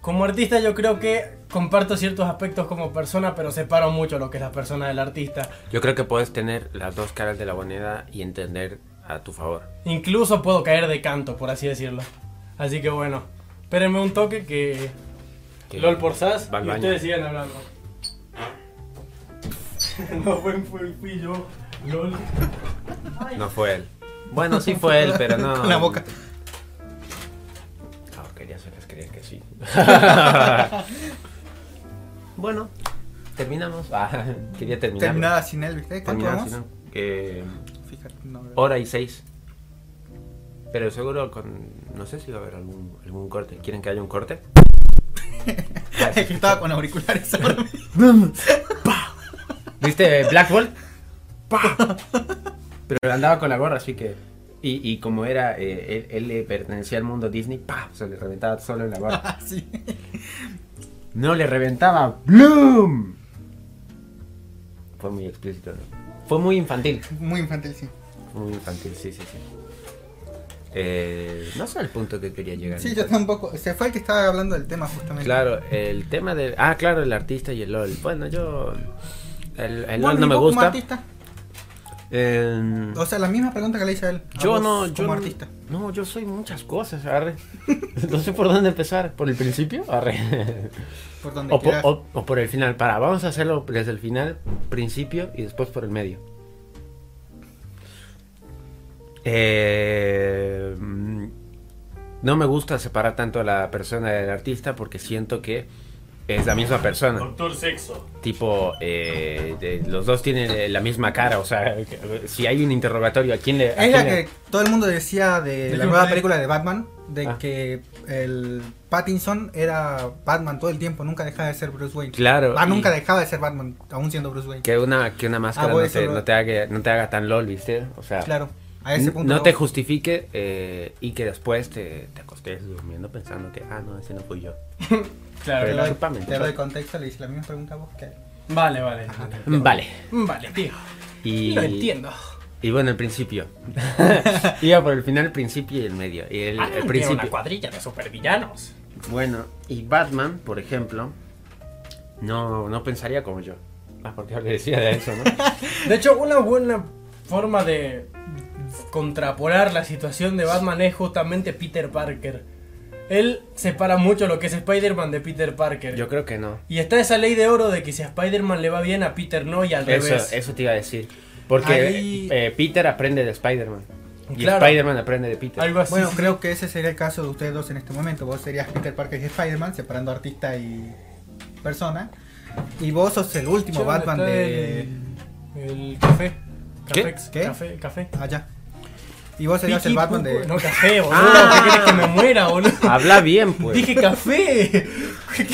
Speaker 1: como artista yo creo que comparto ciertos aspectos como persona, pero separo mucho lo que es la persona del artista.
Speaker 2: Yo creo que puedes tener las dos caras de la moneda y entender a tu favor.
Speaker 1: Incluso puedo caer de canto, por así decirlo. Así que bueno, espérenme un toque que...
Speaker 2: Que
Speaker 1: LOL por SAS
Speaker 2: va al
Speaker 1: y
Speaker 2: baño.
Speaker 1: ustedes sigan hablando. <laughs> no, fue, fue- fui yo. LOL.
Speaker 2: No fue él. Bueno, sí fue él, pero no.
Speaker 3: Con <laughs> la boca.
Speaker 2: Ah, quería se las quería que
Speaker 3: <laughs>
Speaker 2: sí. bueno, terminamos. Ah, <laughs> quería terminar.
Speaker 3: Terminada sin él, ¿viste? ¿Cuánto
Speaker 2: Terminada,
Speaker 3: vamos?
Speaker 2: si no, eh,
Speaker 3: Fíjate, no,
Speaker 2: hora y seis. Pero seguro con. No sé si va a haber algún, algún corte. ¿Quieren que haya un
Speaker 3: <laughs>
Speaker 2: corte?
Speaker 3: Estaba con auriculares ahora mismo.
Speaker 2: ¿Viste Black Bolt? ¡Pa! Pero andaba con la gorra, así que. Y, y como era, eh, él, él le pertenecía al mundo Disney, ¡pa! Se le reventaba solo en la gorra.
Speaker 3: Así.
Speaker 2: No le reventaba ¡Bloom! Fue muy explícito, ¿no? Fue muy infantil.
Speaker 3: <laughs> Muy infantil, sí.
Speaker 2: Fue muy infantil, sí, sí, sí. Eh, no sé al punto que quería llegar.
Speaker 3: Sí, yo tampoco. Se fue el que estaba hablando del tema justamente.
Speaker 2: Claro, el tema de. Ah, claro, el artista y el LOL. Bueno, yo. El, el
Speaker 3: Bueno,
Speaker 2: LOL no
Speaker 3: ¿y
Speaker 2: me
Speaker 3: vos como
Speaker 2: gusta.
Speaker 3: artista?
Speaker 2: Eh,
Speaker 3: O sea, la misma pregunta que le hice a él. a
Speaker 2: Yo
Speaker 3: vos
Speaker 2: no, yo
Speaker 3: Como
Speaker 2: no-
Speaker 3: artista.
Speaker 2: No, yo soy muchas cosas, arre. <laughs> No sé por dónde empezar, por el principio, arre. <laughs>
Speaker 3: Por donde
Speaker 2: O por,
Speaker 3: quieras.
Speaker 2: o- o por el final, para, vamos a hacerlo desde el final, principio y después por el medio. Eh, mm, no me gusta separar tanto a la persona del artista porque siento que es la misma persona
Speaker 1: Doctor Sexo.
Speaker 2: tipo eh, de- los dos tienen eh, la misma cara o sea que- si hay un interrogatorio a quién le, a
Speaker 3: Es la
Speaker 2: quién le-
Speaker 3: que todo el mundo decía de
Speaker 1: Yo
Speaker 3: la
Speaker 1: no
Speaker 3: nueva
Speaker 1: sé.
Speaker 3: película de Batman, de
Speaker 2: Ah.
Speaker 3: que el Pattinson era Batman todo el tiempo, nunca dejaba de ser Bruce Wayne.
Speaker 2: claro
Speaker 3: Ah,
Speaker 2: y
Speaker 3: nunca dejaba de ser Batman, aún siendo Bruce Wayne.
Speaker 2: que una que una máscara
Speaker 3: voy
Speaker 2: no, te,
Speaker 3: solo-
Speaker 2: no te haga no te haga tan lol viste o sea
Speaker 3: Claro, a ese
Speaker 2: n-
Speaker 3: punto.
Speaker 2: no te
Speaker 3: justo
Speaker 2: justifique eh, y que después te, te acostes durmiendo pensando que ah no ese no fui yo
Speaker 3: Te
Speaker 1: Claro.
Speaker 2: Pero-
Speaker 3: doy,
Speaker 2: discúlpame,
Speaker 3: te doy
Speaker 2: entonces.
Speaker 3: contexto, le hice la misma pregunta a vos que a él.
Speaker 1: Vale, vale.
Speaker 2: vale
Speaker 1: Vale, tío.
Speaker 2: y
Speaker 1: <laughs> Lo entiendo.
Speaker 2: y bueno el principio <laughs> iba por el final el principio y el medio y
Speaker 1: Ah,
Speaker 2: el, el principio
Speaker 1: cuadrilla de supervillanos.
Speaker 2: Bueno, y Batman, por ejemplo, no, no pensaría como yo. Ah, porque yo le decía de eso,
Speaker 1: <laughs>
Speaker 2: ¿no?
Speaker 1: De hecho, una buena forma de contrapolar la situación de Batman es justamente Peter Parker. Él separa mucho lo que es Spider-Man de Peter Parker.
Speaker 2: Yo creo que no.
Speaker 1: Y está esa ley de oro de que si a Spider-Man le va bien, a Peter no y al
Speaker 2: Eso,
Speaker 1: revés.
Speaker 2: eso te iba a decir. Porque
Speaker 3: Ahí-
Speaker 2: eh, Peter aprende de Spider-Man. Y
Speaker 1: Claro.
Speaker 2: Spider-Man aprende de Peter.
Speaker 1: Algo así.
Speaker 3: Bueno,
Speaker 1: sí.
Speaker 3: creo que ese sería el caso de ustedes dos en este momento. Vos serías Peter Parker y Spider-Man, separando artista y persona. Y vos sos el último
Speaker 1: Che, ¿dónde
Speaker 3: Batman
Speaker 1: está
Speaker 3: de.
Speaker 1: el- el café.
Speaker 2: ¿Qué?
Speaker 1: Cafex,
Speaker 3: ¿Qué?
Speaker 1: Café, café.
Speaker 3: Allá. Y vos serías el
Speaker 1: Piqui,
Speaker 3: Batman
Speaker 1: pupu-
Speaker 3: de.
Speaker 1: No, café, boludo.
Speaker 2: Ah.
Speaker 1: ¿Qué querés que me muera,
Speaker 2: <laughs>
Speaker 1: boludo?
Speaker 2: Habla
Speaker 1: <laughs>
Speaker 2: bien, pues.
Speaker 1: Dije café. <laughs>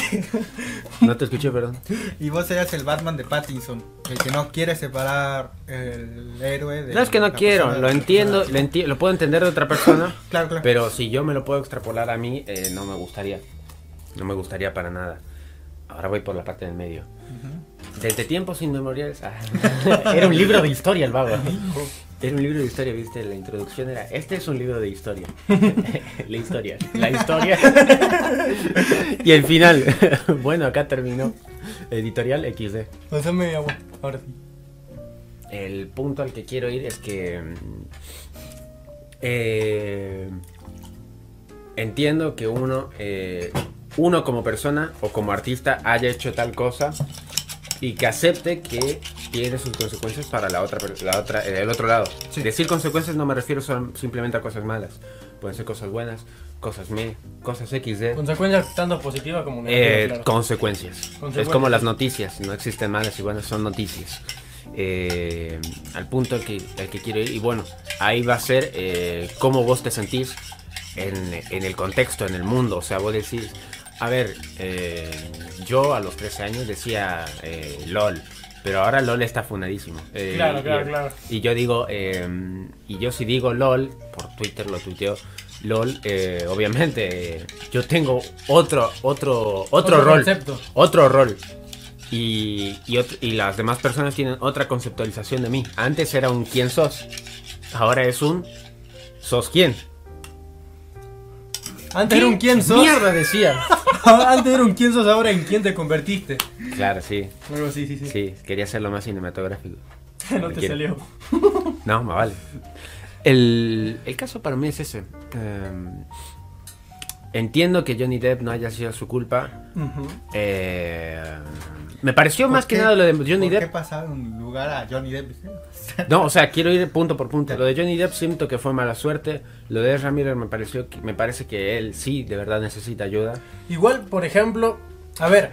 Speaker 2: No te escuché, perdón.
Speaker 3: Y vos serías el Batman de Pattinson. El que no quiere separar el héroe de.
Speaker 2: No es que no
Speaker 3: la
Speaker 2: quiero,
Speaker 3: persona.
Speaker 2: lo entiendo, lo, enti- lo puedo entender de otra persona,
Speaker 3: Claro, claro.
Speaker 2: pero si yo me lo puedo extrapolar a mí, eh, no me gustaría. No me gustaría para nada. Ahora voy por la parte del medio. Desde tiempos inmemoriales. ah, <laughs> era un libro de historia el vago. <laughs> Era un libro de historia, viste, la introducción era, este es un libro de <laughs> historia. la historia, la <laughs> historia. y el final. <laughs> bueno, acá terminó. Editorial XD.
Speaker 1: Pásame agua. Ahora sí.
Speaker 2: El punto al que quiero ir es que mm, eh, entiendo que uno, eh, uno como persona o como artista haya hecho tal cosa y que acepte que tiene sus consecuencias para la otra, per- la otra, eh, el otro lado.
Speaker 3: Sí.
Speaker 2: Decir consecuencias no me refiero sol- simplemente a cosas malas, pueden ser cosas buenas, cosas me, cosas XD.
Speaker 1: Consecuencias tanto positivas como negativas.
Speaker 2: Eh,
Speaker 1: claro.
Speaker 2: consecuencias. Es
Speaker 1: Consecuencias.
Speaker 2: como las noticias, no existen malas y buenas, son noticias. Eh, al punto al que, al que quiero ir, y bueno, ahí va a ser eh, cómo vos te sentís en, en el contexto, en el mundo. O sea, vos decís, a ver, eh, yo a los 13 años decía eh, LOL, pero ahora LOL está funadísimo. Eh,
Speaker 1: Claro, claro,
Speaker 2: y-
Speaker 1: claro.
Speaker 2: y yo digo, eh, y yo si digo LOL, por Twitter lo tuiteo, LOL, eh, obviamente, eh, yo tengo otro, otro, otro,
Speaker 1: Otro
Speaker 2: rol.
Speaker 1: concepto.
Speaker 2: Otro rol. Y, y, ot- y las demás personas tienen otra conceptualización de mí. Antes era un quién sos. Ahora es un sos quién.
Speaker 1: Antes era un quién sos.
Speaker 2: Mierda decía.
Speaker 1: <laughs> Antes era un quién sos, ahora en quién te convertiste.
Speaker 2: Claro, sí,
Speaker 1: Algo así, sí, sí.
Speaker 2: sí. Quería hacerlo más cinematográfico.
Speaker 1: <laughs> no te
Speaker 2: Quiero.
Speaker 1: salió.
Speaker 2: No, más vale. El, el caso para mí es ese. Em, entiendo que Johnny Depp no haya sido su culpa. Eh, me pareció
Speaker 3: ¿Por
Speaker 2: más que
Speaker 3: qué-
Speaker 2: nada lo de Johnny
Speaker 3: ¿por qué
Speaker 2: Depp.
Speaker 3: pasar de un lugar a Johnny Depp? <laughs> viste?
Speaker 2: No, o sea, quiero ir punto por punto. Lo de Johnny Depp siento que fue mala suerte. Lo de Ramírez me pareció que- me parece que él sí de verdad necesita ayuda.
Speaker 1: Igual, por ejemplo, a ver,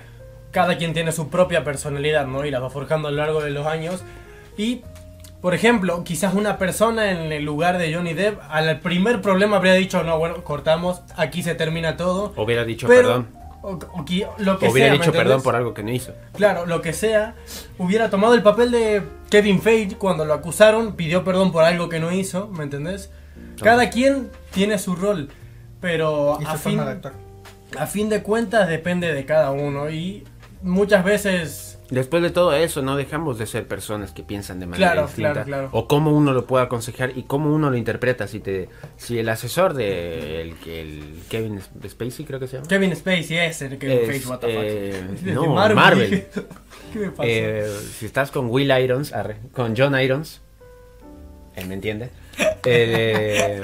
Speaker 1: cada quien tiene su propia personalidad, ¿no? Y la va forjando a lo largo de los años. Y, por ejemplo, quizás una persona en el lugar de Johnny Depp, al primer problema habría dicho, no, bueno, cortamos, aquí se termina todo.
Speaker 2: Hubiera dicho
Speaker 1: pero,
Speaker 2: perdón.
Speaker 1: o- o qui- lo que
Speaker 2: Hubiera
Speaker 1: sea, ¿me
Speaker 2: dicho perdón
Speaker 1: entendés?
Speaker 2: por algo que no hizo.
Speaker 1: Claro, lo que sea, hubiera tomado el papel de Kevin Feige cuando lo acusaron, pidió perdón por algo que no hizo, ¿me entendés? Cada quien tiene su rol, pero
Speaker 3: Y
Speaker 1: a
Speaker 3: su
Speaker 1: fin,
Speaker 3: forma de actuar.
Speaker 1: a fin de cuentas depende de cada uno y muchas veces,
Speaker 2: Después de todo eso, no dejamos de ser personas que piensan de manera
Speaker 1: Claro,
Speaker 2: distinta.
Speaker 1: claro, claro.
Speaker 2: O cómo uno lo puede aconsejar y cómo uno lo interpreta. Si te, si el asesor de el, que el Kevin Spacey, creo que se llama.
Speaker 1: Kevin Spacey es el Kevin
Speaker 2: Es,
Speaker 1: Feige, what the
Speaker 2: eh,
Speaker 1: fuck. <laughs> De
Speaker 2: no, Marvel.
Speaker 1: dije, <laughs> ¿Qué me pasa?
Speaker 2: Eh, si estás con Will Irons, arre, con John Irons, él me entiende. Eh,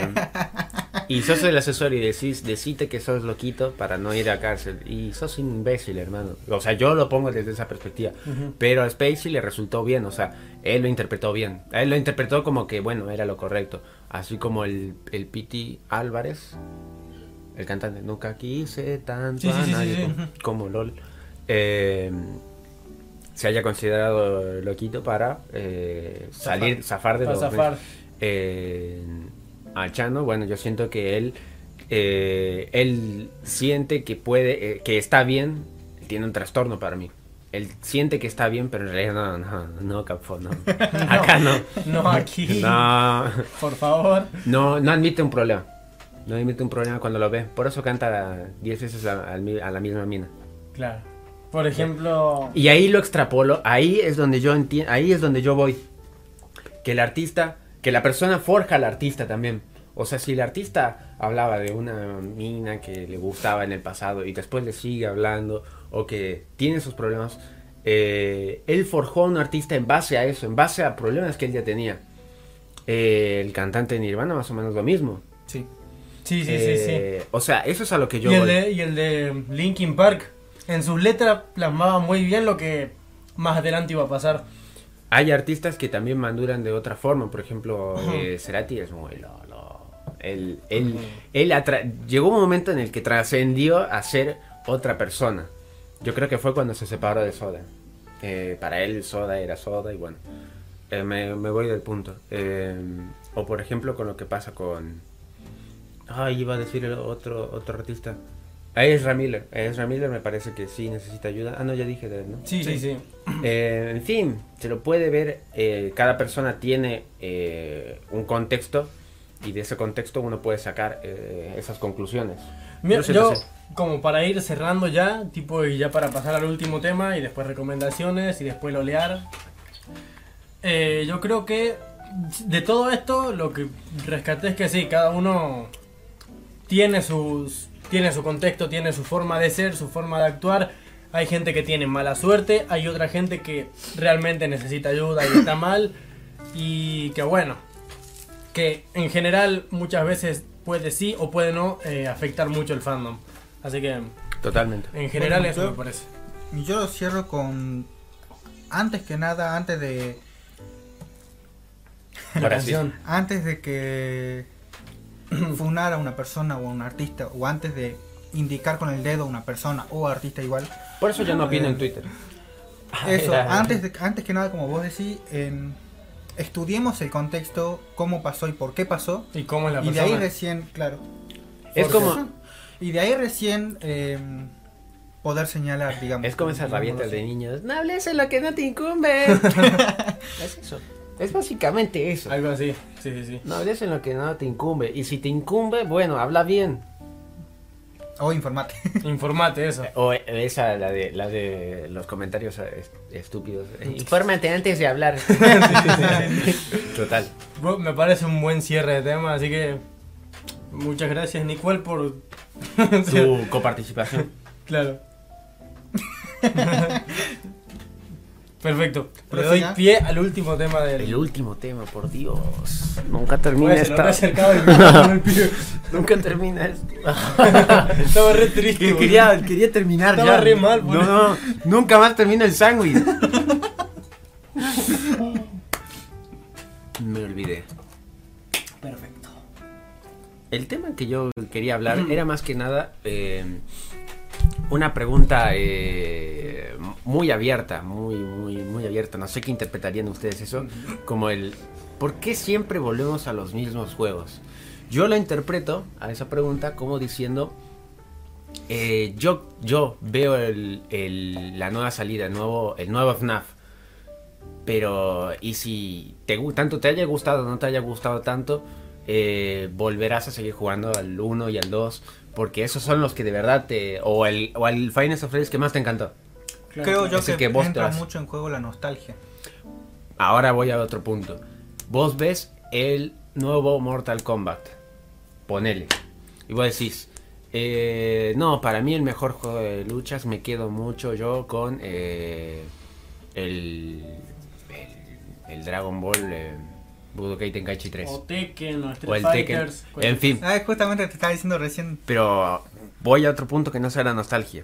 Speaker 2: y sos el asesor y decís, decite que sos loquito para no ir a cárcel. Y sos un imbécil, hermano. O sea, yo lo pongo desde esa perspectiva. Pero a Spacey le resultó bien, o sea, él lo interpretó bien. A Él lo interpretó como que, bueno, era lo correcto. Así como el, el Piti Álvarez, el cantante, nunca quise tanto
Speaker 1: Sí, sí,
Speaker 2: a
Speaker 1: sí, sí,
Speaker 2: nadie
Speaker 1: sí.
Speaker 2: como- como LOL. Eh, se haya considerado loquito para eh,
Speaker 1: Zafar.
Speaker 2: salir, zafar de
Speaker 1: Para
Speaker 2: los
Speaker 1: zafar.
Speaker 2: Eh, a Chano, bueno, yo siento que él, eh, él siente que puede, eh, que está bien, tiene un trastorno para mí. Él siente que está bien, pero en realidad no, no, no, Capfo,
Speaker 1: <laughs>
Speaker 2: no. Acá no.
Speaker 1: no, <laughs> aquí,
Speaker 2: No,
Speaker 1: por favor.
Speaker 2: no, no admite un problema. No admite un problema cuando lo ve. Por eso canta 10 veces a- al mi- a la misma mina.
Speaker 1: Claro. Por ejemplo...
Speaker 2: Y ahí lo extrapolo, ahí es donde yo enti- ahí es donde yo voy. Que el artista, que la persona forja al artista también. O sea, si el artista hablaba de una mina que le gustaba en el pasado y después le sigue hablando o que tiene sus problemas, eh, él forjó a un artista en base a eso, en base a problemas que él ya tenía. Eh, el cantante de Nirvana más o menos lo mismo.
Speaker 3: Sí.
Speaker 1: Sí, sí, sí, sí.
Speaker 2: Eh, O sea, eso es a lo que yo
Speaker 1: y, el
Speaker 2: voy.
Speaker 1: de, y el de Linkin Park, en sus letras plasmaba muy bien lo que más adelante iba a pasar.
Speaker 2: Hay artistas que también maduran de otra forma, por ejemplo,
Speaker 1: Ujú.
Speaker 2: eh, Cerati es muy lolo. Él, él, él atra- llegó un momento en el que trascendió a ser otra persona. Yo creo que fue cuando se separó de Soda. Eh, para él Soda era Soda y bueno.
Speaker 4: Eh, me, me voy del punto. Eh, o por ejemplo con lo que pasa con... Ay, iba a decir el otro, otro artista. Ah, A Ezra Miller. A Ezra Miller me parece que sí necesita ayuda. Ah, no, ya dije de él, ¿no?
Speaker 1: Sí, sí, sí.
Speaker 4: Eh, en fin, se lo puede ver, eh, cada persona tiene eh, un contexto y de ese contexto uno puede sacar eh, esas conclusiones.
Speaker 1: Mira,
Speaker 4: No sé,
Speaker 1: yo,
Speaker 4: no sé.
Speaker 1: como para ir cerrando ya, tipo, y ya para pasar al último tema, y después recomendaciones, y después lolear. Eh, yo creo que de todo esto, lo que rescaté es que sí, cada uno tiene, sus, tiene su contexto, tiene su forma de ser, su forma de actuar. Hay gente que tiene mala suerte, hay otra gente que realmente necesita ayuda y está mal. Y que bueno, que en general muchas veces puede sí o puede no eh, afectar mucho el fandom. Así que
Speaker 4: Totalmente.
Speaker 1: en general
Speaker 3: Bueno,
Speaker 1: eso
Speaker 3: yo-
Speaker 1: me parece.
Speaker 3: Yo cierro con. Antes que nada, antes de.
Speaker 1: La
Speaker 4: Ahora sí.
Speaker 1: canción.
Speaker 3: Antes de que. Funar a una persona o a un artista, o antes de indicar con el dedo a una persona o artista igual.
Speaker 4: Por eso yo no opino en Twitter. Ah,
Speaker 3: Eso,
Speaker 4: Era-
Speaker 3: antes, de- antes que nada, como vos decís, en- estudiemos el contexto, cómo pasó y por qué pasó.
Speaker 1: ¿Y cómo es la
Speaker 3: Y de
Speaker 1: persona?
Speaker 3: ahí recién, claro.
Speaker 4: Es
Speaker 3: Porque-
Speaker 4: como-
Speaker 3: Y de ahí recién eh, poder señalar, digamos.
Speaker 4: Es como esas rabietas de
Speaker 3: Digamos
Speaker 4: niños. No hables en lo que no te <laughs> incumbe. es eso. Es básicamente eso.
Speaker 1: Algo así. Sí, sí, sí.
Speaker 4: No hables en lo que no te incumbe. Y si te incumbe, bueno, habla bien.
Speaker 3: así. O informate.
Speaker 1: Informate eso.
Speaker 4: O esa, la de, la de los comentarios eh, est- estúpidos. eh, Infórmate antes de hablar. Total.
Speaker 1: Bu- Me parece un buen cierre de tema, así que muchas gracias Nicole por... <laughs>
Speaker 4: Tu coparticipación.
Speaker 3: <laughs>
Speaker 1: claro. Perfecto. Le doy
Speaker 3: Prosiga.
Speaker 1: pie al último tema
Speaker 4: El
Speaker 1: del...
Speaker 4: último tema, por Dios. Nunca termina
Speaker 1: Pues, se lo
Speaker 4: esta.
Speaker 1: habrá acercado el micrófono al
Speaker 4: <laughs>
Speaker 1: pibe.
Speaker 4: Nunca termina esto.
Speaker 1: Estaba re triste.
Speaker 4: Que
Speaker 1: boludo.
Speaker 4: <laughs> quería, quería terminar
Speaker 1: Estaba
Speaker 4: ya.
Speaker 1: re mal,
Speaker 4: no,
Speaker 1: boludo.
Speaker 4: no, nunca más termina el sándwich. Me olvidé.
Speaker 1: Perfecto.
Speaker 4: El tema que yo quería hablar era más que nada eh, una pregunta eh, muy abierta, muy, muy, muy abierta. No sé qué interpretarían ustedes eso, como el ¿por qué siempre volvemos a los mismos juegos? Yo lo interpreto a esa pregunta como diciendo eh, yo, yo veo el- el- la nueva salida, el nuevo, el nuevo FNAF. Pero, y si te, gu- tanto te haya gustado o no te haya gustado tanto, eh, volverás a seguir jugando al 1 y al 2. Porque esos son los que de verdad te. O el, o el Finest of Freddy's que más te encantó.
Speaker 3: <laughs> Creo yo
Speaker 4: Ese
Speaker 3: que,
Speaker 4: que vos te
Speaker 3: entra
Speaker 4: vas.
Speaker 3: mucho en juego la nostalgia.
Speaker 4: Ahora voy a otro punto. Vos ves el nuevo Mortal Kombat. Ponele. Y vos decís. eh, no, para mí el mejor juego de luchas me quedo mucho yo con eh, el, el, el Dragon Ball eh, Budokai Tenkaichi 3.
Speaker 1: O Tekken, o Street
Speaker 4: O el Tekken.
Speaker 1: Fighters.
Speaker 4: En
Speaker 1: cualquier-
Speaker 4: fin.
Speaker 3: Ah, justamente te estaba diciendo recién.
Speaker 4: Pero voy a otro punto que no sea la nostalgia.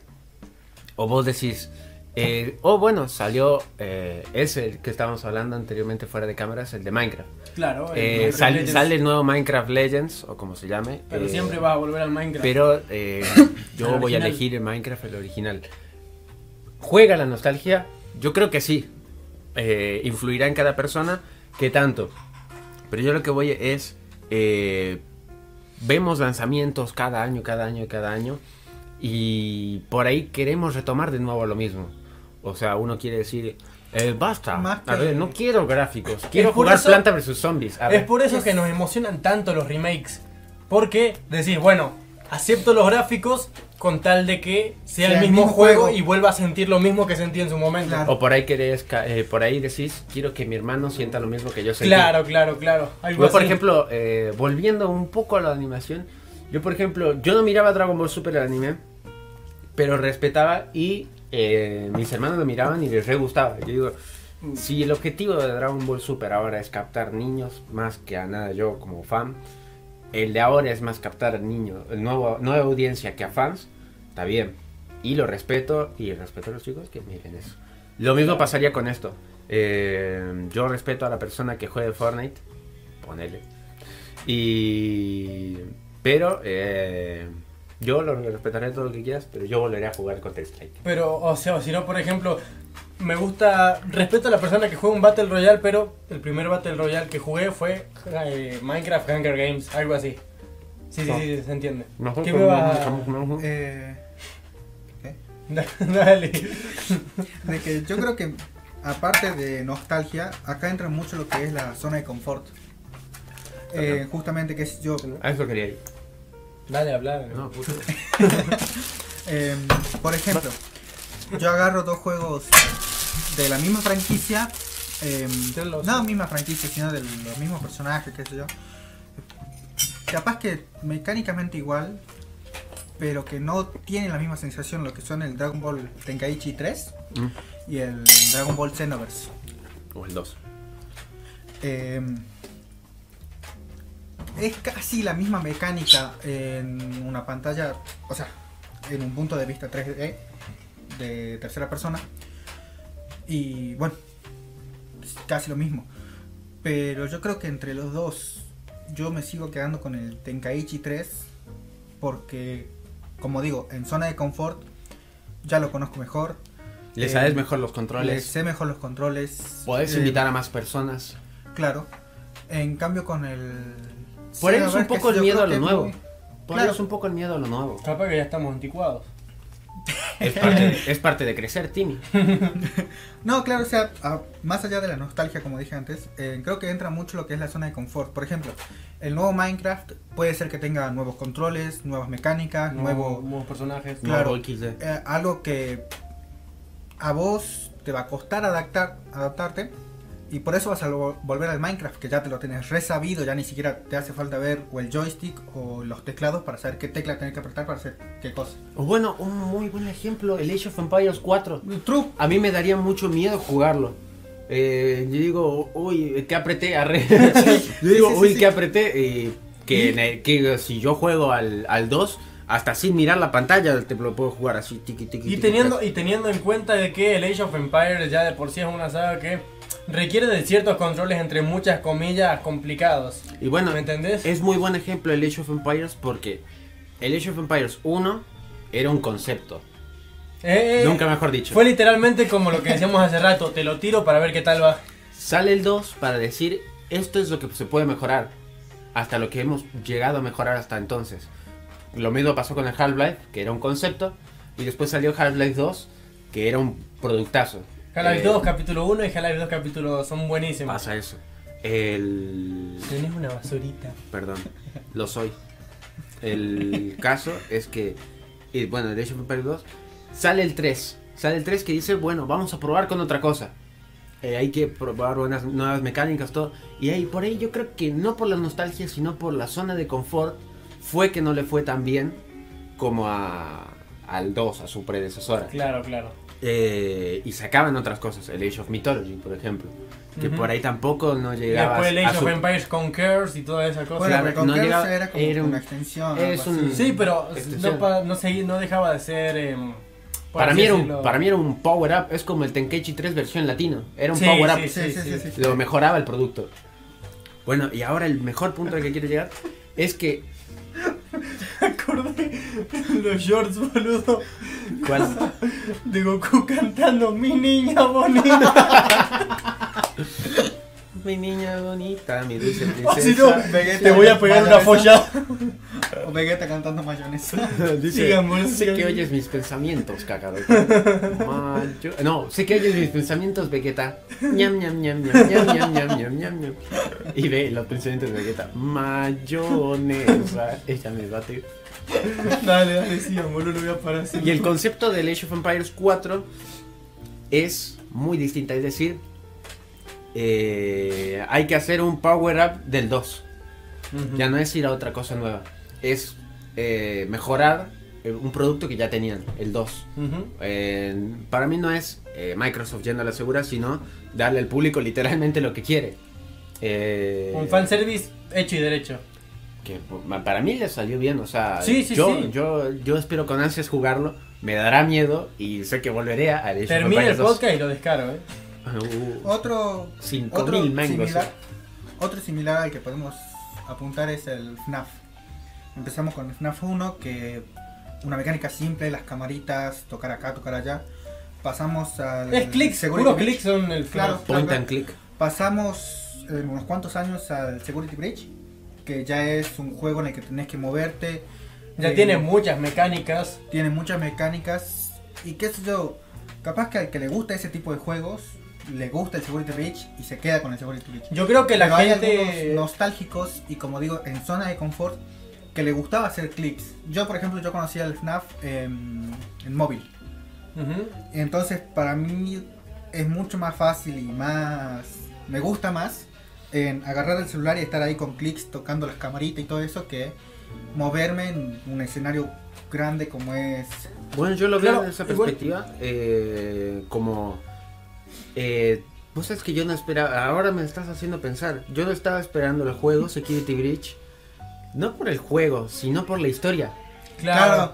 Speaker 4: O vos decís, eh, oh bueno, salió eh, ese que estábamos hablando anteriormente fuera de cámaras, el de Minecraft.
Speaker 1: Claro. el
Speaker 4: Eh,
Speaker 1: Minecraft
Speaker 4: sal-
Speaker 1: Legends.
Speaker 4: sale el nuevo Minecraft Legends, o como se llame.
Speaker 1: Pero
Speaker 4: eh,
Speaker 1: siempre vas a volver al Minecraft.
Speaker 4: Pero
Speaker 1: <laughs>
Speaker 4: eh, yo
Speaker 1: El
Speaker 4: voy a
Speaker 1: original.
Speaker 4: elegir el Minecraft, el original. ¿Juega la nostalgia? Yo creo que sí. Eh, influirá en cada persona. ¿Qué tanto? Pero yo lo que voy es... eh, vemos lanzamientos cada año, cada año, cada año. Y por ahí queremos retomar de nuevo lo mismo. O sea, uno quiere decir... eh, basta.
Speaker 3: Más
Speaker 4: A
Speaker 3: que-
Speaker 4: ver, no quiero gráficos. Quiero
Speaker 1: Eh, por
Speaker 4: jugar
Speaker 1: eso- eh,
Speaker 4: Planta vs Zombies. A
Speaker 1: Es
Speaker 4: ver.
Speaker 1: por eso que nos emocionan tanto los remakes. Porque decís, bueno, acepto los gráficos con tal de que sea el mismo, juego, y vuelva a sentir lo mismo que sentí en su momento.
Speaker 3: Claro.
Speaker 4: O por ahí querés, ca- eh, por ahí decís, quiero que mi hermano sienta lo mismo que yo sentí.
Speaker 1: Claro, claro, claro. Algo
Speaker 4: Yo, por
Speaker 1: así.
Speaker 4: ejemplo, eh, volviendo un poco a la animación, yo, por ejemplo, yo no miraba Dragon Ball Super el anime, pero respetaba y eh, mis hermanos lo miraban y les re gustaba. Yo digo, si el objetivo de Dragon Ball Super ahora es captar niños, más que a nada yo como fan, el de ahora es más captar niños, el nuevo, nueva audiencia que a fans, está bien. Y lo respeto y respeto a los chicos que miren eso. Lo mismo pasaría con esto. Eh, yo respeto a la persona que juegue Fortnite, ponele. Y. Pero. eh, yo lo respetaré todo lo que quieras, pero yo volveré a jugar Counter Strike.
Speaker 1: Pero, o sea, o si no, por ejemplo, me gusta, respeto a la persona que juega un Battle Royale, pero el primer Battle Royale que jugué fue eh, Minecraft Hunger Games, algo así. Sí, sí,
Speaker 4: No.
Speaker 1: sí, se entiende.
Speaker 4: Nosotros
Speaker 1: ¿Qué me va-
Speaker 4: no-
Speaker 3: Eh, ¿qué?
Speaker 1: <laughs> Dale.
Speaker 3: De que yo creo que, aparte de nostalgia, acá entra mucho lo que es la zona de confort. Eh, justamente, qué sé yo,
Speaker 4: A eso quería ir.
Speaker 1: Dale, habla.
Speaker 4: No, puta.
Speaker 3: Eh, por ejemplo, yo agarro dos juegos de la misma franquicia, eh,
Speaker 1: De los-
Speaker 3: no misma franquicia, sino de los mismos personajes, qué sé yo. Capaz que mecánicamente igual, pero que no tienen la misma sensación lo que son el Dragon Ball Tenkaichi 3
Speaker 4: Mm.
Speaker 3: y el Dragon Ball Xenoverse.
Speaker 4: O el 2.
Speaker 3: Eh, es casi la misma mecánica en una pantalla, o sea, en un punto de vista 3D de tercera persona. Y bueno, es casi lo mismo. Pero yo creo que entre los dos, yo me sigo quedando con el Tenkaichi 3 porque, como digo, en zona de confort ya lo conozco mejor.
Speaker 4: Le
Speaker 3: Eh,
Speaker 4: sabes mejor los
Speaker 3: le
Speaker 4: controles.
Speaker 3: sé mejor los controles.
Speaker 4: Podés
Speaker 3: eh,
Speaker 4: invitar a más personas.
Speaker 3: Claro. En cambio con el...
Speaker 4: Por
Speaker 3: Sí,
Speaker 4: eso
Speaker 3: a
Speaker 4: es
Speaker 3: ver, qué
Speaker 4: un poco
Speaker 3: sé
Speaker 4: el
Speaker 3: yo,
Speaker 4: miedo
Speaker 3: creo
Speaker 4: a lo
Speaker 3: que
Speaker 4: nuevo.
Speaker 3: muy-
Speaker 4: Por
Speaker 3: Claro.
Speaker 4: eso es un poco el miedo a lo nuevo.
Speaker 1: Capaz que ya estamos anticuados.
Speaker 4: Es parte de, es parte de crecer, Timmy.
Speaker 3: No, claro, o sea, a- más allá de la nostalgia, como dije antes, eh, creo que entra mucho lo que es la zona de confort. Por ejemplo, el nuevo Minecraft puede ser que tenga nuevos controles, nuevas
Speaker 4: Ah,
Speaker 3: mecánicas,
Speaker 1: Nuevo-
Speaker 3: nuevo...
Speaker 1: Nuevos personajes.
Speaker 3: Claro.
Speaker 4: Marvel Kids Day.
Speaker 3: eh, algo que a vos te va a costar adaptar, adaptarte. Y por eso vas a lo- volver al Minecraft, que ya te lo tenés resabido, ya ni siquiera te hace falta ver o el joystick o los teclados para saber qué tecla tenés que apretar para hacer qué cosa.
Speaker 4: O bueno, un muy buen ejemplo, el Age of Empires 4.
Speaker 3: True,
Speaker 4: A mí me <laughs> daría mucho miedo jugarlo. Eh, yo digo, uy, ¿qué apreté? Arre. yo digo,
Speaker 3: sí, sí,
Speaker 4: uy,
Speaker 3: sí.
Speaker 4: ¿qué apreté? Eh, que, en el- que si yo juego al, al 2, hasta sin mirar la pantalla, te lo puedo jugar así, tiqui, tiqui,
Speaker 1: Y
Speaker 4: tiqui,
Speaker 1: teniendo,
Speaker 4: tac.
Speaker 1: y teniendo en cuenta de que el Age of Empires ya de por sí es una saga que requiere de ciertos controles entre muchas comillas complicados.
Speaker 4: Y bueno,
Speaker 1: ¿Me entendés?
Speaker 4: Ah, es muy buen ejemplo el Age of Empires porque el Age of Empires 1 era un concepto.
Speaker 1: Eh, eh,
Speaker 4: Nunca mejor dicho.
Speaker 1: Fue literalmente como lo que decíamos hace rato, te lo tiro para ver qué tal va.
Speaker 4: Sale el 2 para decir esto es lo que se puede mejorar. Hasta lo que hemos llegado a mejorar hasta entonces. Lo mismo pasó con el Half-Life, que era un concepto. Y después salió Half-Life 2, que era un productazo.
Speaker 1: Half-Life
Speaker 4: Eh,
Speaker 1: 2 capítulo 1 y Half-Life 2 capítulo 2 son buenísimos.
Speaker 4: Pasa eso. El.
Speaker 1: Tenés una basurita.
Speaker 4: Perdón, lo soy. El caso es que. y bueno, el Age of Empires 2. Sale el 3. Sale el 3 que dice, bueno, vamos a probar con otra cosa. Eh, hay que probar buenas nuevas mecánicas, todo. Y ahí por ahí yo creo que no por la nostalgia, sino por la zona de confort, fue que no le fue tan bien como a, al 2, a su predecesora.
Speaker 1: Claro, claro.
Speaker 4: Eh, y sacaban otras cosas, el Age of Mythology, por ejemplo. Que
Speaker 1: Ujú.
Speaker 4: por ahí tampoco no
Speaker 1: Y
Speaker 4: llegaba
Speaker 1: después el Age
Speaker 4: a
Speaker 1: of
Speaker 4: su-
Speaker 1: Empires Conquers y toda esa cosa.
Speaker 3: Bueno,
Speaker 4: Claro,
Speaker 3: pero con
Speaker 4: no
Speaker 3: Girls
Speaker 4: llegaba-
Speaker 3: era como
Speaker 4: era un-
Speaker 3: una extensión.
Speaker 4: es
Speaker 3: algo
Speaker 4: un-
Speaker 3: así.
Speaker 1: Sí, pero
Speaker 4: Extensión.
Speaker 1: no, pa- no, segui- no dejaba de ser... em, por
Speaker 4: Para
Speaker 1: así
Speaker 4: mí, era un,
Speaker 1: decirlo.
Speaker 4: para mí era un power up, es como el Tenkaichi 3 versión latino, era un
Speaker 1: Sí,
Speaker 4: power up,
Speaker 1: sí, sí, sí, sí.
Speaker 4: lo mejoraba el producto. Bueno, y ahora el mejor punto al que quiero llegar es que...
Speaker 1: <laughs> acordé los shorts, boludo, de Goku cantando Mi niña
Speaker 4: <laughs>
Speaker 1: bonita.
Speaker 4: Mi niña bonita, mi dulce
Speaker 1: O si no,
Speaker 4: princesa.
Speaker 3: Vegeta
Speaker 1: te voy a pegar una
Speaker 3: mayonesa.
Speaker 1: follada.
Speaker 4: <laughs>
Speaker 3: O Vegeta cantando mayonesa.
Speaker 1: Sigan, boludo,
Speaker 4: sé
Speaker 1: sigan.
Speaker 4: que oyes mis pensamientos, Kakaroto. Mayo- No, sé que oyes mis pensamientos, Vegeta. Ñam, ñam, ñam, ñam, ñam, ñam, ñam, ñam, ñam, ñam. Y ve los pensamientos de Vegeta. Mayonesa, ella me bate.
Speaker 1: Dale, dale, sigan, boludo, no voy a parar.
Speaker 4: Y el concepto del Age of Empires 4 es muy distinta, es decir, eh, hay que hacer un power up del 2. Ya no es ir a otra cosa nueva, es eh, mejorar eh, un producto que ya tenían, el 2. Eh, para mí no es eh, Microsoft yendo a la segura, sino darle al público literalmente lo que quiere. Eh,
Speaker 1: Un fanservice hecho y derecho.
Speaker 4: que pa- para mí le salió bien, o sea,
Speaker 1: Sí, sí,
Speaker 4: yo,
Speaker 1: sí.
Speaker 4: yo yo espero con ansias jugarlo, me dará miedo y sé que volveré a Age of
Speaker 1: Termina el
Speaker 4: Empires 2.
Speaker 1: podcast y lo descaro, eh.
Speaker 4: Uh,
Speaker 3: Otro,
Speaker 4: Cinco
Speaker 3: otro
Speaker 4: mil mangos. eh.
Speaker 3: similar, otro similar al que podemos apuntar es el FNAF. Empezamos con el FNAF 1, que una mecánica simple, las camaritas, tocar acá, tocar allá. pasamos al.
Speaker 1: Es clics,
Speaker 3: Security
Speaker 1: seguro
Speaker 3: Breach.
Speaker 1: clics son el
Speaker 3: Claro.
Speaker 4: Point and click.
Speaker 3: Pasamos eh, unos cuantos años al Security Breach, que ya es un juego en el que tenés que moverte.
Speaker 1: Ya
Speaker 3: Eh,
Speaker 1: tiene muchas mecánicas.
Speaker 3: tiene muchas mecánicas y qué sé yo, capaz que al que le gusta ese tipo de juegos, le gusta el Security Breach y se queda con el Security Breach.
Speaker 1: Yo creo que la
Speaker 3: Pero hay
Speaker 1: gente.
Speaker 3: algunos nostálgicos y como digo, en zona de confort, que le gustaba hacer clips. Yo, por ejemplo, yo conocía el FNAF en, en móvil.
Speaker 1: Ujú.
Speaker 3: Entonces, para mí es mucho más fácil y más... Me gusta más en agarrar el celular y estar ahí con clics tocando las camaritas y todo eso que moverme en un escenario grande como es
Speaker 4: Bueno, yo lo veo
Speaker 1: Claro,
Speaker 4: desde esa
Speaker 1: igual-
Speaker 4: perspectiva eh, como... Eh, Vos sabes que yo no esperaba, ahora me estás haciendo pensar, yo no estaba esperando el juego Security Breach, no por el juego, sino por la historia.
Speaker 1: Claro.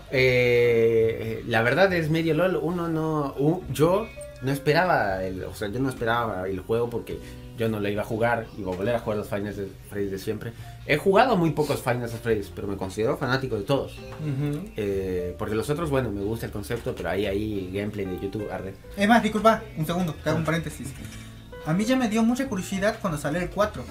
Speaker 4: Eh, la verdad es medio LOL, uno no, u- yo no esperaba, el, o sea, yo no esperaba el juego porque yo no lo iba a jugar, iba a volver a jugar los Finals de Freddy's de siempre. He jugado muy pocos Finals de Freddy's, pero me considero fanático de todos.
Speaker 1: Ujú.
Speaker 4: Eh, porque los otros, bueno, me gusta el concepto, pero ahí hay gameplay de YouTube, arre.
Speaker 3: Es más, disculpa, un segundo, te hago un paréntesis. A mí ya me dio mucha curiosidad cuando salió el 4.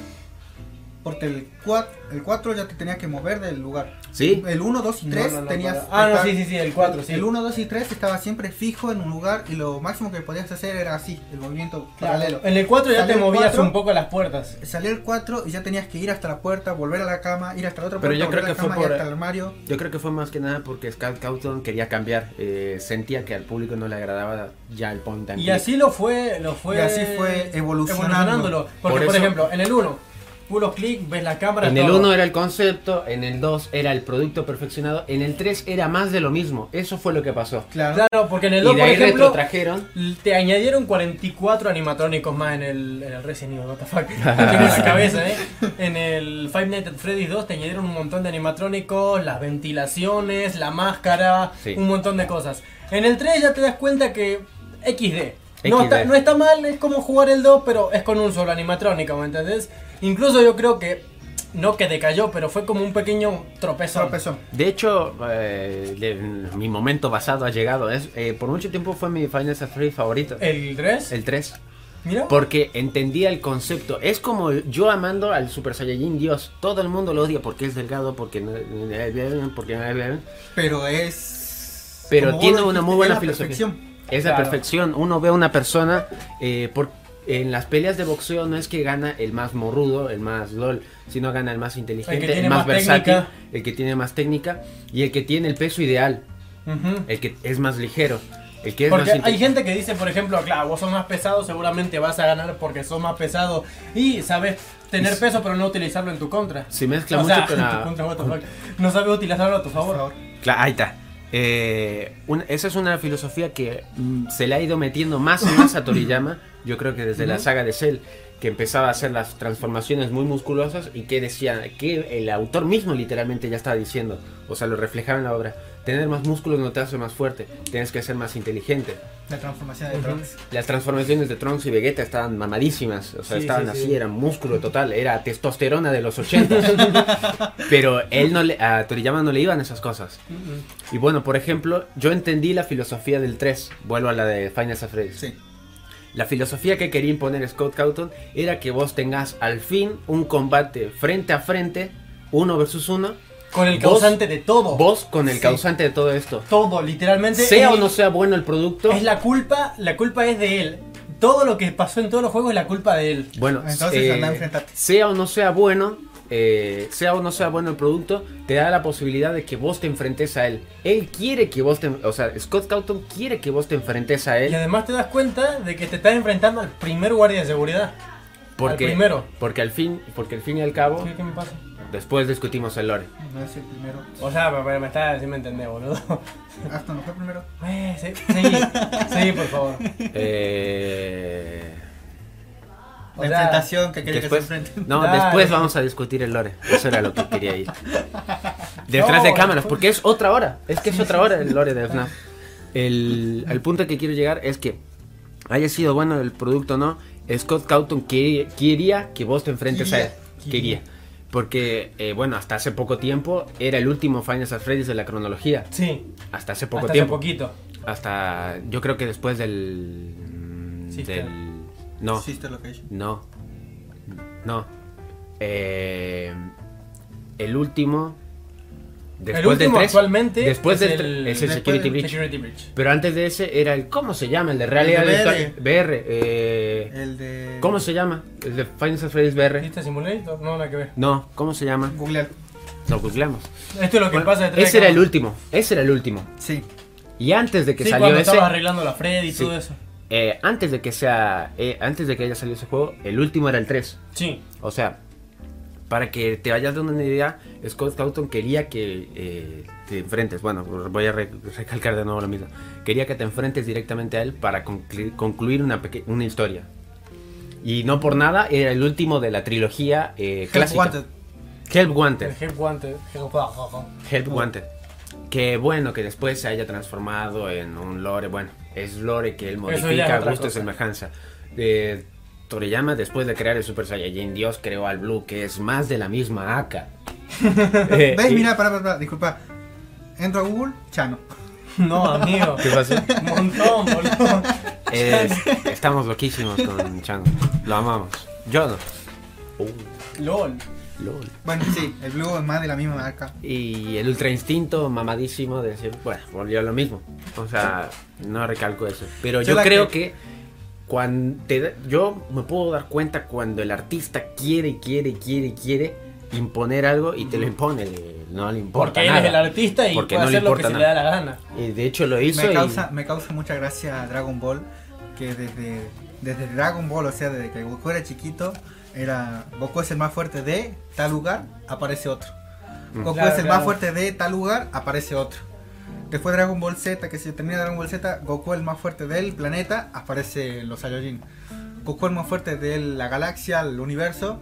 Speaker 3: Porque el 4, el 4 ya te tenía que mover del lugar.
Speaker 4: ¿Sí?
Speaker 3: El 1, 2 y
Speaker 1: No,
Speaker 3: 3
Speaker 1: no, no,
Speaker 3: tenías.
Speaker 1: para- Ah, no,
Speaker 3: estar-
Speaker 1: sí, sí, sí, el 4, sí.
Speaker 3: El 1, 2 y 3 estaba siempre fijo en un lugar y lo máximo que podías hacer era así, el movimiento paralelo.
Speaker 1: Claro. En el 4 ya
Speaker 3: Salió
Speaker 1: te
Speaker 3: el
Speaker 1: movías
Speaker 3: cuatro.
Speaker 1: un poco las puertas.
Speaker 3: Salió el 4 y ya tenías que ir hasta la puerta, volver a la cama, ir hasta la otra
Speaker 4: Pero
Speaker 3: puerta,
Speaker 4: yo
Speaker 3: volver
Speaker 4: creo
Speaker 3: a la
Speaker 4: que fue
Speaker 3: cama,
Speaker 4: por-
Speaker 3: ir hasta el armario.
Speaker 4: Yo creo que fue más que nada porque Scott Cawthon quería cambiar, eh, sentía que al público no le agradaba ya el point and
Speaker 1: Y
Speaker 4: click.
Speaker 1: así lo fue, lo fue,
Speaker 3: Y así fue evolucionando.
Speaker 1: evolucionándolo. Porque,
Speaker 4: Por
Speaker 1: por,
Speaker 4: eso-
Speaker 1: ejemplo, en el 1, puros clic, ves la cámara.
Speaker 4: En el
Speaker 1: todo.
Speaker 4: 1 era el concepto, en el 2 era el producto perfeccionado, en el 3 era más de lo mismo. Eso fue lo que pasó.
Speaker 3: Claro.
Speaker 1: Claro, porque en
Speaker 4: Y
Speaker 1: el
Speaker 4: de
Speaker 1: 2, por
Speaker 4: ahí
Speaker 1: ejemplo,
Speaker 4: retrotrajeron.
Speaker 1: l- te añadieron 44 animatrónicos más en el, en el Resident Evil, what the
Speaker 4: <laughs>
Speaker 1: fuck. Tiene esa cabeza, ¿eh? En el Five Nights at Freddy's 2 te añadieron un montón de animatrónicos, las ventilaciones, la máscara,
Speaker 4: Sí.
Speaker 1: un montón de cosas. En el 3 ya te das cuenta que XD. No
Speaker 4: XD.
Speaker 1: está, no está mal, es como jugar el 2, pero es con un solo animatrónico, ¿me entendés? Incluso yo creo que, no que decayó, pero fue como un pequeño tropezón.
Speaker 3: Tropezón.
Speaker 4: De hecho, eh, de- mi momento basado ha llegado. Es, eh, por mucho tiempo fue mi Final Fantasy favorito.
Speaker 1: ¿El 3?
Speaker 4: El 3.
Speaker 1: Mira.
Speaker 4: Porque entendía el concepto. Es como yo amando al Super Saiyajin Dios. Todo el mundo lo odia porque es delgado, porque no- porque no-
Speaker 3: Pero es.
Speaker 4: Pero
Speaker 3: como vos
Speaker 4: tiene
Speaker 3: lo
Speaker 4: una muy
Speaker 3: dijiste, es
Speaker 4: buena
Speaker 3: la
Speaker 4: filosofía.
Speaker 3: perfección.
Speaker 4: Es la
Speaker 1: Claro.
Speaker 4: perfección. Uno ve a una persona eh, por, en las peleas de boxeo no es que gana el más morrudo, el más lol, sino gana el más inteligente, el,
Speaker 1: tiene
Speaker 4: más,
Speaker 1: más
Speaker 4: versátil,
Speaker 1: técnica.
Speaker 4: el que tiene más técnica y el que tiene el peso ideal,
Speaker 1: Ujú.
Speaker 4: el que es más ligero, el que es
Speaker 1: Porque
Speaker 4: más
Speaker 1: hay
Speaker 4: inte-
Speaker 1: gente que dice, por ejemplo, "Ah, claro, vos sos más pesado, seguramente vas a ganar porque sos más pesado y sabes tener peso pero no utilizarlo en tu contra.
Speaker 4: Se
Speaker 1: <laughs>
Speaker 4: mezcla
Speaker 1: O
Speaker 4: mucho
Speaker 1: sea,
Speaker 4: con
Speaker 1: en
Speaker 4: la-
Speaker 1: tu contra, what the fuck. No sabes utilizarlo a tu
Speaker 3: Por
Speaker 1: favor.
Speaker 3: favor.
Speaker 4: Cla- ahí está. Eh, un- esa es una filosofía que mm, se le ha ido metiendo más y más a Toriyama. Yo creo que desde la saga de Cell, que empezaba a hacer las transformaciones muy musculosas y que decía, que el autor mismo literalmente ya estaba diciendo, o sea, lo reflejaba en la obra. Tener más músculos no te hace más fuerte, tienes que ser más inteligente.
Speaker 3: La transformación de
Speaker 1: Ujú.
Speaker 3: Trunks.
Speaker 4: Las transformaciones de Trunks y Vegeta estaban mamadísimas, o sea,
Speaker 1: Sí,
Speaker 4: estaban
Speaker 1: sí,
Speaker 4: así,
Speaker 1: sí.
Speaker 4: eran músculo total, era testosterona de
Speaker 1: <laughs>
Speaker 4: los 80. Pero él no le, a Toriyama no le iban esas cosas. Y bueno, por ejemplo, yo entendí la filosofía del 3. Vuelvo a la de Final Fantasy.
Speaker 3: Sí.
Speaker 4: La filosofía que quería imponer Scott Cawthon era que vos tengas al fin un combate frente a frente, uno versus uno,
Speaker 1: Con el
Speaker 4: Vos-
Speaker 1: causante de todo.
Speaker 4: vos con el
Speaker 1: Sí.
Speaker 4: causante de todo esto.
Speaker 1: Todo, literalmente.
Speaker 4: Sea
Speaker 1: es-
Speaker 4: o no sea bueno el producto.
Speaker 1: Es la culpa, la culpa es de él. Todo lo que pasó en todos los juegos es la culpa de él.
Speaker 4: Bueno,
Speaker 3: Entonces,
Speaker 4: eh,
Speaker 3: anda, enfrentate.
Speaker 4: sea o no sea bueno, eh, sea o no sea bueno el producto, te da la posibilidad de que vos te enfrentes a él. Él quiere que vos te, o sea, Scott Cawthon quiere que vos te enfrentes a él.
Speaker 1: Y además te das cuenta de que te estás enfrentando al primer guardia de seguridad.
Speaker 4: Porque,
Speaker 1: Al primero.
Speaker 4: Porque al fin, porque al fin y al cabo,
Speaker 1: ¿Qué, qué me pasa?
Speaker 4: después discutimos el lore.
Speaker 3: No es el primero.
Speaker 1: O sea, me, me está, sí me entendés, boludo. <laughs>
Speaker 2: Oh.
Speaker 3: Hasta no fue primero.
Speaker 1: Eh, sí, seguí, seguí, por favor.
Speaker 4: Eh,
Speaker 1: O
Speaker 3: la
Speaker 1: sea,
Speaker 3: presentación que quería
Speaker 4: después,
Speaker 3: que se enfrenten.
Speaker 4: no,
Speaker 1: Dale.
Speaker 4: después vamos a discutir el lore. Eso era lo que quería
Speaker 1: <laughs>
Speaker 4: ir. Detrás
Speaker 1: No,
Speaker 4: de cámaras,
Speaker 1: después-
Speaker 4: porque es otra hora. Es que es otra hora el lore de FNAF. El, al punto que quiero llegar es que haya sido bueno el producto o no, Scott Cawthon que- quería que vos te enfrentes a él.
Speaker 1: Quería,
Speaker 4: Quería.
Speaker 1: quería.
Speaker 4: Porque, eh, bueno, hasta hace poco tiempo era el último Final Fantasy de la cronología.
Speaker 1: Sí,
Speaker 4: Hasta hace poco
Speaker 1: hasta hace
Speaker 4: tiempo.
Speaker 1: poquito.
Speaker 4: Hasta,
Speaker 2: hasta yo creo que después del
Speaker 1: Sister.
Speaker 2: del
Speaker 3: <laughs>
Speaker 2: no
Speaker 3: Sister Location.
Speaker 2: no no Eh, el último después
Speaker 1: el último
Speaker 2: del 3
Speaker 1: actualmente
Speaker 2: después
Speaker 1: es el,
Speaker 2: del tre- es el
Speaker 1: después
Speaker 2: Security
Speaker 1: del
Speaker 2: Breach.
Speaker 1: Security Breach.
Speaker 2: pero antes de ese era el cómo se llama el de realidad
Speaker 3: El de
Speaker 2: virtual-
Speaker 3: VR.
Speaker 2: VR, eh,
Speaker 3: El de.
Speaker 2: cómo se llama el de Final Fantasy VR
Speaker 1: ¿Viste Simulator? No, nada que ver.
Speaker 2: no cómo se llama
Speaker 3: Googlear.
Speaker 2: lo googleamos
Speaker 1: Esto es lo que
Speaker 2: Bueno,
Speaker 1: pasa detrás de
Speaker 2: ese era el
Speaker 1: cámara.
Speaker 2: último ese era el último
Speaker 3: Sí.
Speaker 2: y antes de que
Speaker 1: Sí,
Speaker 2: salió
Speaker 1: cuando
Speaker 2: ese
Speaker 1: estaba arreglando la Fred y
Speaker 2: Sí.
Speaker 1: todo eso.
Speaker 2: eh, antes de que sea eh, antes de que haya salido ese juego el último era el 3
Speaker 1: Sí.
Speaker 2: O sea, para que te vayas dando una idea, Scott Cawthon quería que eh, te enfrentes. Bueno, voy a re- recalcar de nuevo lo mismo. Quería que te enfrentes directamente a él para conclu- concluir una, peque- una historia. Y no por nada, era el último de la trilogía eh,
Speaker 3: Help
Speaker 2: clásica.
Speaker 3: Wanted.
Speaker 2: Help Wanted.
Speaker 1: El Help Wanted. Help Wanted.
Speaker 2: Help Wanted. Que bueno, que después se haya transformado en un lore. Bueno, es lore que él
Speaker 1: ya es
Speaker 2: modifica a
Speaker 1: otra
Speaker 2: gusto y
Speaker 1: cosa.
Speaker 2: semejanza. Eh, Toriyama, después de crear el Super Saiyajin Dios, creó al Blue, que es más de la
Speaker 1: <laughs>
Speaker 2: misma Aka. Eh,
Speaker 3: ¿Ves?
Speaker 2: y-
Speaker 3: Mira, pará, pará, pará, disculpa. Entro a Google, Chano.
Speaker 1: No, amigo.
Speaker 2: <laughs> ¿Qué pasó?
Speaker 1: Un montón, boludo.
Speaker 2: Eh, estamos loquísimos con Chan. Lo amamos. Yo no.
Speaker 1: LOL.
Speaker 2: LOL.
Speaker 3: Bueno, sí, el Blue es más de la misma marca.
Speaker 2: Y el ultra instinto mamadísimo de decir, bueno, volvió a lo mismo. O sea, no recalco eso. Pero
Speaker 3: Yo
Speaker 2: yo,
Speaker 3: la
Speaker 2: creo
Speaker 3: que-
Speaker 2: que, cuando te da- yo me puedo dar cuenta cuando el artista quiere, quiere, quiere, quiere imponer algo y te lo impone. le- No le importa
Speaker 1: Porque él
Speaker 2: nada.
Speaker 1: es el artista y
Speaker 2: Porque
Speaker 1: puede
Speaker 2: no le
Speaker 1: hacer lo que se
Speaker 2: importa
Speaker 1: le da
Speaker 2: nada.
Speaker 1: la gana.
Speaker 2: Y de hecho lo hizo.
Speaker 3: Me
Speaker 2: y-
Speaker 3: causa, me causa mucha gracia Dragon Ball, que desde, desde Dragon Ball, o sea, desde que Goku era chiquito, era Goku es el más fuerte de tal lugar, aparece otro.
Speaker 2: Mm.
Speaker 3: Goku
Speaker 1: Claro,
Speaker 3: es el
Speaker 1: claro.
Speaker 3: más fuerte de tal lugar, aparece otro. Después Dragon Ball Z, que si termina Dragon Ball Z, Goku el más fuerte del planeta, aparece los Saiyajin. Goku el más fuerte de la galaxia, el universo.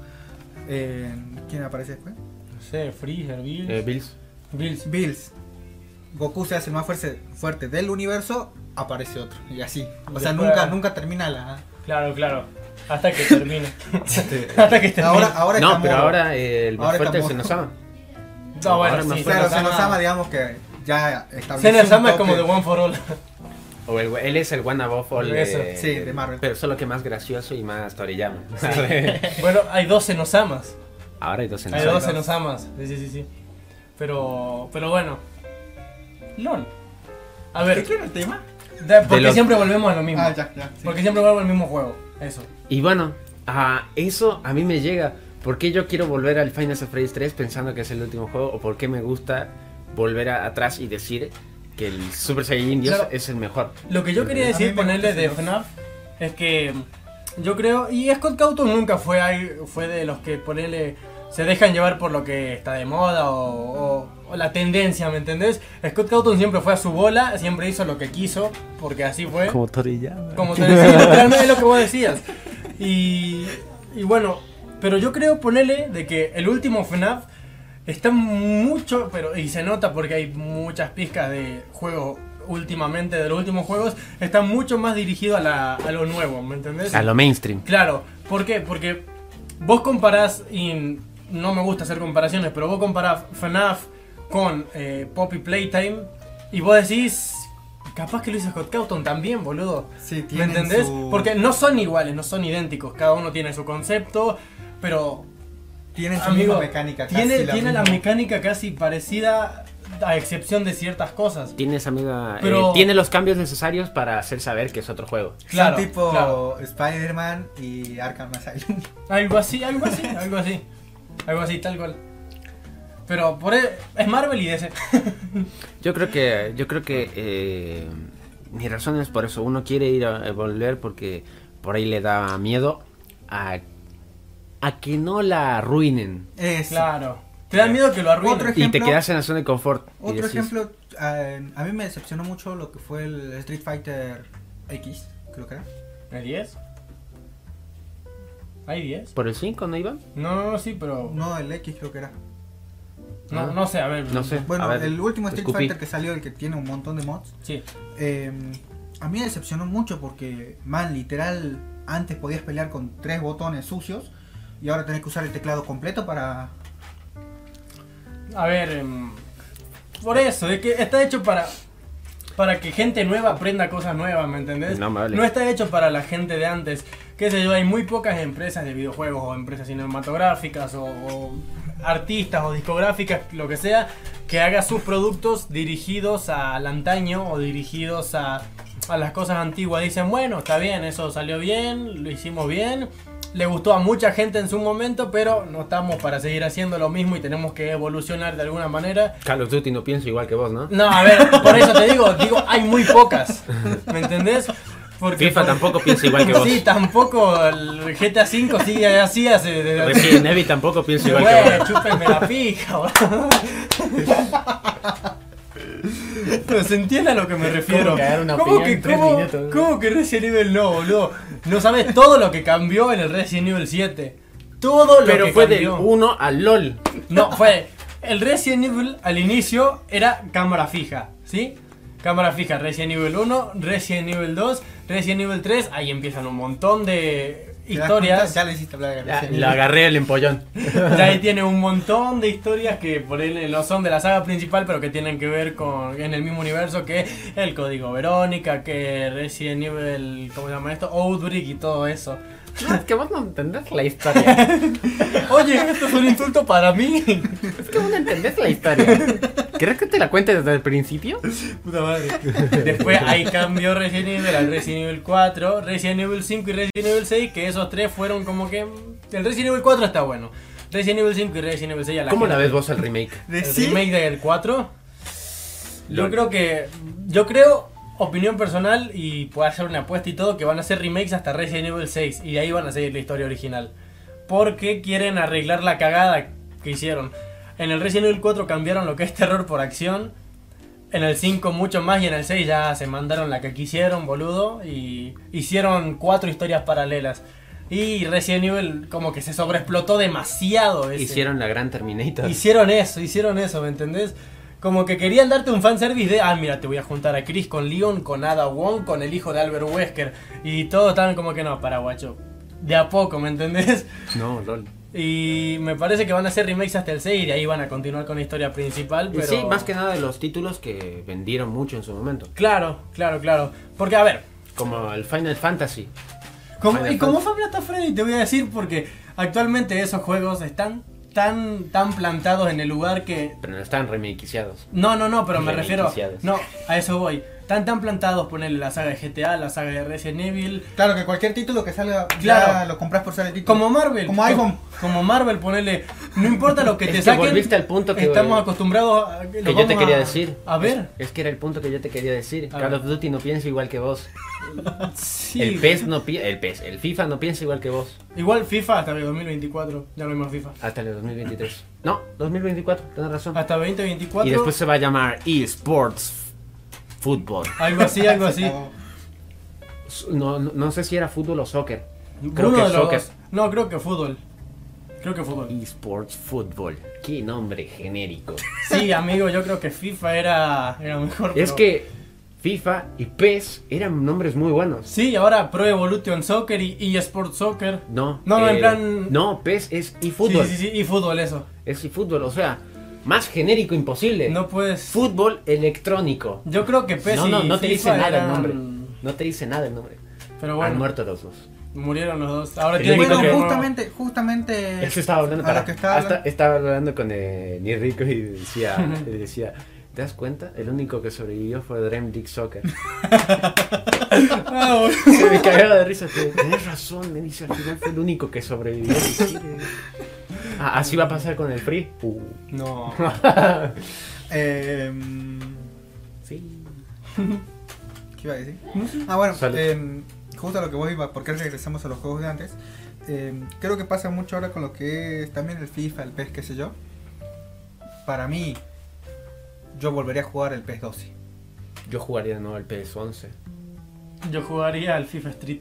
Speaker 3: eh, ¿Quién aparece después?
Speaker 1: No sé, Freezer, Bills.
Speaker 2: eh, Bills.
Speaker 1: Bills.
Speaker 3: Bills. Goku se hace el más fuerte, fuerte del universo, aparece otro. Y así. O sea,
Speaker 1: Después-
Speaker 3: nunca, nunca termina la.
Speaker 1: Claro, claro. Hasta que
Speaker 2: <laughs>
Speaker 1: termine. Hasta que termine.
Speaker 3: <laughs> Ahora, ahora
Speaker 2: no,
Speaker 3: está
Speaker 2: pero
Speaker 3: Moro.
Speaker 2: ahora eh, el más
Speaker 3: Ahora
Speaker 2: fuerte
Speaker 3: está
Speaker 2: se nos ama.
Speaker 1: No, bueno,
Speaker 2: ahora
Speaker 1: sí,
Speaker 2: más
Speaker 3: Claro,
Speaker 1: Senna
Speaker 3: se nos
Speaker 1: Sama-
Speaker 3: ama, digamos que ya estableció.
Speaker 1: Senna
Speaker 3: un
Speaker 1: Sama es
Speaker 3: tope.
Speaker 1: como de One for All.
Speaker 2: O el- él es el one above all de,
Speaker 1: Eso,
Speaker 3: sí, de Marvel.
Speaker 2: Pero solo que más gracioso y más Toriyama. <laughs>
Speaker 1: bueno, hay dos Senosamas.
Speaker 2: Ahora hay dos en
Speaker 1: Hay
Speaker 2: la
Speaker 1: dos
Speaker 2: sala.
Speaker 1: Senosamas. Sí, sí, sí, sí. Pero, pero bueno. LOL. A ver,
Speaker 3: ¿Qué era el tema?
Speaker 1: da- porque
Speaker 2: lo-
Speaker 1: siempre volvemos a lo mismo.
Speaker 3: Ah, ya, ya. sí.
Speaker 1: Porque siempre vuelvo al mismo juego. Eso.
Speaker 2: Y bueno, a eso a mí me llega. ¿Por qué yo quiero volver al Final Fantasy 3 pensando que es el último juego? ¿O por qué me gusta volver a- atrás y decir que el Super Saiyajin Dios
Speaker 1: Claro.
Speaker 2: es el mejor?
Speaker 1: Lo que yo quería
Speaker 3: A mí
Speaker 1: decir
Speaker 3: me
Speaker 1: ponerle
Speaker 3: gusta
Speaker 1: de
Speaker 3: ese
Speaker 1: FNAF es que mm, yo creo, y Scott Cawthon nunca fue ahí- fue de los que ponerle se dejan llevar por lo que está de moda o, o- o la tendencia, ¿me entendés? Scott Cawthon siempre fue a su bola, siempre hizo lo que quiso, porque así fue. Como Toriyama. Como Toriyama, literalmente es lo que vos decías. Y, y bueno, pero yo creo ponerle de que el último FNAF Está mucho, pero y se nota porque hay muchas pizcas de juegos últimamente, de los últimos juegos, está mucho más dirigido a, la- a lo nuevo, ¿me entendés?
Speaker 2: A lo mainstream.
Speaker 1: Claro, ¿por qué? Porque vos comparás, y no me gusta hacer comparaciones, pero vos comparás FNAF con eh, Poppy Playtime y vos decís, capaz que lo hizo Scott Cawthon también, boludo.
Speaker 3: Sí,
Speaker 1: ¿Me
Speaker 3: tienen
Speaker 1: entendés?
Speaker 3: su-
Speaker 1: Porque no son iguales, no son idénticos, cada uno tiene su concepto, pero
Speaker 3: Tienen su
Speaker 1: Amigo,
Speaker 3: misma mecánica. casi
Speaker 1: tiene, tiene la
Speaker 3: misma.
Speaker 1: mecánica casi parecida, a excepción de ciertas cosas.
Speaker 2: Tiene esa misma-
Speaker 1: Pero-
Speaker 2: eh, tiene los cambios necesarios para hacer saber que es otro juego.
Speaker 1: Claro,
Speaker 3: Son tipo
Speaker 1: claro.
Speaker 3: Spider-Man y Arkham Asylum. <laughs>
Speaker 1: Algo así, algo así, algo así. Algo así, tal cual. Pero por e- es Marvel y
Speaker 3: <laughs>
Speaker 1: DC.
Speaker 2: Yo creo que, yo creo que eh, mi razón es por eso. Uno quiere ir a, a volver porque por ahí le da miedo a, a que no la arruinen.
Speaker 3: Eso.
Speaker 1: Claro. Te da miedo que lo
Speaker 3: Otro
Speaker 1: arruinen.
Speaker 2: Y te
Speaker 3: Ejemplo-
Speaker 2: quedas en la zona de confort. y
Speaker 3: Otro
Speaker 2: decís,
Speaker 3: ejemplo, eh, a mí me decepcionó mucho lo que fue el Street Fighter X, creo que era.
Speaker 1: ¿Hay 10? ¿Hay 10?
Speaker 2: ¿Por el 5 no iba?
Speaker 1: No, no, no, sí, pero...
Speaker 3: No, el X creo que era.
Speaker 1: No, no sé, a ver.
Speaker 2: No sé.
Speaker 3: Bueno,
Speaker 2: A ver,
Speaker 3: el último Street
Speaker 2: escupí.
Speaker 3: Fighter que salió, el que tiene un montón de mods,
Speaker 1: Sí.
Speaker 3: eh, a mí me decepcionó mucho porque, man, literal, antes podías pelear con tres botones sucios y ahora tenés que usar el teclado completo para...
Speaker 1: A ver... em, Por eso, es que está hecho para... para que gente nueva aprenda cosas nuevas, ¿me entendés?
Speaker 2: No me hables.
Speaker 1: está hecho para la gente de antes. Qué sé yo, hay muy pocas empresas de videojuegos o empresas cinematográficas o, o artistas o discográficas, lo que sea, que haga sus productos dirigidos al antaño o dirigidos a, a las cosas antiguas. Dicen, bueno, está bien, eso salió bien, lo hicimos bien. Le gustó a mucha gente en su momento, pero no estamos para seguir haciendo lo mismo y tenemos que evolucionar de alguna manera.
Speaker 2: Call of Duty no pienso igual que vos, <laughs> ¿no?
Speaker 1: No, a ver, por eso te digo, digo, hay muy pocas. ¿Me entendés? Porque
Speaker 2: FIFA tampoco piensa igual que vos.
Speaker 1: Sí, tampoco el GTA V sigue así hace desde
Speaker 2: Resident Evil tampoco pienso igual que
Speaker 1: Güey,
Speaker 2: vos.
Speaker 1: chúpenme la pija, boludo. Pero se entiende a lo que me refiero.
Speaker 4: cagar una
Speaker 1: ¿Cómo
Speaker 4: piña
Speaker 1: que,
Speaker 4: en tres
Speaker 1: cómo,
Speaker 4: minutos?
Speaker 1: cómo que Resident Evil no, boludo? No sabes todo lo que cambió en el Resident Evil 7. Todo lo
Speaker 2: Pero
Speaker 1: que
Speaker 2: fue del
Speaker 1: cambió.
Speaker 2: 1 al LOL.
Speaker 1: No, fue. El Resident Evil al inicio era cámara fija, ¿sí? Cámara fija, Resident Evil 1, Resident Evil 2, Resident Evil 3. Ahí empiezan un montón de
Speaker 3: ¿Te das cuenta?
Speaker 1: historias.
Speaker 3: Ya le hiciste hablar
Speaker 2: La,
Speaker 3: de
Speaker 2: la agarré el empollón.
Speaker 1: <laughs> Ya ahí tiene un montón de historias que por él no son de la saga principal, pero que tienen que ver con en el mismo universo que el código Verónica, que Resident Evil, ¿cómo se llama esto? Outbreak y todo eso.
Speaker 2: No, es que vos no entendés la historia. <laughs>
Speaker 1: Oye, esto es un insulto para mí.
Speaker 2: Es que vos no entendés la historia. ¿Crees que te la cuente desde el principio?
Speaker 1: Puta
Speaker 2: <laughs>
Speaker 1: madre. Después ahí cambió Resident Evil al Resident Evil 4, Resident Evil 5 y Resident Evil 6, que esos tres fueron como que. El Resident Evil 4 está bueno. Resident Evil 5 y Resident Evil 6 a la
Speaker 2: ¿Cómo la
Speaker 1: gente-
Speaker 2: ves vos al remake?
Speaker 1: ¿El
Speaker 3: sí.
Speaker 1: remake del 4? Yo
Speaker 2: Lol.
Speaker 1: creo que. Yo creo, opinión personal, y puedo hacer una apuesta y todo, que van a hacer remakes hasta Resident Evil 6. Y de ahí van a seguir la historia original. Porque quieren arreglar la cagada que hicieron. En el Resident Evil 4 cambiaron lo que es terror por acción. En el 5 mucho más y en el 6 ya se mandaron la que quisieron, boludo. Y hicieron cuatro historias paralelas. Y Resident Evil como que se sobreexplotó demasiado. Ese.
Speaker 2: Hicieron la gran Terminator.
Speaker 1: Hicieron eso, hicieron eso, ¿me entendés? Como que querían darte un fanservice de, ah, mira, te voy a juntar a Chris con Leon, con Ada Wong, con el hijo de Albert Wesker. Y todos estaban como que no, para guacho. De a poco, ¿me entendés? <laughs>
Speaker 2: No, LOL.
Speaker 1: Y me parece que van a hacer remakes hasta el 6 y de ahí van a continuar con la historia principal. Pero...
Speaker 2: Sí, más que nada de los títulos que vendieron mucho en su momento.
Speaker 1: Claro, claro, claro. Porque, a ver,
Speaker 2: Como el Final Fantasy.
Speaker 1: Como-
Speaker 2: Final
Speaker 1: y como fan hasta Freddy, te voy a decir porque actualmente esos juegos están tan, tan plantados en el lugar que
Speaker 2: Pero no están remakeiciados.
Speaker 1: No, no, no, pero me refiero.
Speaker 2: Beneficiados.
Speaker 1: No, a eso voy. Están tan plantados ponerle la saga de GTA, la saga de Resident Evil.
Speaker 3: Claro que cualquier título que salga, ya
Speaker 1: Claro.
Speaker 3: lo compras por ser el título.
Speaker 1: Como Marvel.
Speaker 3: Como iPhone.
Speaker 1: Co- Como Marvel, ponerle. No importa lo que
Speaker 2: Es
Speaker 1: te
Speaker 2: que
Speaker 1: saquen.
Speaker 2: volviste al punto que-
Speaker 1: Estamos acostumbrados a.
Speaker 2: Que yo te quería decir.
Speaker 1: A ver.
Speaker 2: Es que era el punto que yo te quería decir.
Speaker 1: A
Speaker 2: Call
Speaker 1: ver.
Speaker 2: of Duty no piensa igual que vos.
Speaker 1: Sí.
Speaker 2: El PES no pi- el PES, el FIFA no piensa igual que vos.
Speaker 1: Igual FIFA hasta el 2024. Ya no hay más FIFA.
Speaker 2: Hasta el 2023. No, 2024, tenés razón.
Speaker 1: Hasta 2024.
Speaker 2: Y después se va a llamar eSports Fútbol.
Speaker 1: Algo
Speaker 3: <laughs>
Speaker 1: así, algo así.
Speaker 3: No,
Speaker 2: No, no, no sé si era fútbol o soccer. Creo
Speaker 1: Uno
Speaker 2: que
Speaker 1: de los
Speaker 2: soccer.
Speaker 1: dos. No, creo que fútbol. Creo que fútbol.
Speaker 2: eSports Fútbol. Qué nombre genérico.
Speaker 1: Sí, amigo, yo creo que FIFA era, era mejor.
Speaker 2: Es
Speaker 1: pero-
Speaker 2: que FIFA y PES eran nombres muy buenos.
Speaker 1: Sí, ahora Pro Evolution Soccer y eSports Soccer.
Speaker 2: No,
Speaker 1: No, no, en
Speaker 2: eh,
Speaker 1: plan-
Speaker 2: No, PES es eFootball.
Speaker 1: Sí, sí, sí, y fútbol eso.
Speaker 2: Es eFootball, o sea, más genérico imposible.
Speaker 1: No puedes.
Speaker 2: Eh, Fútbol electrónico.
Speaker 1: Yo creo que PES
Speaker 2: no, no,
Speaker 1: y
Speaker 2: no te dice
Speaker 1: FIFA
Speaker 2: nada
Speaker 1: eran-
Speaker 2: el nombre. No te dice nada el nombre.
Speaker 1: Pero
Speaker 2: Han
Speaker 1: bueno,
Speaker 2: muerto los dos.
Speaker 1: murieron los dos. Ahora
Speaker 2: El
Speaker 1: tiene que
Speaker 2: único
Speaker 3: Bueno,
Speaker 2: que-
Speaker 1: ser
Speaker 3: justamente, justamente.
Speaker 2: Eso estaba hablando
Speaker 3: a
Speaker 2: para,
Speaker 3: lo que estaba
Speaker 2: hasta-
Speaker 3: hablando.
Speaker 2: estaba hablando con eh, Nick Rico y
Speaker 3: <laughs>
Speaker 2: decía, y decía, ¿te das cuenta? El único que sobrevivió fue Dream Dick Soccer. <laughs>
Speaker 1: nuevo. Ah, boludo.
Speaker 2: Se me cagaba de risa. tío. Tenés razón, me dice, al final fue el único que sobrevivió.
Speaker 3: <laughs>
Speaker 2: Ah, así va a pasar con el Free. Uh, <laughs>
Speaker 3: <laughs>
Speaker 1: No.
Speaker 3: Eh,
Speaker 2: sí.
Speaker 3: ¿Qué iba a decir? Ah, bueno,
Speaker 2: Salud.
Speaker 3: eh, justo a lo que vos ibas, porque regresamos a los juegos de antes. Eh, creo que pasa mucho ahora con lo que es también el FIFA, el PES, qué sé yo. Para mí, yo volvería a jugar el PES 12.
Speaker 2: Yo jugaría de nuevo al PS11.
Speaker 1: <laughs> Yo jugaría al FIFA Street.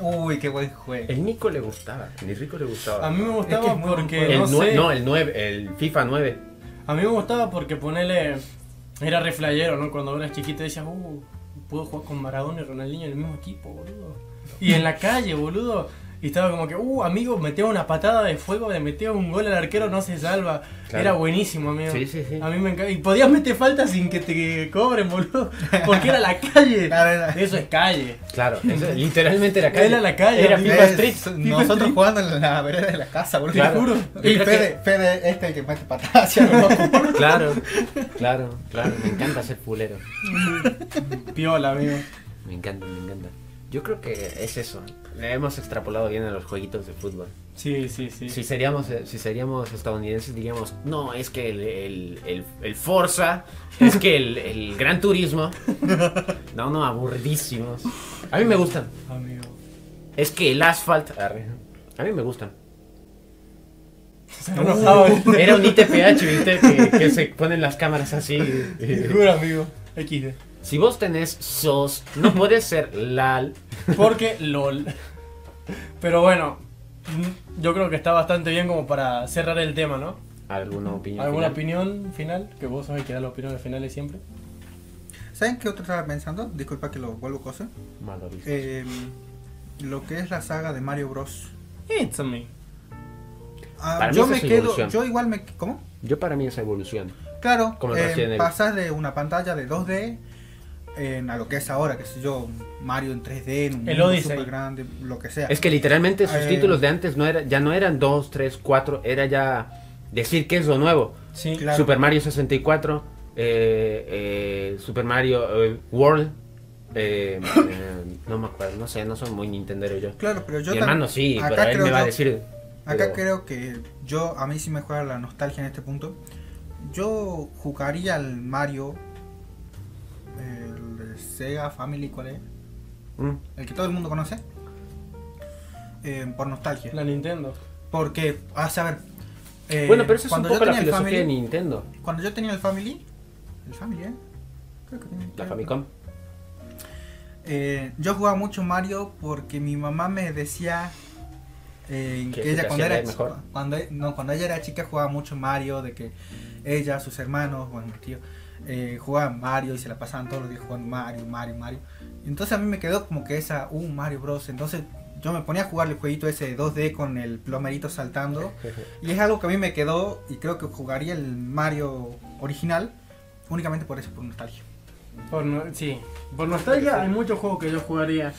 Speaker 3: Uy, qué buen juego.
Speaker 2: El Nico le gustaba. El Nico le gustaba.
Speaker 1: A mí me
Speaker 3: Es que
Speaker 1: gustaba
Speaker 3: es muy
Speaker 1: porque.
Speaker 2: el
Speaker 1: No,
Speaker 2: nue-
Speaker 1: sé,
Speaker 2: Ah, no, el 9, el FIFA 9.
Speaker 1: A mí me gustaba porque ponele. Era reflayero, ¿no? Cuando eras chiquito decías, uh, puedo jugar con Maradona y Ronaldinho en el mismo equipo, boludo. Y en la calle, boludo. Y estaba como que, uh, amigo, metía una patada de fuego, le metía un gol al arquero, no se salva.
Speaker 4: Claro.
Speaker 1: Era buenísimo, amigo.
Speaker 4: Sí, sí, sí.
Speaker 1: A mí me encanta. Y podías meter falta sin que te cobren, boludo. Porque era la
Speaker 4: <laughs>
Speaker 1: calle.
Speaker 3: Claro, era-
Speaker 1: Eso es calle.
Speaker 2: <laughs>
Speaker 4: Claro, eso literalmente era calle.
Speaker 1: Era la calle,
Speaker 4: Era
Speaker 1: amigo.
Speaker 4: FIFA
Speaker 3: Es-
Speaker 4: Street.
Speaker 3: nosotros jugando en la vereda de la casa, boludo.
Speaker 4: Claro.
Speaker 1: Te juro.
Speaker 3: Y
Speaker 4: Yo creo
Speaker 3: Fede, Fede, este el que mete patadas, <laughs> ya no
Speaker 2: <laughs>
Speaker 4: Claro, claro, claro. Me encanta ser fulero.
Speaker 1: <laughs> Piola, amigo.
Speaker 4: Me encanta, me encanta. Yo creo que es eso. Le hemos extrapolado bien a los jueguitos de fútbol.
Speaker 1: Sí, sí, sí.
Speaker 4: Si seríamos, eh, si seríamos estadounidenses, diríamos, no, es que el, el, el- el Forza, es que el, el Gran Turismo. No, no, aburridísimos. A mí me gustan.
Speaker 1: Amigo.
Speaker 4: Uh. Es que el Asphalt. Arre. A mí me gustan.
Speaker 1: Se enojaba.
Speaker 4: Era un ITPH, viste, que, que se ponen las cámaras así.
Speaker 1: <laughs> Te juro, amigo. XD.
Speaker 4: Si vos tenés SOS, no puedes ser LAL.
Speaker 1: Porque LOL. Pero bueno, mm, yo creo que está bastante bien como para cerrar el tema, ¿no?
Speaker 4: ¿Alguna opinión?
Speaker 1: ¿Alguna
Speaker 4: final?
Speaker 1: opinión final? Que vos sos el que da las opiniones finales siempre.
Speaker 3: ¿Saben qué otro estaba pensando? Disculpa que lo vuelvo a coser.
Speaker 4: Malorizo.
Speaker 3: Eh, lo que es la saga de Mario Bros.
Speaker 1: It's a me.
Speaker 3: Ah,
Speaker 4: Para mí
Speaker 3: yo
Speaker 4: esa
Speaker 3: me
Speaker 4: es su
Speaker 3: quedo,
Speaker 4: evolución.
Speaker 3: yo igual me... ¿Cómo?
Speaker 4: Yo para mí esa evolución.
Speaker 3: Claro,
Speaker 4: Como el
Speaker 3: eh,
Speaker 4: Resident Evil.
Speaker 3: pasas de una pantalla de 2D en a lo que es ahora, que sé yo, Mario en 3D, en un
Speaker 1: El
Speaker 3: mundo
Speaker 1: Odyssey.
Speaker 3: super grande, lo que sea.
Speaker 4: Es que literalmente sus
Speaker 3: Eh.
Speaker 4: títulos de antes no era, ya no eran 2, 3, 4, era ya decir que es lo nuevo.
Speaker 1: Sí.
Speaker 3: Claro.
Speaker 4: Super Mario 64, eh, eh, Super Mario eh, World, eh, eh, no me acuerdo, no sé, no soy muy Nintendero yo.
Speaker 3: Claro, pero yo
Speaker 4: Mi
Speaker 3: tam-
Speaker 4: hermano sí,
Speaker 3: acá
Speaker 4: pero él
Speaker 3: creo
Speaker 4: me va a
Speaker 3: yo-
Speaker 4: decir.
Speaker 3: Acá
Speaker 4: pero-
Speaker 3: creo que yo, a mí sí me juega la nostalgia en este punto. Yo jugaría al Mario, el de Sega Family, ¿cuál es?
Speaker 4: Mm,
Speaker 3: El que todo el mundo conoce. eh, por nostalgia.
Speaker 1: La Nintendo.
Speaker 3: Porque, ah, a saber. eh,
Speaker 4: bueno, pero esa es un
Speaker 3: cuando yo
Speaker 4: poco la
Speaker 3: tenía el
Speaker 4: filosofía de
Speaker 3: Family-
Speaker 4: Nintendo,
Speaker 3: Cuando yo tenía el Family. ¿El Family, eh? Creo que tenía-
Speaker 4: la Famicom.
Speaker 3: Eh, yo jugaba mucho Mario porque mi mamá me decía. eh,
Speaker 4: Que
Speaker 3: que,
Speaker 4: se te
Speaker 3: ella cuando
Speaker 4: hacía
Speaker 3: era
Speaker 4: ver
Speaker 3: chica,
Speaker 4: mejor.
Speaker 3: cuando, no, cuando ella era chica jugaba mucho Mario, de que ella, sus hermanos, bueno, mi tío, eh, jugaban Mario y se la pasaban todos los días jugando Mario, Mario, Mario. Entonces a mí me quedó como que esa, uh, Mario Bros. Entonces yo me ponía a jugar el jueguito ese de 2D con el plomerito
Speaker 4: <laughs>
Speaker 3: saltando. Y es algo que a mí me quedó y creo que jugaría el Mario original únicamente por eso, por nostalgia.
Speaker 1: Por no- sí. Por nostalgia hay muchos juegos que yo jugaría.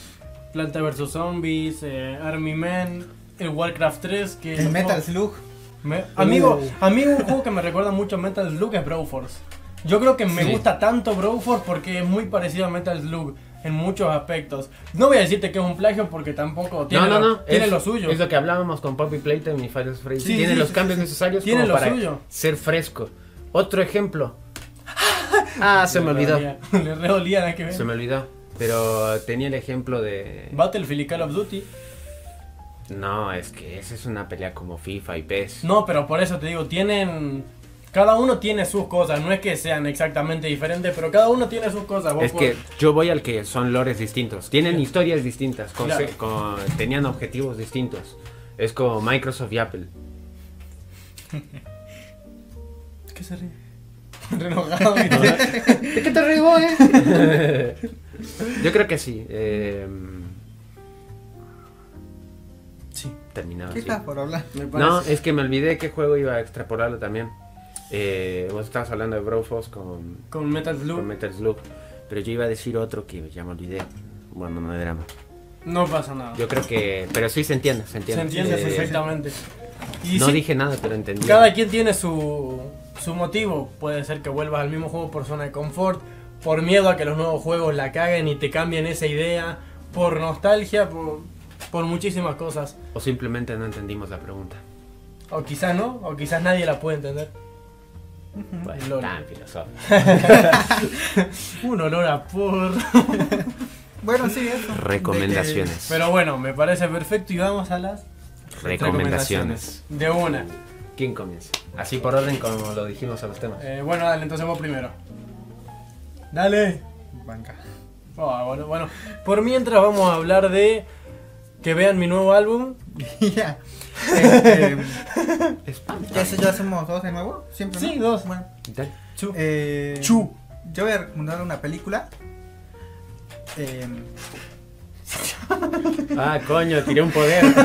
Speaker 1: Planta vs Zombies, eh, Army Men, el Warcraft 3 que...
Speaker 3: El Metal Slug.
Speaker 4: Ah,
Speaker 1: Me- amigo,
Speaker 3: Uh.
Speaker 1: amigo, un juego que me recuerda mucho a Metal Slug es Broforce. Yo creo que me
Speaker 4: Sí.
Speaker 1: gusta tanto Broforce porque es muy parecido a Metal Slug en muchos aspectos. No voy a decirte que es un plagio porque tampoco tiene,
Speaker 4: no, no,
Speaker 1: lo,
Speaker 4: no.
Speaker 1: tiene
Speaker 4: es,
Speaker 1: lo suyo.
Speaker 4: Es lo que hablábamos con Poppy Playtime y Final Fantasy.
Speaker 1: Sí,
Speaker 4: tiene
Speaker 1: sí,
Speaker 4: los
Speaker 1: sí,
Speaker 4: cambios
Speaker 1: sí, sí.
Speaker 4: necesarios
Speaker 1: Tiene
Speaker 4: como
Speaker 1: lo
Speaker 4: para
Speaker 1: suyo.
Speaker 4: ser fresco. Otro ejemplo. Ah, se me
Speaker 1: Le
Speaker 4: olvidó.
Speaker 1: dolía, <laughs> Le redolía la que ve.
Speaker 4: Se me olvidó. Pero tenía el ejemplo de.
Speaker 1: Battlefield y Call of Duty.
Speaker 4: No, es que esa es una pelea como FIFA y PES.
Speaker 1: No, pero por eso te digo, tienen. Cada uno tiene sus cosas, no es que sean exactamente diferentes, pero cada uno tiene sus cosas. Vos
Speaker 4: Es que yo voy al que son lores distintos. Tienen historias distintas. con-
Speaker 1: Claro.
Speaker 4: con- tenían objetivos distintos. Es como Microsoft y Apple.
Speaker 1: podés- ¿Qué se ríe? <laughs> Re
Speaker 4: <laughs>
Speaker 1: enojado, mira.
Speaker 4: ¿De qué te rigo, eh? Yo creo que sí. eh,
Speaker 1: Sí,
Speaker 4: terminado.
Speaker 3: ¿Qué
Speaker 4: sí.
Speaker 3: estás por hablar?
Speaker 1: me parece.
Speaker 4: No, es que me olvidé qué juego iba a extrapolarlo también. Eh, vos estabas hablando de Broforce con,
Speaker 1: Con Metal Slug.
Speaker 4: con Metal Slug. Pero yo iba a decir otro que ya me olvidé. Bueno, no hay drama.
Speaker 1: No pasa nada.
Speaker 4: Yo creo que. Pero sí se entiende, se
Speaker 1: Se
Speaker 4: entiende.
Speaker 1: entiende
Speaker 4: Eh,
Speaker 1: perfectamente. Y
Speaker 4: No
Speaker 1: sí,
Speaker 4: dije nada, pero entendí.
Speaker 1: cada quien tiene su, su motivo. Puede ser que vuelvas al mismo juego por zona de confort, por miedo a que los nuevos juegos la caguen y te cambien esa idea, por nostalgia, por, por muchísimas cosas.
Speaker 4: O simplemente no entendimos la pregunta.
Speaker 1: O quizás no, o quizás nadie la puede entender.
Speaker 4: Bueno,
Speaker 1: Lol.
Speaker 4: tan filosófico.
Speaker 1: Un olor a por.
Speaker 4: <laughs>
Speaker 3: Bueno, sí, eso.
Speaker 4: Recomendaciones.
Speaker 1: Pero bueno, me parece perfecto y vamos a las
Speaker 4: Recomendaciones.
Speaker 1: De una.
Speaker 4: ¿Quién comienza? Así por orden como lo dijimos a los temas.
Speaker 1: Eh, bueno, dale, entonces vos primero. Dale.
Speaker 3: De que- banca. <laughs>
Speaker 1: Ah, bueno, bueno, por mientras vamos a hablar de que vean mi nuevo álbum.
Speaker 3: Ya. Este,
Speaker 4: Espanta.
Speaker 3: ¿Ya sé yo hacemos dos de nuevo? Siempre.
Speaker 1: Ah, Sí,
Speaker 3: no?
Speaker 1: dos.
Speaker 3: Bueno.
Speaker 4: Dale.
Speaker 1: Chu.
Speaker 3: eh,
Speaker 1: Chu.
Speaker 3: Em, Yo voy a recomendar una película. eh,
Speaker 4: Ah, coño, tiré un poder.
Speaker 1: <laughs>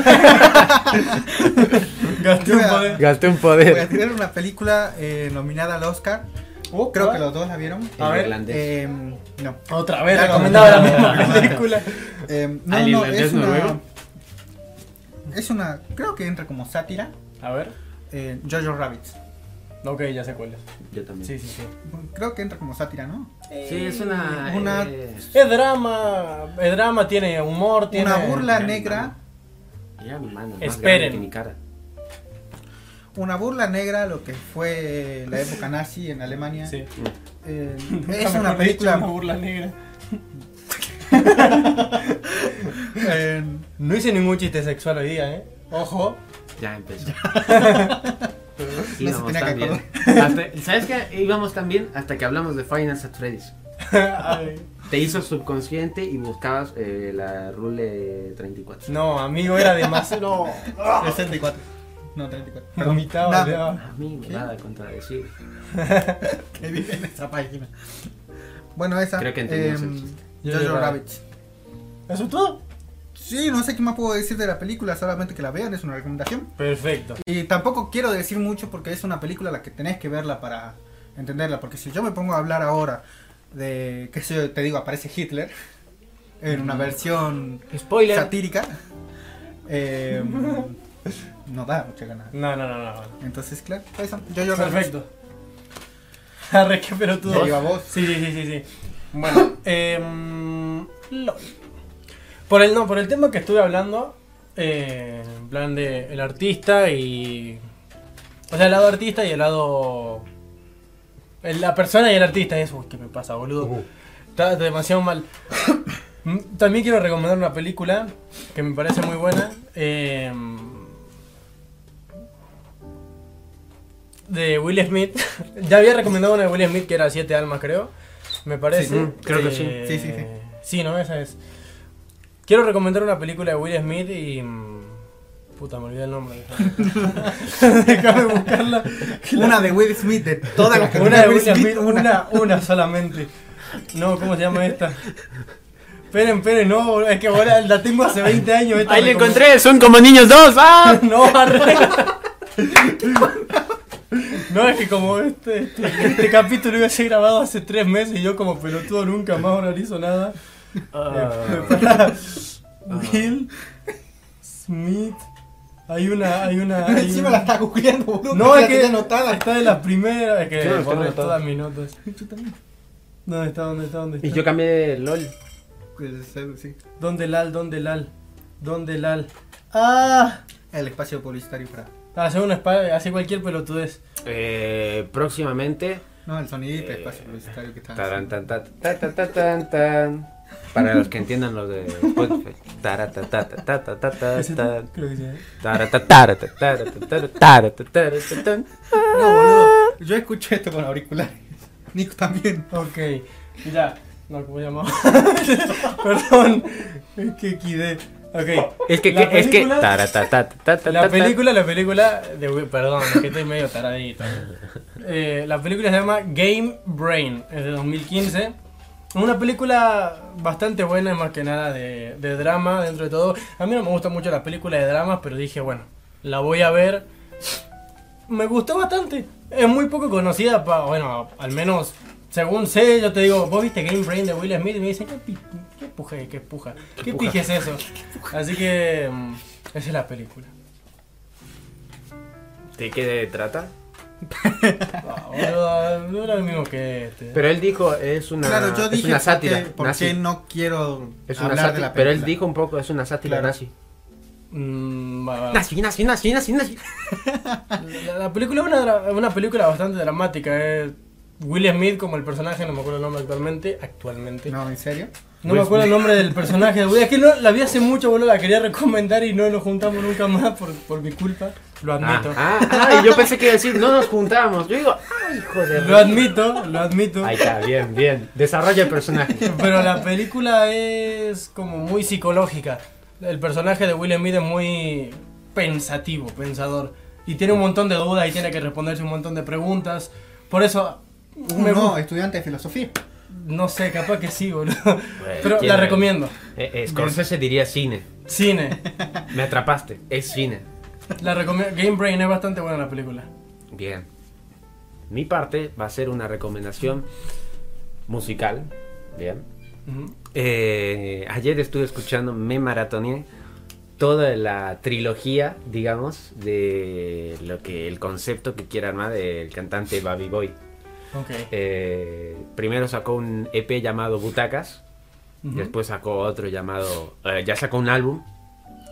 Speaker 1: Gasté un poder.
Speaker 4: Gasté un
Speaker 3: Voy a
Speaker 4: poder.
Speaker 3: tirar una película eh, nominada al Oscar.
Speaker 1: Uh,
Speaker 3: Creo
Speaker 1: ah,
Speaker 3: que los dos la vieron.
Speaker 1: A ver.
Speaker 2: irlandés.
Speaker 3: Eh, no.
Speaker 1: Otra vez
Speaker 3: Ya
Speaker 1: recomendaba la
Speaker 3: comentaba. <laughs>
Speaker 1: misma película.
Speaker 3: Eh, no,
Speaker 4: ¿Al
Speaker 3: no,
Speaker 4: irlandés
Speaker 3: es una.
Speaker 4: noruego?
Speaker 3: Es una. Creo que entra como sátira.
Speaker 1: A ver.
Speaker 3: Eh, Jojo Rabbit.
Speaker 1: Ok, ya sé cuál es.
Speaker 2: Yo también.
Speaker 1: Sí, sí, sí.
Speaker 3: Creo que entra como sátira, ¿no?
Speaker 4: Sí, es una.
Speaker 3: Una-
Speaker 4: eh,
Speaker 1: Es drama, es drama, tiene humor, tiene...
Speaker 3: Una burla negra.
Speaker 2: Mira mi mano, más
Speaker 1: Esperen.
Speaker 2: grande que mi cara.
Speaker 3: Una burla negra, a lo que fue la época nazi en Alemania.
Speaker 1: Sí. <laughs>
Speaker 3: Eh,
Speaker 1: Nunca
Speaker 3: es
Speaker 1: mejor
Speaker 3: una
Speaker 1: dicho,
Speaker 3: película.
Speaker 1: Una burla negra.
Speaker 3: eh,
Speaker 1: No hice ningún chiste sexual hoy día, ¿eh? <laughs> Ojo.
Speaker 2: Ya empezó.
Speaker 3: No se tenía que
Speaker 2: también. ¿Sabes qué? Íbamos también hasta que hablamos de Finance at Freddy's.
Speaker 1: Ay,
Speaker 2: Te hizo subconsciente y buscabas eh, la rule 34.
Speaker 1: no, amigo, era demasiado...
Speaker 3: 64. No, 34.
Speaker 1: No,
Speaker 3: Perdón.
Speaker 1: vomitaba,
Speaker 3: No,
Speaker 1: ya.
Speaker 2: Amigo,
Speaker 3: ¿Qué?
Speaker 2: nada contradecir.
Speaker 3: que vive en esa página. Bueno, esa.
Speaker 2: Creo que entendimos
Speaker 3: eh,
Speaker 2: el chiste.
Speaker 3: Jojo
Speaker 1: Jojo
Speaker 3: Rabbit.
Speaker 1: ¿Eso es todo?
Speaker 3: Sí, no sé qué más puedo decir de la película, solamente que la vean, es una recomendación.
Speaker 1: Perfecto.
Speaker 3: Y tampoco quiero decir mucho porque es una película a la que tenés que verla para entenderla. Porque si yo me pongo a hablar ahora de, qué sé yo, te digo, aparece Hitler en una versión
Speaker 4: Spoiler.
Speaker 3: satírica, eh, no da mucha ganas.
Speaker 1: No, no, no, no.
Speaker 3: Entonces, claro, eso. Yo, yo
Speaker 1: Perfecto. <laughs> Arre, qué pelotudo.
Speaker 3: Ya iba vos.
Speaker 1: Sí, sí, sí, sí, sí. Bueno, <laughs> em, LOL. Por el, no, por el tema que estuve hablando, eh, en plan de el artista y... O sea, el lado artista y el lado... el- la persona y el artista, eso, uy, ¿qué me pasa, boludo?
Speaker 2: Uh.
Speaker 1: Está demasiado mal. Mm, También quiero recomendar una película que me parece muy buena. em, de Will Smith. <laughs> ya había recomendado una de Will Smith que era Siete Almas, creo. Me parece. eh,
Speaker 2: Sí, mm, creo que sí.
Speaker 3: Sí, sí, sí.
Speaker 1: Sí, no, esa es. Quiero recomendar una película de Will Smith y. mm, Puta, me olvidé el
Speaker 2: <laughs>
Speaker 1: nombre. <laughs> Déjame buscarla. <laughs>
Speaker 3: Una de Will Smith, de todas las que
Speaker 1: Una de
Speaker 3: tiene
Speaker 1: Will
Speaker 3: Will
Speaker 1: Smith, una, una solamente. No, ¿cómo se llama esta? Esperen, esperen, no, es que ahora la tengo hace 20 años. esta
Speaker 4: Ahí le
Speaker 1: recomend-
Speaker 4: encontré, son como niños dos. ¡Ah!
Speaker 1: No, arre. No, es que como este, este, este capítulo iba a ser grabado hace tres meses y yo como pelotudo nunca más organizo nada.
Speaker 4: Ah.
Speaker 1: Eh, <laughs> para- Will Smith. Hay una, hay una. hay
Speaker 3: <laughs> Encima
Speaker 1: una-
Speaker 3: la está googleando, boludo.
Speaker 1: No, es
Speaker 3: la
Speaker 1: que
Speaker 3: tenía anotada.
Speaker 1: está de las primeras. Es que
Speaker 2: Sí, no, está
Speaker 1: borré
Speaker 2: anotado.
Speaker 1: todas mis notas.
Speaker 3: Yo también.
Speaker 1: ¿Dónde está? ¿Dónde está? ¿Dónde está?
Speaker 2: Y yo cambié de LOL.
Speaker 3: Pues, eh, sí.
Speaker 1: ¿Dónde Lal? ¿Dónde Lal? ¿Dónde Lal? ¡Ah!
Speaker 3: El espacio publicitario para.
Speaker 1: Hace una espada, hace cualquier pelotudez.
Speaker 2: Eh, próximamente.
Speaker 3: No, el sonidito, el
Speaker 2: Eh,
Speaker 3: espacio publicitario que está.
Speaker 2: taran, tan, tan, ta, ta, ta, tan, tan. Para los que entiendan los de Spotify. Tara, ta, ta, ta, ta, ta, ta, ta,
Speaker 1: Ese-
Speaker 2: ta.
Speaker 1: Creo que sí. ¿eh?
Speaker 2: Tara, ta, tara, ta, tara, ta, tara, tara, ta, tara, ta, tan.
Speaker 3: No, boludo. Yo escuché esto con auriculares. <laughs> Nico también.
Speaker 1: Ok, ya. No, ¿cómo se llamaba? <laughs> Perdón. Es que quidé. Ok.
Speaker 2: Es que,
Speaker 1: La
Speaker 2: que- es que.
Speaker 1: película-
Speaker 2: tara, ta, ta, ta, ta, ta,
Speaker 1: La
Speaker 2: ta.
Speaker 1: película, la película de Will- perdón, es que estoy medio taradito. Eh, la película se llama Game Brain, es de 2015. Una película bastante buena, más que nada de, de drama, dentro de todo. A mí no me gustan mucho las películas de dramas, pero dije, bueno, la voy a ver. Me gustó bastante. Es muy poco conocida, pa, bueno, al menos según sé, yo te digo, vos viste Game Brain de Will Smith y me dicen, ¿qué, pi- qué puja, qué puja? ¿Qué
Speaker 2: puja?
Speaker 1: pije es
Speaker 2: <laughs>
Speaker 1: eso? Así que mm, esa es la película.
Speaker 2: ¿De qué trata?
Speaker 1: Ah, boludo, no era lo mismo que este.
Speaker 2: Pero él dijo, es una,
Speaker 3: claro, yo
Speaker 2: es
Speaker 3: dije
Speaker 2: una
Speaker 3: por
Speaker 2: sátira.
Speaker 3: qué- por
Speaker 2: nazi.
Speaker 3: qué no quiero
Speaker 2: Es una
Speaker 3: hablar
Speaker 2: sátira,
Speaker 3: de la película.
Speaker 2: pero él dijo un poco, es una sátira
Speaker 3: Claro.
Speaker 2: nazi.
Speaker 1: Mm, va, va.
Speaker 2: Nazi, nazi, nazi, nazi,
Speaker 1: <laughs>
Speaker 2: nazi.
Speaker 1: La, la película es una, dra- una película bastante dramática. eh. Will Smith como el personaje, no me acuerdo el nombre actualmente. Actualmente. No,
Speaker 3: No, ¿en serio?
Speaker 1: me acuerdo el nombre del personaje de Will. Es que no, la vi hace mucho, boludo, la quería recomendar y no lo juntamos nunca más por, por mi culpa. Lo
Speaker 2: Ah,
Speaker 1: admito.
Speaker 2: ah, ah, y yo pensé que iba a decir, no nos juntamos. Yo digo, ay, hijo de.
Speaker 1: Lo admito, lo admito.
Speaker 2: ah. Ahí está, bien, bien. Desarrolla el personaje.
Speaker 1: Pero la película es como muy psicológica. El personaje de Will Smith es muy pensativo, pensador. Y tiene un montón de dudas y tiene que responderse un montón de preguntas. Por eso...
Speaker 3: Uh,
Speaker 1: me
Speaker 3: no,
Speaker 1: gu-
Speaker 3: estudiante de filosofía.
Speaker 1: No sé, capaz que sí, boludo.
Speaker 4: Bueno,
Speaker 1: <laughs> Pero la
Speaker 4: tiene-
Speaker 1: recomiendo.
Speaker 4: Eh, eh, Scorsese diría cine.
Speaker 1: Cine.
Speaker 4: Me atrapaste. Es cine.
Speaker 1: La recomiendo. Game Brain es bastante buena la película.
Speaker 4: Bien. Mi parte va a ser una recomendación musical. Bien.
Speaker 1: Ujú.
Speaker 4: Eh, ayer estuve escuchando, me maratoneé toda la trilogía, digamos, de lo que el concepto que quiera armar del cantante Baby Boy.
Speaker 1: Ok.
Speaker 4: Eh, primero sacó un EP llamado Butacas,
Speaker 1: Ujú.
Speaker 4: después sacó otro llamado, eh, ya sacó un álbum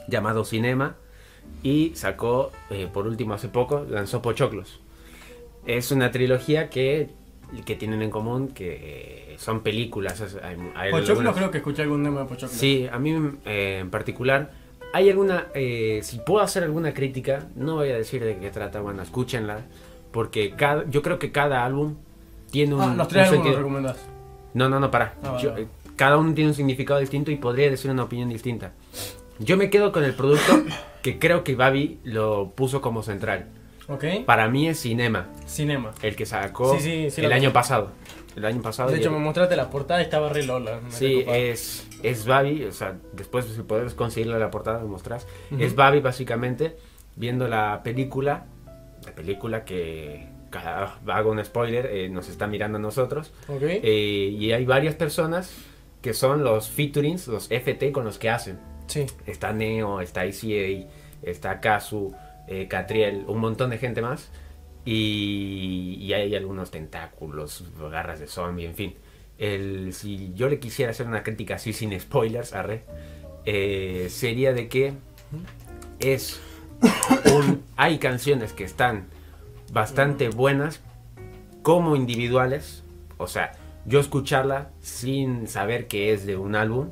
Speaker 4: llamado Cinema y sacó, eh, por último hace poco, lanzó Pochoclos. Es una trilogía que, que tienen en común que eh, son películas. es- hay- hay
Speaker 1: Pochoclo
Speaker 4: algunas-
Speaker 1: creo que escuché algún tema de Pochoclo.
Speaker 4: Sí, a mí eh, en particular. Hay alguna. eh, si puedo hacer alguna crítica, no voy a decir de qué trata, bueno, escúchenla. Porque cada, yo creo que cada álbum tiene un.
Speaker 1: Ah, los tres
Speaker 4: un
Speaker 1: álbumes
Speaker 4: sentido-
Speaker 1: recomendás.
Speaker 4: No, no, no, pará.
Speaker 1: Ah, vale,
Speaker 4: Yo- eh,
Speaker 1: vale.
Speaker 4: cada uno tiene un significado distinto y podría decir una opinión distinta. Yo me quedo con el
Speaker 1: <coughs>
Speaker 4: producto que creo que Babi lo puso como central.
Speaker 1: Ok.
Speaker 4: Para mí es Cinema,
Speaker 1: Cinema.
Speaker 4: el que sacó
Speaker 1: Sí, sí, sí,
Speaker 4: el
Speaker 1: lo
Speaker 4: año
Speaker 1: conozco.
Speaker 4: pasado. El año pasado.
Speaker 1: De
Speaker 4: y
Speaker 1: hecho,
Speaker 4: el-
Speaker 1: me mostraste la portada y estaba re Lola. me
Speaker 4: Ah, Sí, eh,
Speaker 1: recopaba.
Speaker 4: es, es Babi, o sea, después si puedes conseguirle la portada me mostrás.
Speaker 1: Ujú.
Speaker 4: Es Babi básicamente viendo la película, la película que, ah, hago un spoiler, eh, nos está mirando a nosotros.
Speaker 1: Ok.
Speaker 4: eh, y hay varias personas que son los featurings, los FT con los que hacen.
Speaker 1: sí.
Speaker 4: Está Neo, está ICA, está Kazu, eh, Catriel, un montón de gente más. Y, y hay algunos tentáculos, garras de zombie, en fin. El, si yo le quisiera hacer una crítica así sin spoilers, arre, eh, sería de que es un- hay canciones que están bastante buenas como individuales, o sea, yo escucharla sin saber que es de un álbum,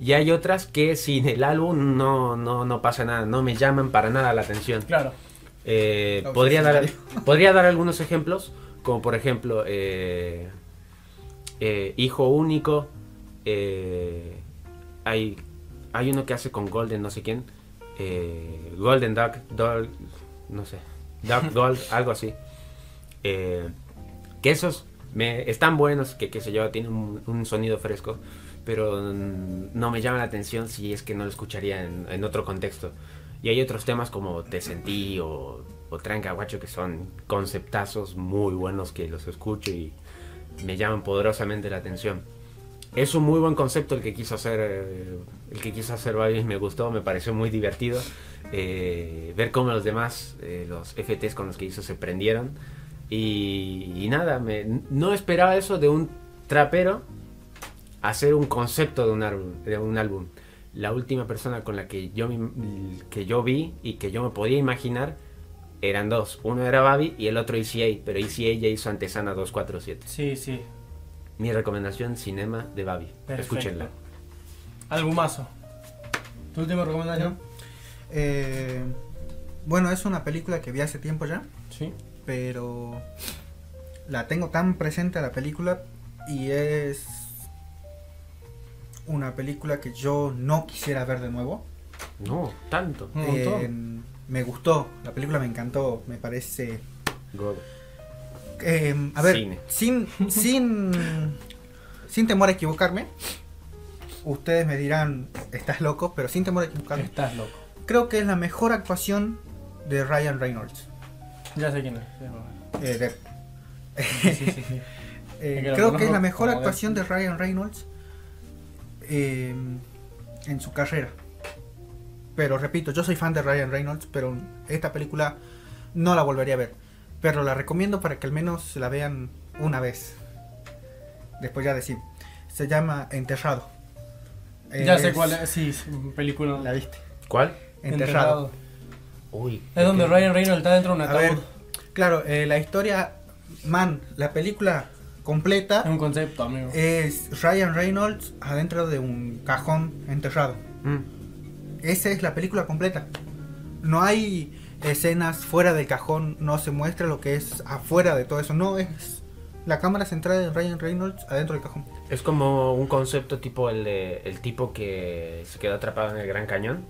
Speaker 4: y hay otras que sin el álbum no, no, no pasa nada, no me llaman para nada la atención.
Speaker 1: Claro.
Speaker 4: Eh,
Speaker 3: Obsesivo.
Speaker 4: podría, dar, <laughs> podría dar algunos ejemplos, como por ejemplo, eh, eh, Hijo Único, eh, hay, hay uno que hace con Golden, no sé quién, eh, Golden Duck, Dog, no sé, Duck Gold, algo así. Eh, que esos me, están buenos, que qué sé yo, tienen un, un sonido fresco, pero mm, no me llama la atención si es que no lo escucharía en, en otro contexto. Y hay otros temas como Te Sentí o, o Tranca Guacho que son conceptazos muy buenos que los escucho y me llaman poderosamente la atención. Es un muy buen concepto el que quiso hacer, eh, el que quiso hacer Babis, me gustó, me pareció muy divertido. eh, ver cómo los demás, eh, los FTs con los que hizo se prendieron. Y, y nada, me- no esperaba eso de un trapero hacer un concepto de un álbum. De un álbum. La última persona con la que yo, me- que yo vi y que yo me podía imaginar eran dos. Uno era Babi y el otro ECA, pero ECA ya hizo Antesana 247.
Speaker 1: Sí, sí.
Speaker 4: Mi recomendación, Cinema de Babi.
Speaker 1: Perfecto.
Speaker 4: Escúchenla.
Speaker 1: Albumazo. ¿Tu última recomendación?
Speaker 3: Eh, bueno, es una película que vi hace tiempo ya,
Speaker 1: Sí.
Speaker 3: pero la tengo tan presente a la película y es una película que yo no quisiera ver de nuevo.
Speaker 4: No, tanto.
Speaker 1: Un montón.
Speaker 3: Eh, me gustó, la película me encantó, me parece...
Speaker 4: God.
Speaker 3: eh, a ver,
Speaker 4: Cine.
Speaker 3: sin sin sin temor a equivocarme, ustedes me dirán, estás loco, pero sin temor a equivocarme,
Speaker 1: Estás loco.
Speaker 3: creo que es la mejor actuación de Ryan Reynolds.
Speaker 1: Ya sé quién es. es verdad.
Speaker 3: Eh, de-
Speaker 1: Sí, sí,
Speaker 3: <laughs>
Speaker 1: sí.
Speaker 3: Eh,
Speaker 1: Es que lo
Speaker 3: creo que es
Speaker 1: conozco
Speaker 3: la mejor
Speaker 1: como
Speaker 3: actuación de Ryan Reynolds eh, en su carrera. Pero repito, yo soy fan de Ryan Reynolds, pero esta película no la volvería a ver. Pero la recomiendo para que al menos se la vean una vez. Después ya decir. Se llama Enterrado.
Speaker 1: Ya sé cuál es. Sí, es una película.
Speaker 3: La viste.
Speaker 4: ¿Cuál?
Speaker 3: Enterrado.
Speaker 4: Uy.
Speaker 1: Es donde
Speaker 4: ok.
Speaker 1: Ryan Reynolds está dentro de un
Speaker 3: A ver,
Speaker 1: ataúd.
Speaker 3: claro, eh, la historia, man, la película completa.
Speaker 1: Es
Speaker 4: Ah.
Speaker 1: un concepto, amigo.
Speaker 3: es Ryan Reynolds adentro de un cajón enterrado.
Speaker 4: Mm.
Speaker 3: Esa es la película completa. No hay escenas fuera del cajón, no se muestra lo que es afuera de todo eso. No, es la cámara central de Ryan Reynolds adentro del cajón.
Speaker 4: Es como un concepto tipo el, de- el tipo que se quedó atrapado en el Gran Cañón.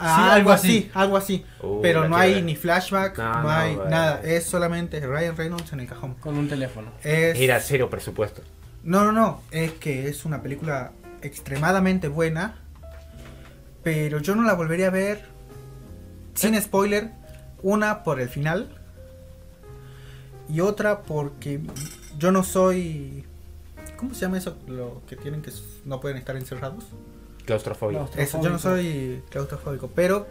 Speaker 3: Ah,
Speaker 1: algo
Speaker 3: algo así,
Speaker 1: así.
Speaker 3: algo así.
Speaker 4: Uh,
Speaker 3: Pero
Speaker 4: la
Speaker 3: no
Speaker 4: quiero
Speaker 3: hay
Speaker 4: ver.
Speaker 3: ni flashback,
Speaker 4: No,
Speaker 3: no,
Speaker 4: no,
Speaker 3: hay
Speaker 4: bueno.
Speaker 3: nada. Es solamente Ryan Reynolds en el cajón.
Speaker 1: Con un teléfono.
Speaker 3: Es,
Speaker 4: Era cero presupuesto.
Speaker 3: No, no, no. Es que es una película extremadamente buena. Pero yo no la volvería a ver.
Speaker 1: Eh.
Speaker 3: Sin spoiler. Una por el final. Y otra porque yo no soy. ¿Cómo se llama eso? Lo que tienen que s- no pueden estar encerrados.
Speaker 2: Claustrofobia.
Speaker 5: No.
Speaker 3: Eso, yo no soy claustrofóbico. Pero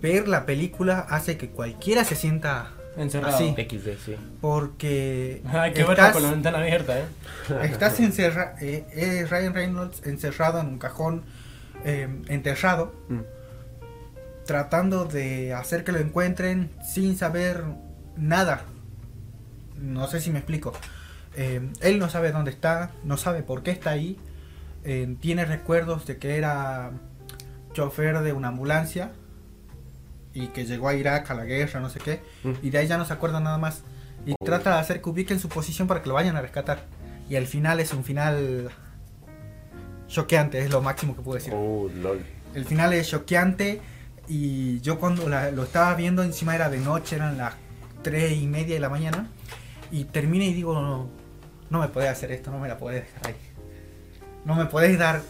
Speaker 3: ver la película hace que cualquiera se sienta
Speaker 1: Encerrado. <laughs>
Speaker 3: así.
Speaker 2: XD, sí.
Speaker 3: Porque.
Speaker 1: Ah, qué bueno
Speaker 3: estás-
Speaker 1: con la ventana abierta, eh.
Speaker 3: Estás encerrado, Ryan Reynolds encerrado en un cajón, eh, enterrado,
Speaker 2: Mm.
Speaker 3: tratando de hacer que lo encuentren sin saber nada. No sé si me explico. Eh, él no sabe dónde está, no sabe por qué está ahí. eh, tiene recuerdos de que era chofer de una ambulancia y que llegó a Irak a la guerra, no sé qué.
Speaker 2: Mm.
Speaker 3: Y de ahí ya no se acuerda nada más. Y trata de hacer que ubiquen su posición para que lo vayan a rescatar. Y el final es un final choqueante, es lo máximo que puedo decir.
Speaker 2: Oh, lol.
Speaker 3: El final es choqueante y yo cuando la- lo estaba viendo encima era de noche, eran las 3 y media de la mañana. Y terminé y digo, no, no me podés hacer esto, no me la podés dejar ahí. No me podés dar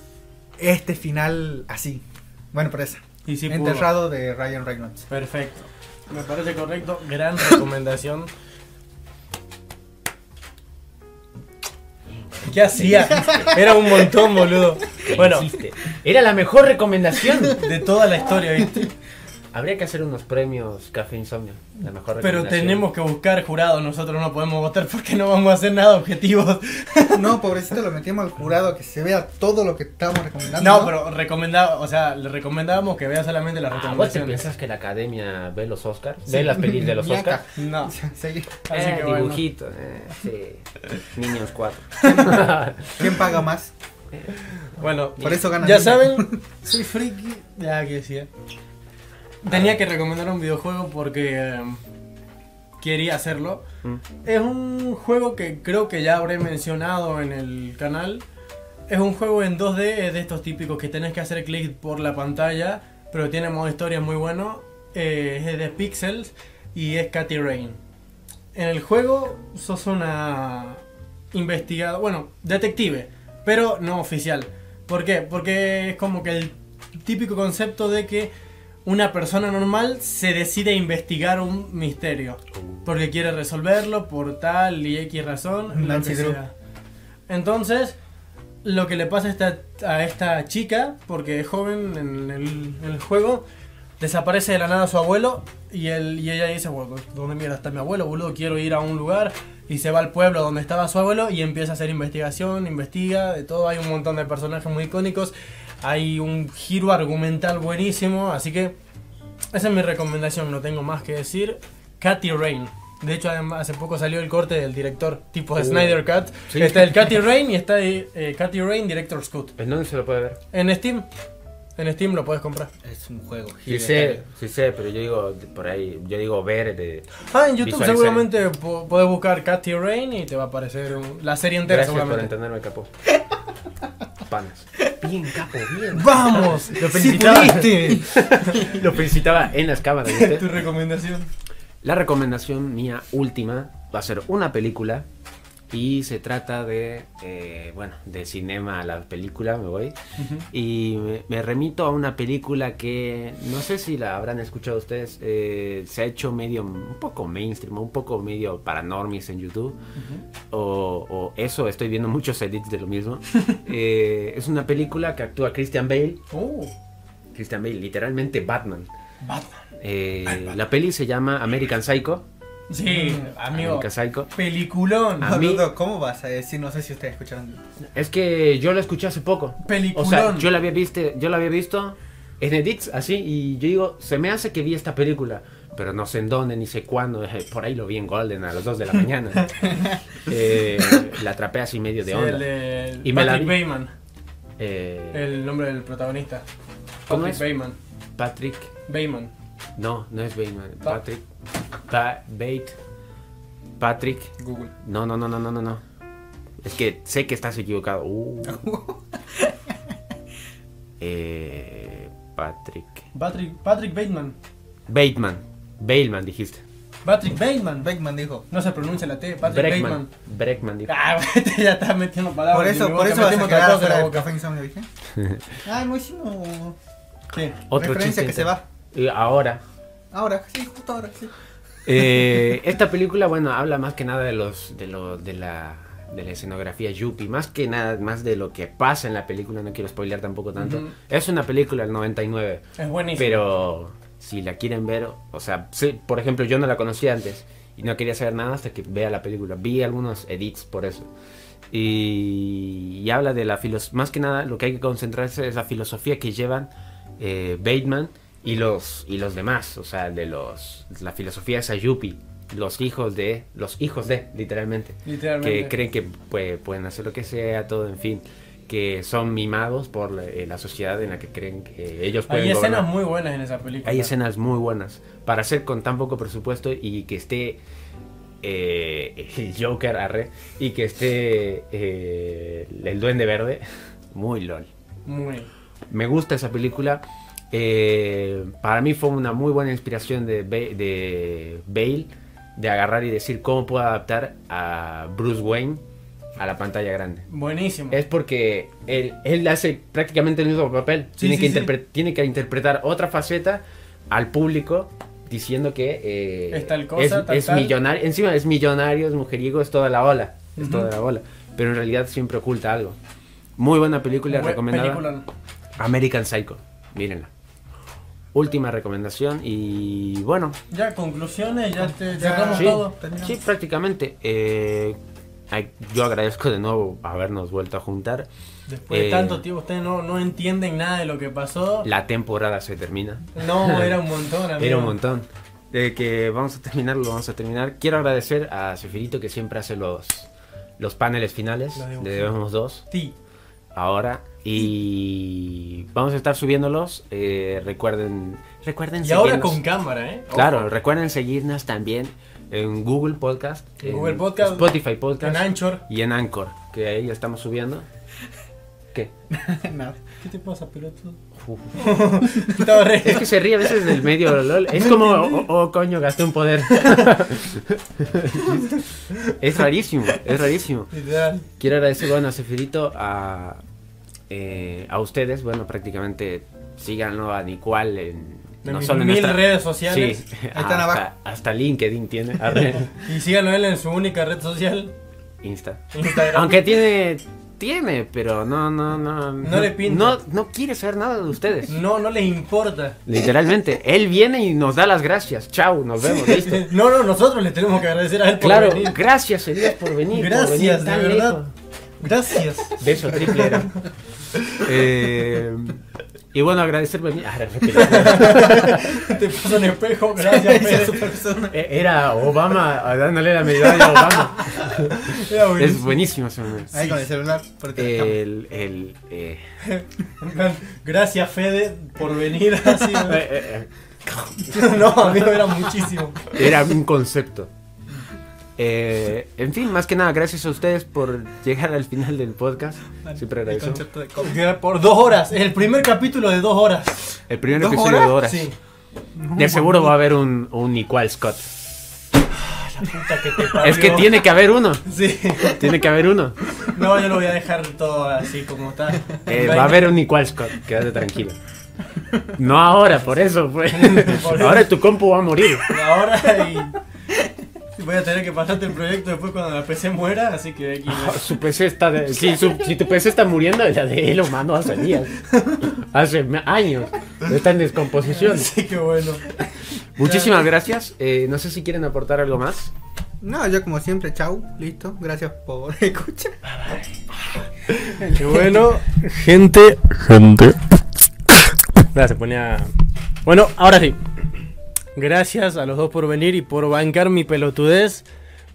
Speaker 3: este final así. Bueno, por eso.
Speaker 1: Y sí pudo.
Speaker 3: Enterrado de Ryan
Speaker 1: <laughs>
Speaker 3: Reynolds.
Speaker 1: Perfecto. Me parece correcto. Gran recomendación. ¿Qué hacía? Era un montón, boludo. Bueno,
Speaker 2: Hiciste. Era la mejor recomendación.
Speaker 1: de toda la historia, ¿viste?
Speaker 2: Habría que hacer unos premios Café Insomnio. La mejor
Speaker 1: Pero
Speaker 2: recomendación.
Speaker 1: tenemos que buscar jurados. Nosotros no podemos votar porque no vamos a hacer nada objetivos.
Speaker 3: No, pobrecito, lo metimos al jurado a que se vea todo lo que estamos recomendando.
Speaker 1: No, pero recomendaba, o sea, le recomendábamos que vea solamente las
Speaker 2: Ah, ¿Vos te
Speaker 1: recomendaciones.
Speaker 2: pensás que la academia ve los Oscars? ¿Ve las pelis de los
Speaker 3: Ñaca.
Speaker 2: Oscars?
Speaker 1: No,
Speaker 3: <laughs> Sí.
Speaker 1: así
Speaker 2: Eh,
Speaker 1: que bueno.
Speaker 2: dibujitos, eh, sí. Niños 4.
Speaker 3: ¿Quién paga más?
Speaker 1: Bueno,
Speaker 3: Por eso gana
Speaker 1: Ya
Speaker 3: Disney. <laughs>
Speaker 1: saben, soy friki. Ya que decía. Tenía que recomendar un videojuego porque eh, quería hacerlo.
Speaker 2: Mm.
Speaker 1: Es un juego que creo que ya habré mencionado en el canal. Es un juego en 2D es de estos típicos que tenés que hacer clic por la pantalla, pero tiene modo historia muy bueno. Eh, es de Pixels y es Katy Rain. En el juego sos una investigada, bueno, detective, pero no oficial. ¿Por qué? Porque es como que el típico concepto de que una persona normal se decide a investigar un misterio. Porque quiere resolverlo por tal y X razón. lo
Speaker 3: Nancy
Speaker 1: que
Speaker 3: Drew.
Speaker 1: sea. Entonces, lo que le pasa a esta, a esta chica, porque es joven en el, en el juego, desaparece de la nada su abuelo y, él, y ella dice, bueno, ¿dónde mierda está mi abuelo, boludo? Quiero ir a un lugar y se va al pueblo donde estaba su abuelo y empieza a hacer investigación, investiga, de todo, hay un montón de personajes muy icónicos, hay un giro argumental buenísimo, así que esa es mi recomendación, no tengo más que decir. Cathy Rain. De hecho, además, hace poco salió el corte del director tipo
Speaker 2: Uh.
Speaker 1: Snyder Cut.
Speaker 2: Sí.
Speaker 1: Está
Speaker 2: <laughs>
Speaker 1: el Cathy Rain y está eh, Cathy Rain Director's Cut.
Speaker 2: ¿En dónde se lo puede ver?
Speaker 1: En Steam. En Steam lo puedes comprar.
Speaker 3: Es un juego.
Speaker 2: Sí sé, sí sé, pero yo digo de- por ahí, yo digo ver de
Speaker 1: Ah, en YouTube
Speaker 2: Visualizar.
Speaker 1: seguramente po- podés buscar Cathy Rain y te va a aparecer un- la serie entera
Speaker 2: Gracias por
Speaker 1: seguramente.
Speaker 2: entenderme, capo. Panas. Bien, capo, bien.
Speaker 1: ¡Vamos!
Speaker 2: Lo
Speaker 1: ¡Sí
Speaker 2: felicitaba.
Speaker 1: pudiste!
Speaker 2: <laughs> Lo felicitaba en las cámaras, <laughs> ¿viste?
Speaker 1: Tu recomendación.
Speaker 2: La recomendación mía última va a ser una película y se trata de, eh, bueno, de cinema a la película, me voy. Y me, me remito a una película que no sé si la habrán escuchado ustedes, eh, se ha hecho medio, un poco mainstream, un poco medio paranormis en YouTube. o, o eso, estoy viendo muchos edits de
Speaker 1: <laughs>
Speaker 2: lo mismo. Eh, es una película que actúa Christian Bale,
Speaker 1: Uh,
Speaker 2: Christian Bale, literalmente Batman.
Speaker 1: Batman.
Speaker 2: Eh, la peli se llama American Psycho.
Speaker 1: Sí, amigo.
Speaker 2: American Psycho.
Speaker 1: Peliculón.
Speaker 2: A mí-
Speaker 3: Boludo, ¿cómo vas a decir? No sé si ustedes escucharon.
Speaker 2: Es que yo la escuché hace poco. O
Speaker 1: Peliculón.
Speaker 2: sea, yo la había visto, yo la había visto en edits así y yo digo, se me hace que vi esta película, pero no sé en dónde ni sé cuándo, eh, por ahí lo vi en Golden a las 2 de la mañana. Eh, la atrapé así medio de
Speaker 1: Sí,
Speaker 2: onda.
Speaker 1: el de
Speaker 2: Y me la
Speaker 1: Patrick
Speaker 2: vi.
Speaker 1: Bateman.
Speaker 2: Eh,
Speaker 1: El nombre del protagonista.
Speaker 2: ¿Cómo
Speaker 1: Patrick
Speaker 2: es?
Speaker 1: Bateman.
Speaker 2: Patrick,
Speaker 1: Bateman.
Speaker 2: no, no es Bateman,
Speaker 1: Pa-
Speaker 2: Patrick Pa- Bate Patrick,
Speaker 1: Google.
Speaker 2: no, no, no, no, no, no, no. Es que sé que estás equivocado. Uh. Eh, Patrick Eh,
Speaker 1: Patrick, Patrick Bateman.
Speaker 2: Bateman. Bateman, dijiste.
Speaker 1: Patrick Bateman.
Speaker 3: Beckman dijo.
Speaker 1: No se pronuncia la T, Patrick
Speaker 4: Breckman.
Speaker 1: Bateman.
Speaker 4: Breckman, dijo.
Speaker 1: Ah, <laughs> vete, ya estás metiendo palabras.
Speaker 3: Por
Speaker 1: en
Speaker 3: eso,
Speaker 1: mi
Speaker 3: por
Speaker 1: boca,
Speaker 3: eso vas
Speaker 1: metemos
Speaker 3: a
Speaker 1: otra
Speaker 3: quedar
Speaker 1: cosa en
Speaker 3: fuera
Speaker 1: la
Speaker 3: de
Speaker 1: boca.
Speaker 3: Café Insomnio, ¿viste? Ah, no hicimos
Speaker 1: ¿Qué?
Speaker 4: Otro
Speaker 3: referencia
Speaker 4: chiste.
Speaker 3: que se va.
Speaker 4: Y Ahora.
Speaker 3: Ahora, sí, justo ahora, sí.
Speaker 4: <laughs> Eh, esta película, bueno, habla más que nada de los, de lo, de la, de la escenografía yuppie, más que nada, más de lo que pasa en la película. No quiero spoilear tampoco tanto.
Speaker 1: Ujú.
Speaker 4: Es una película del 99,
Speaker 1: Es buenísimo.
Speaker 4: pero si la quieren ver, o sea, sí, por ejemplo, yo no la conocía antes y no quería saber nada hasta que vea la película. Vi algunos edits por eso. Y, y habla de la filosofía, más que nada, lo que hay que concentrarse es la filosofía que llevan eh, Bateman y los y los demás, o sea, de los la filosofía esa yuppie, los hijos de los hijos de literalmente,
Speaker 1: Literalmente.
Speaker 4: que creen que pues, pueden hacer lo que sea, todo en fin, que son mimados por la, eh, la sociedad en la que creen que ellos pueden
Speaker 1: Hay escenas
Speaker 4: gobernar.
Speaker 1: muy buenas en esa película.
Speaker 4: Hay escenas muy buenas para hacer con tan poco presupuesto y que esté eh, <laughs> el Joker arre y que esté eh, el Duende Verde, <laughs> muy lol.
Speaker 1: Muy.
Speaker 4: Me gusta esa película. Eh, para mí fue una muy buena inspiración de, Ba- de Bale de agarrar y decir cómo puedo adaptar a Bruce Wayne a la pantalla grande.
Speaker 1: Buenísimo.
Speaker 4: Es porque él, él hace prácticamente el mismo papel.
Speaker 1: Sí,
Speaker 4: tiene,
Speaker 1: sí,
Speaker 4: que
Speaker 1: sí.
Speaker 4: interpre- tiene que interpretar otra faceta al público diciendo que eh,
Speaker 1: Es tal cosa,
Speaker 4: es-
Speaker 1: tal,
Speaker 4: es
Speaker 1: tal.
Speaker 4: millonario. Encima es millonario, es mujeriego, es toda la ola. Es
Speaker 1: Ujú.
Speaker 4: toda la ola. Pero en realidad siempre oculta algo. Muy buena película,
Speaker 1: Bu-
Speaker 4: recomendada.
Speaker 1: peliculón.
Speaker 4: American Psycho, mírenla. Última recomendación y bueno,
Speaker 1: Ya, conclusiones, ya te
Speaker 3: Ya.
Speaker 1: cerramos
Speaker 4: sí,
Speaker 1: todo.
Speaker 3: terminamos.
Speaker 4: sí, prácticamente. eh, ay, yo agradezco de nuevo habernos vuelto a juntar.
Speaker 1: Después de
Speaker 4: Eh,
Speaker 1: tanto tiempo, ustedes no, no entienden nada de lo que pasó.
Speaker 4: La temporada se termina.
Speaker 1: No, era un montón, amigo.
Speaker 4: <laughs> Era un montón. De que vamos a terminar, lo vamos a terminar. Quiero agradecer a Sefirito que siempre hace los, los paneles finales
Speaker 1: Los dibujos.
Speaker 4: de Debemos 2
Speaker 1: Sí.
Speaker 4: ahora. Y vamos a estar subiéndolos. eh, recuerden, recuerden
Speaker 1: Y ahora
Speaker 4: seguirnos.
Speaker 1: con cámara, ¿eh?
Speaker 4: Claro, recuerden seguirnos también en Google Podcast,
Speaker 1: En Google Podcast,
Speaker 4: Spotify Podcast
Speaker 1: en Anchor.
Speaker 4: y en Anchor, que ahí estamos subiendo. ¿Qué?
Speaker 3: Nada.
Speaker 1: ¿Qué te pasa, pelotudo? <laughs> Estaba re-
Speaker 4: <laughs> Es que se ríe a veces del medio, lol. Es como, oh, oh, coño, gasté un poder. es rarísimo, es rarísimo.
Speaker 1: Literal.
Speaker 4: Quiero agradecer, bueno, a Sefirito, a, eh, a ustedes. Bueno, prácticamente síganlo a Nicual en...
Speaker 1: De mis
Speaker 4: solo en
Speaker 1: mil
Speaker 4: nuestra-
Speaker 1: redes sociales.
Speaker 4: Sí,
Speaker 3: están
Speaker 4: <laughs> hasta-
Speaker 3: abajo.
Speaker 4: Hasta LinkedIn tiene.
Speaker 1: <laughs>
Speaker 4: arre.
Speaker 1: Y síganlo él en su única red social,
Speaker 4: Insta.
Speaker 1: Instagram.
Speaker 4: Aunque tiene, tiene, pero no, no, no.
Speaker 1: No le pinta.
Speaker 4: No, no quiere saber nada de ustedes.
Speaker 1: No, no les importa.
Speaker 4: Literalmente, él viene y nos da las gracias. Chau, nos vemos, listo.
Speaker 1: No, no, nosotros le tenemos que agradecer a él por
Speaker 4: Claro,
Speaker 1: venir.
Speaker 4: gracias Elías por venir.
Speaker 1: Gracias,
Speaker 4: por venir
Speaker 1: de
Speaker 4: tan
Speaker 1: verdad. Gracias.
Speaker 4: <laughs> lejos. Beso triple era. Eh, y bueno, agradecer venir. Ah, era-
Speaker 1: Te puso un espejo, gracias,
Speaker 3: Esa
Speaker 1: Pérez.
Speaker 3: persona.
Speaker 4: E-, Era Obama dándole la medalla a Obama.
Speaker 1: Era
Speaker 4: Es
Speaker 1: buenísimo.
Speaker 4: buenísimo ese momento.
Speaker 3: Ahí con el celular.
Speaker 4: Eh,
Speaker 3: Porque
Speaker 4: El, el, eh,
Speaker 1: Gracias, Fede, por venir <laughs> así.
Speaker 4: eh, eh,
Speaker 1: No, amigo, era muchísimo.
Speaker 4: Era un concepto. Eh, en fin, más que nada, gracias a ustedes por llegar al final del podcast. Siempre
Speaker 3: el
Speaker 4: agradezco.
Speaker 3: concepto de cómic.
Speaker 1: Porque Por dos horas, el primer capítulo de dos horas.
Speaker 4: El primer
Speaker 3: ¿Dos
Speaker 4: episodio de horas.
Speaker 1: Sí.
Speaker 4: De seguro va a haber un, un igual Scott.
Speaker 1: Puta que te parió.
Speaker 4: Es que tiene que haber uno.
Speaker 1: Sí.
Speaker 4: Tiene que haber uno.
Speaker 1: No, yo lo voy a dejar todo así como está.
Speaker 4: Eh, va a haber un igual Scott. Quédate tranquilo. No ahora, por eso. pues.
Speaker 1: <laughs> Por eso.
Speaker 4: Ahora tu compu va a morir.
Speaker 1: Ahora y. Voy a tener que pasarte el proyecto después cuando la PC muera, así que aquí.
Speaker 4: Su PC está. de- si, su- si tu PC está muriendo, la de él humano hace días. Hace años. Está en descomposición.
Speaker 1: Así que bueno.
Speaker 4: Muchísimas gracias. Eh, no sé si quieren aportar algo más.
Speaker 3: No, yo como siempre, chau, listo. Gracias por <laughs> escuchar.
Speaker 1: Qué bueno.
Speaker 6: Gente, gente. Nada, se ponía.
Speaker 1: Bueno, ahora sí. Gracias a los dos por venir y por bancar mi pelotudez.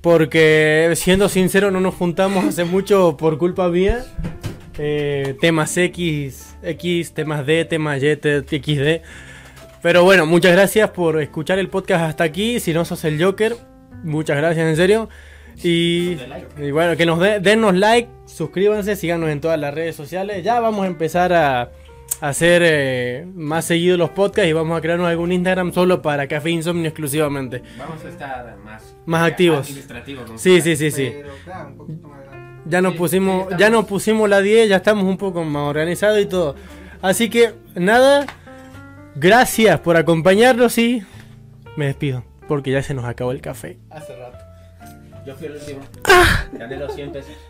Speaker 1: Porque, siendo sincero, no nos juntamos hace mucho por culpa mía. Eh, temas X, X, temas D, temas Y, te- XD. Pero bueno, muchas gracias por escuchar el podcast hasta aquí. Si no sos el Joker, muchas gracias, en serio. Y, y bueno, que nos den dennos like, suscríbanse, síganos en todas las redes sociales. Ya vamos a empezar a hacer eh, más seguido los podcasts y vamos a crearnos algún Instagram solo para Café Insomnio exclusivamente.
Speaker 4: Vamos a estar más,
Speaker 1: Más activos.
Speaker 4: administrativos, ¿no?
Speaker 1: Sí, sí, sí, sí.
Speaker 3: Pero claro, un poquito más grande.
Speaker 1: Ya nos
Speaker 4: Sí,
Speaker 1: pusimos,
Speaker 4: sí,
Speaker 1: ya
Speaker 4: estamos-
Speaker 1: nos pusimos la 10, ya estamos un poco más organizados y todo. Así que nada, gracias por acompañarnos y me despido porque ya se nos acabó el café.
Speaker 7: Hace rato.
Speaker 1: Ah.
Speaker 4: Yo fui el último. Gané los 100 pesos.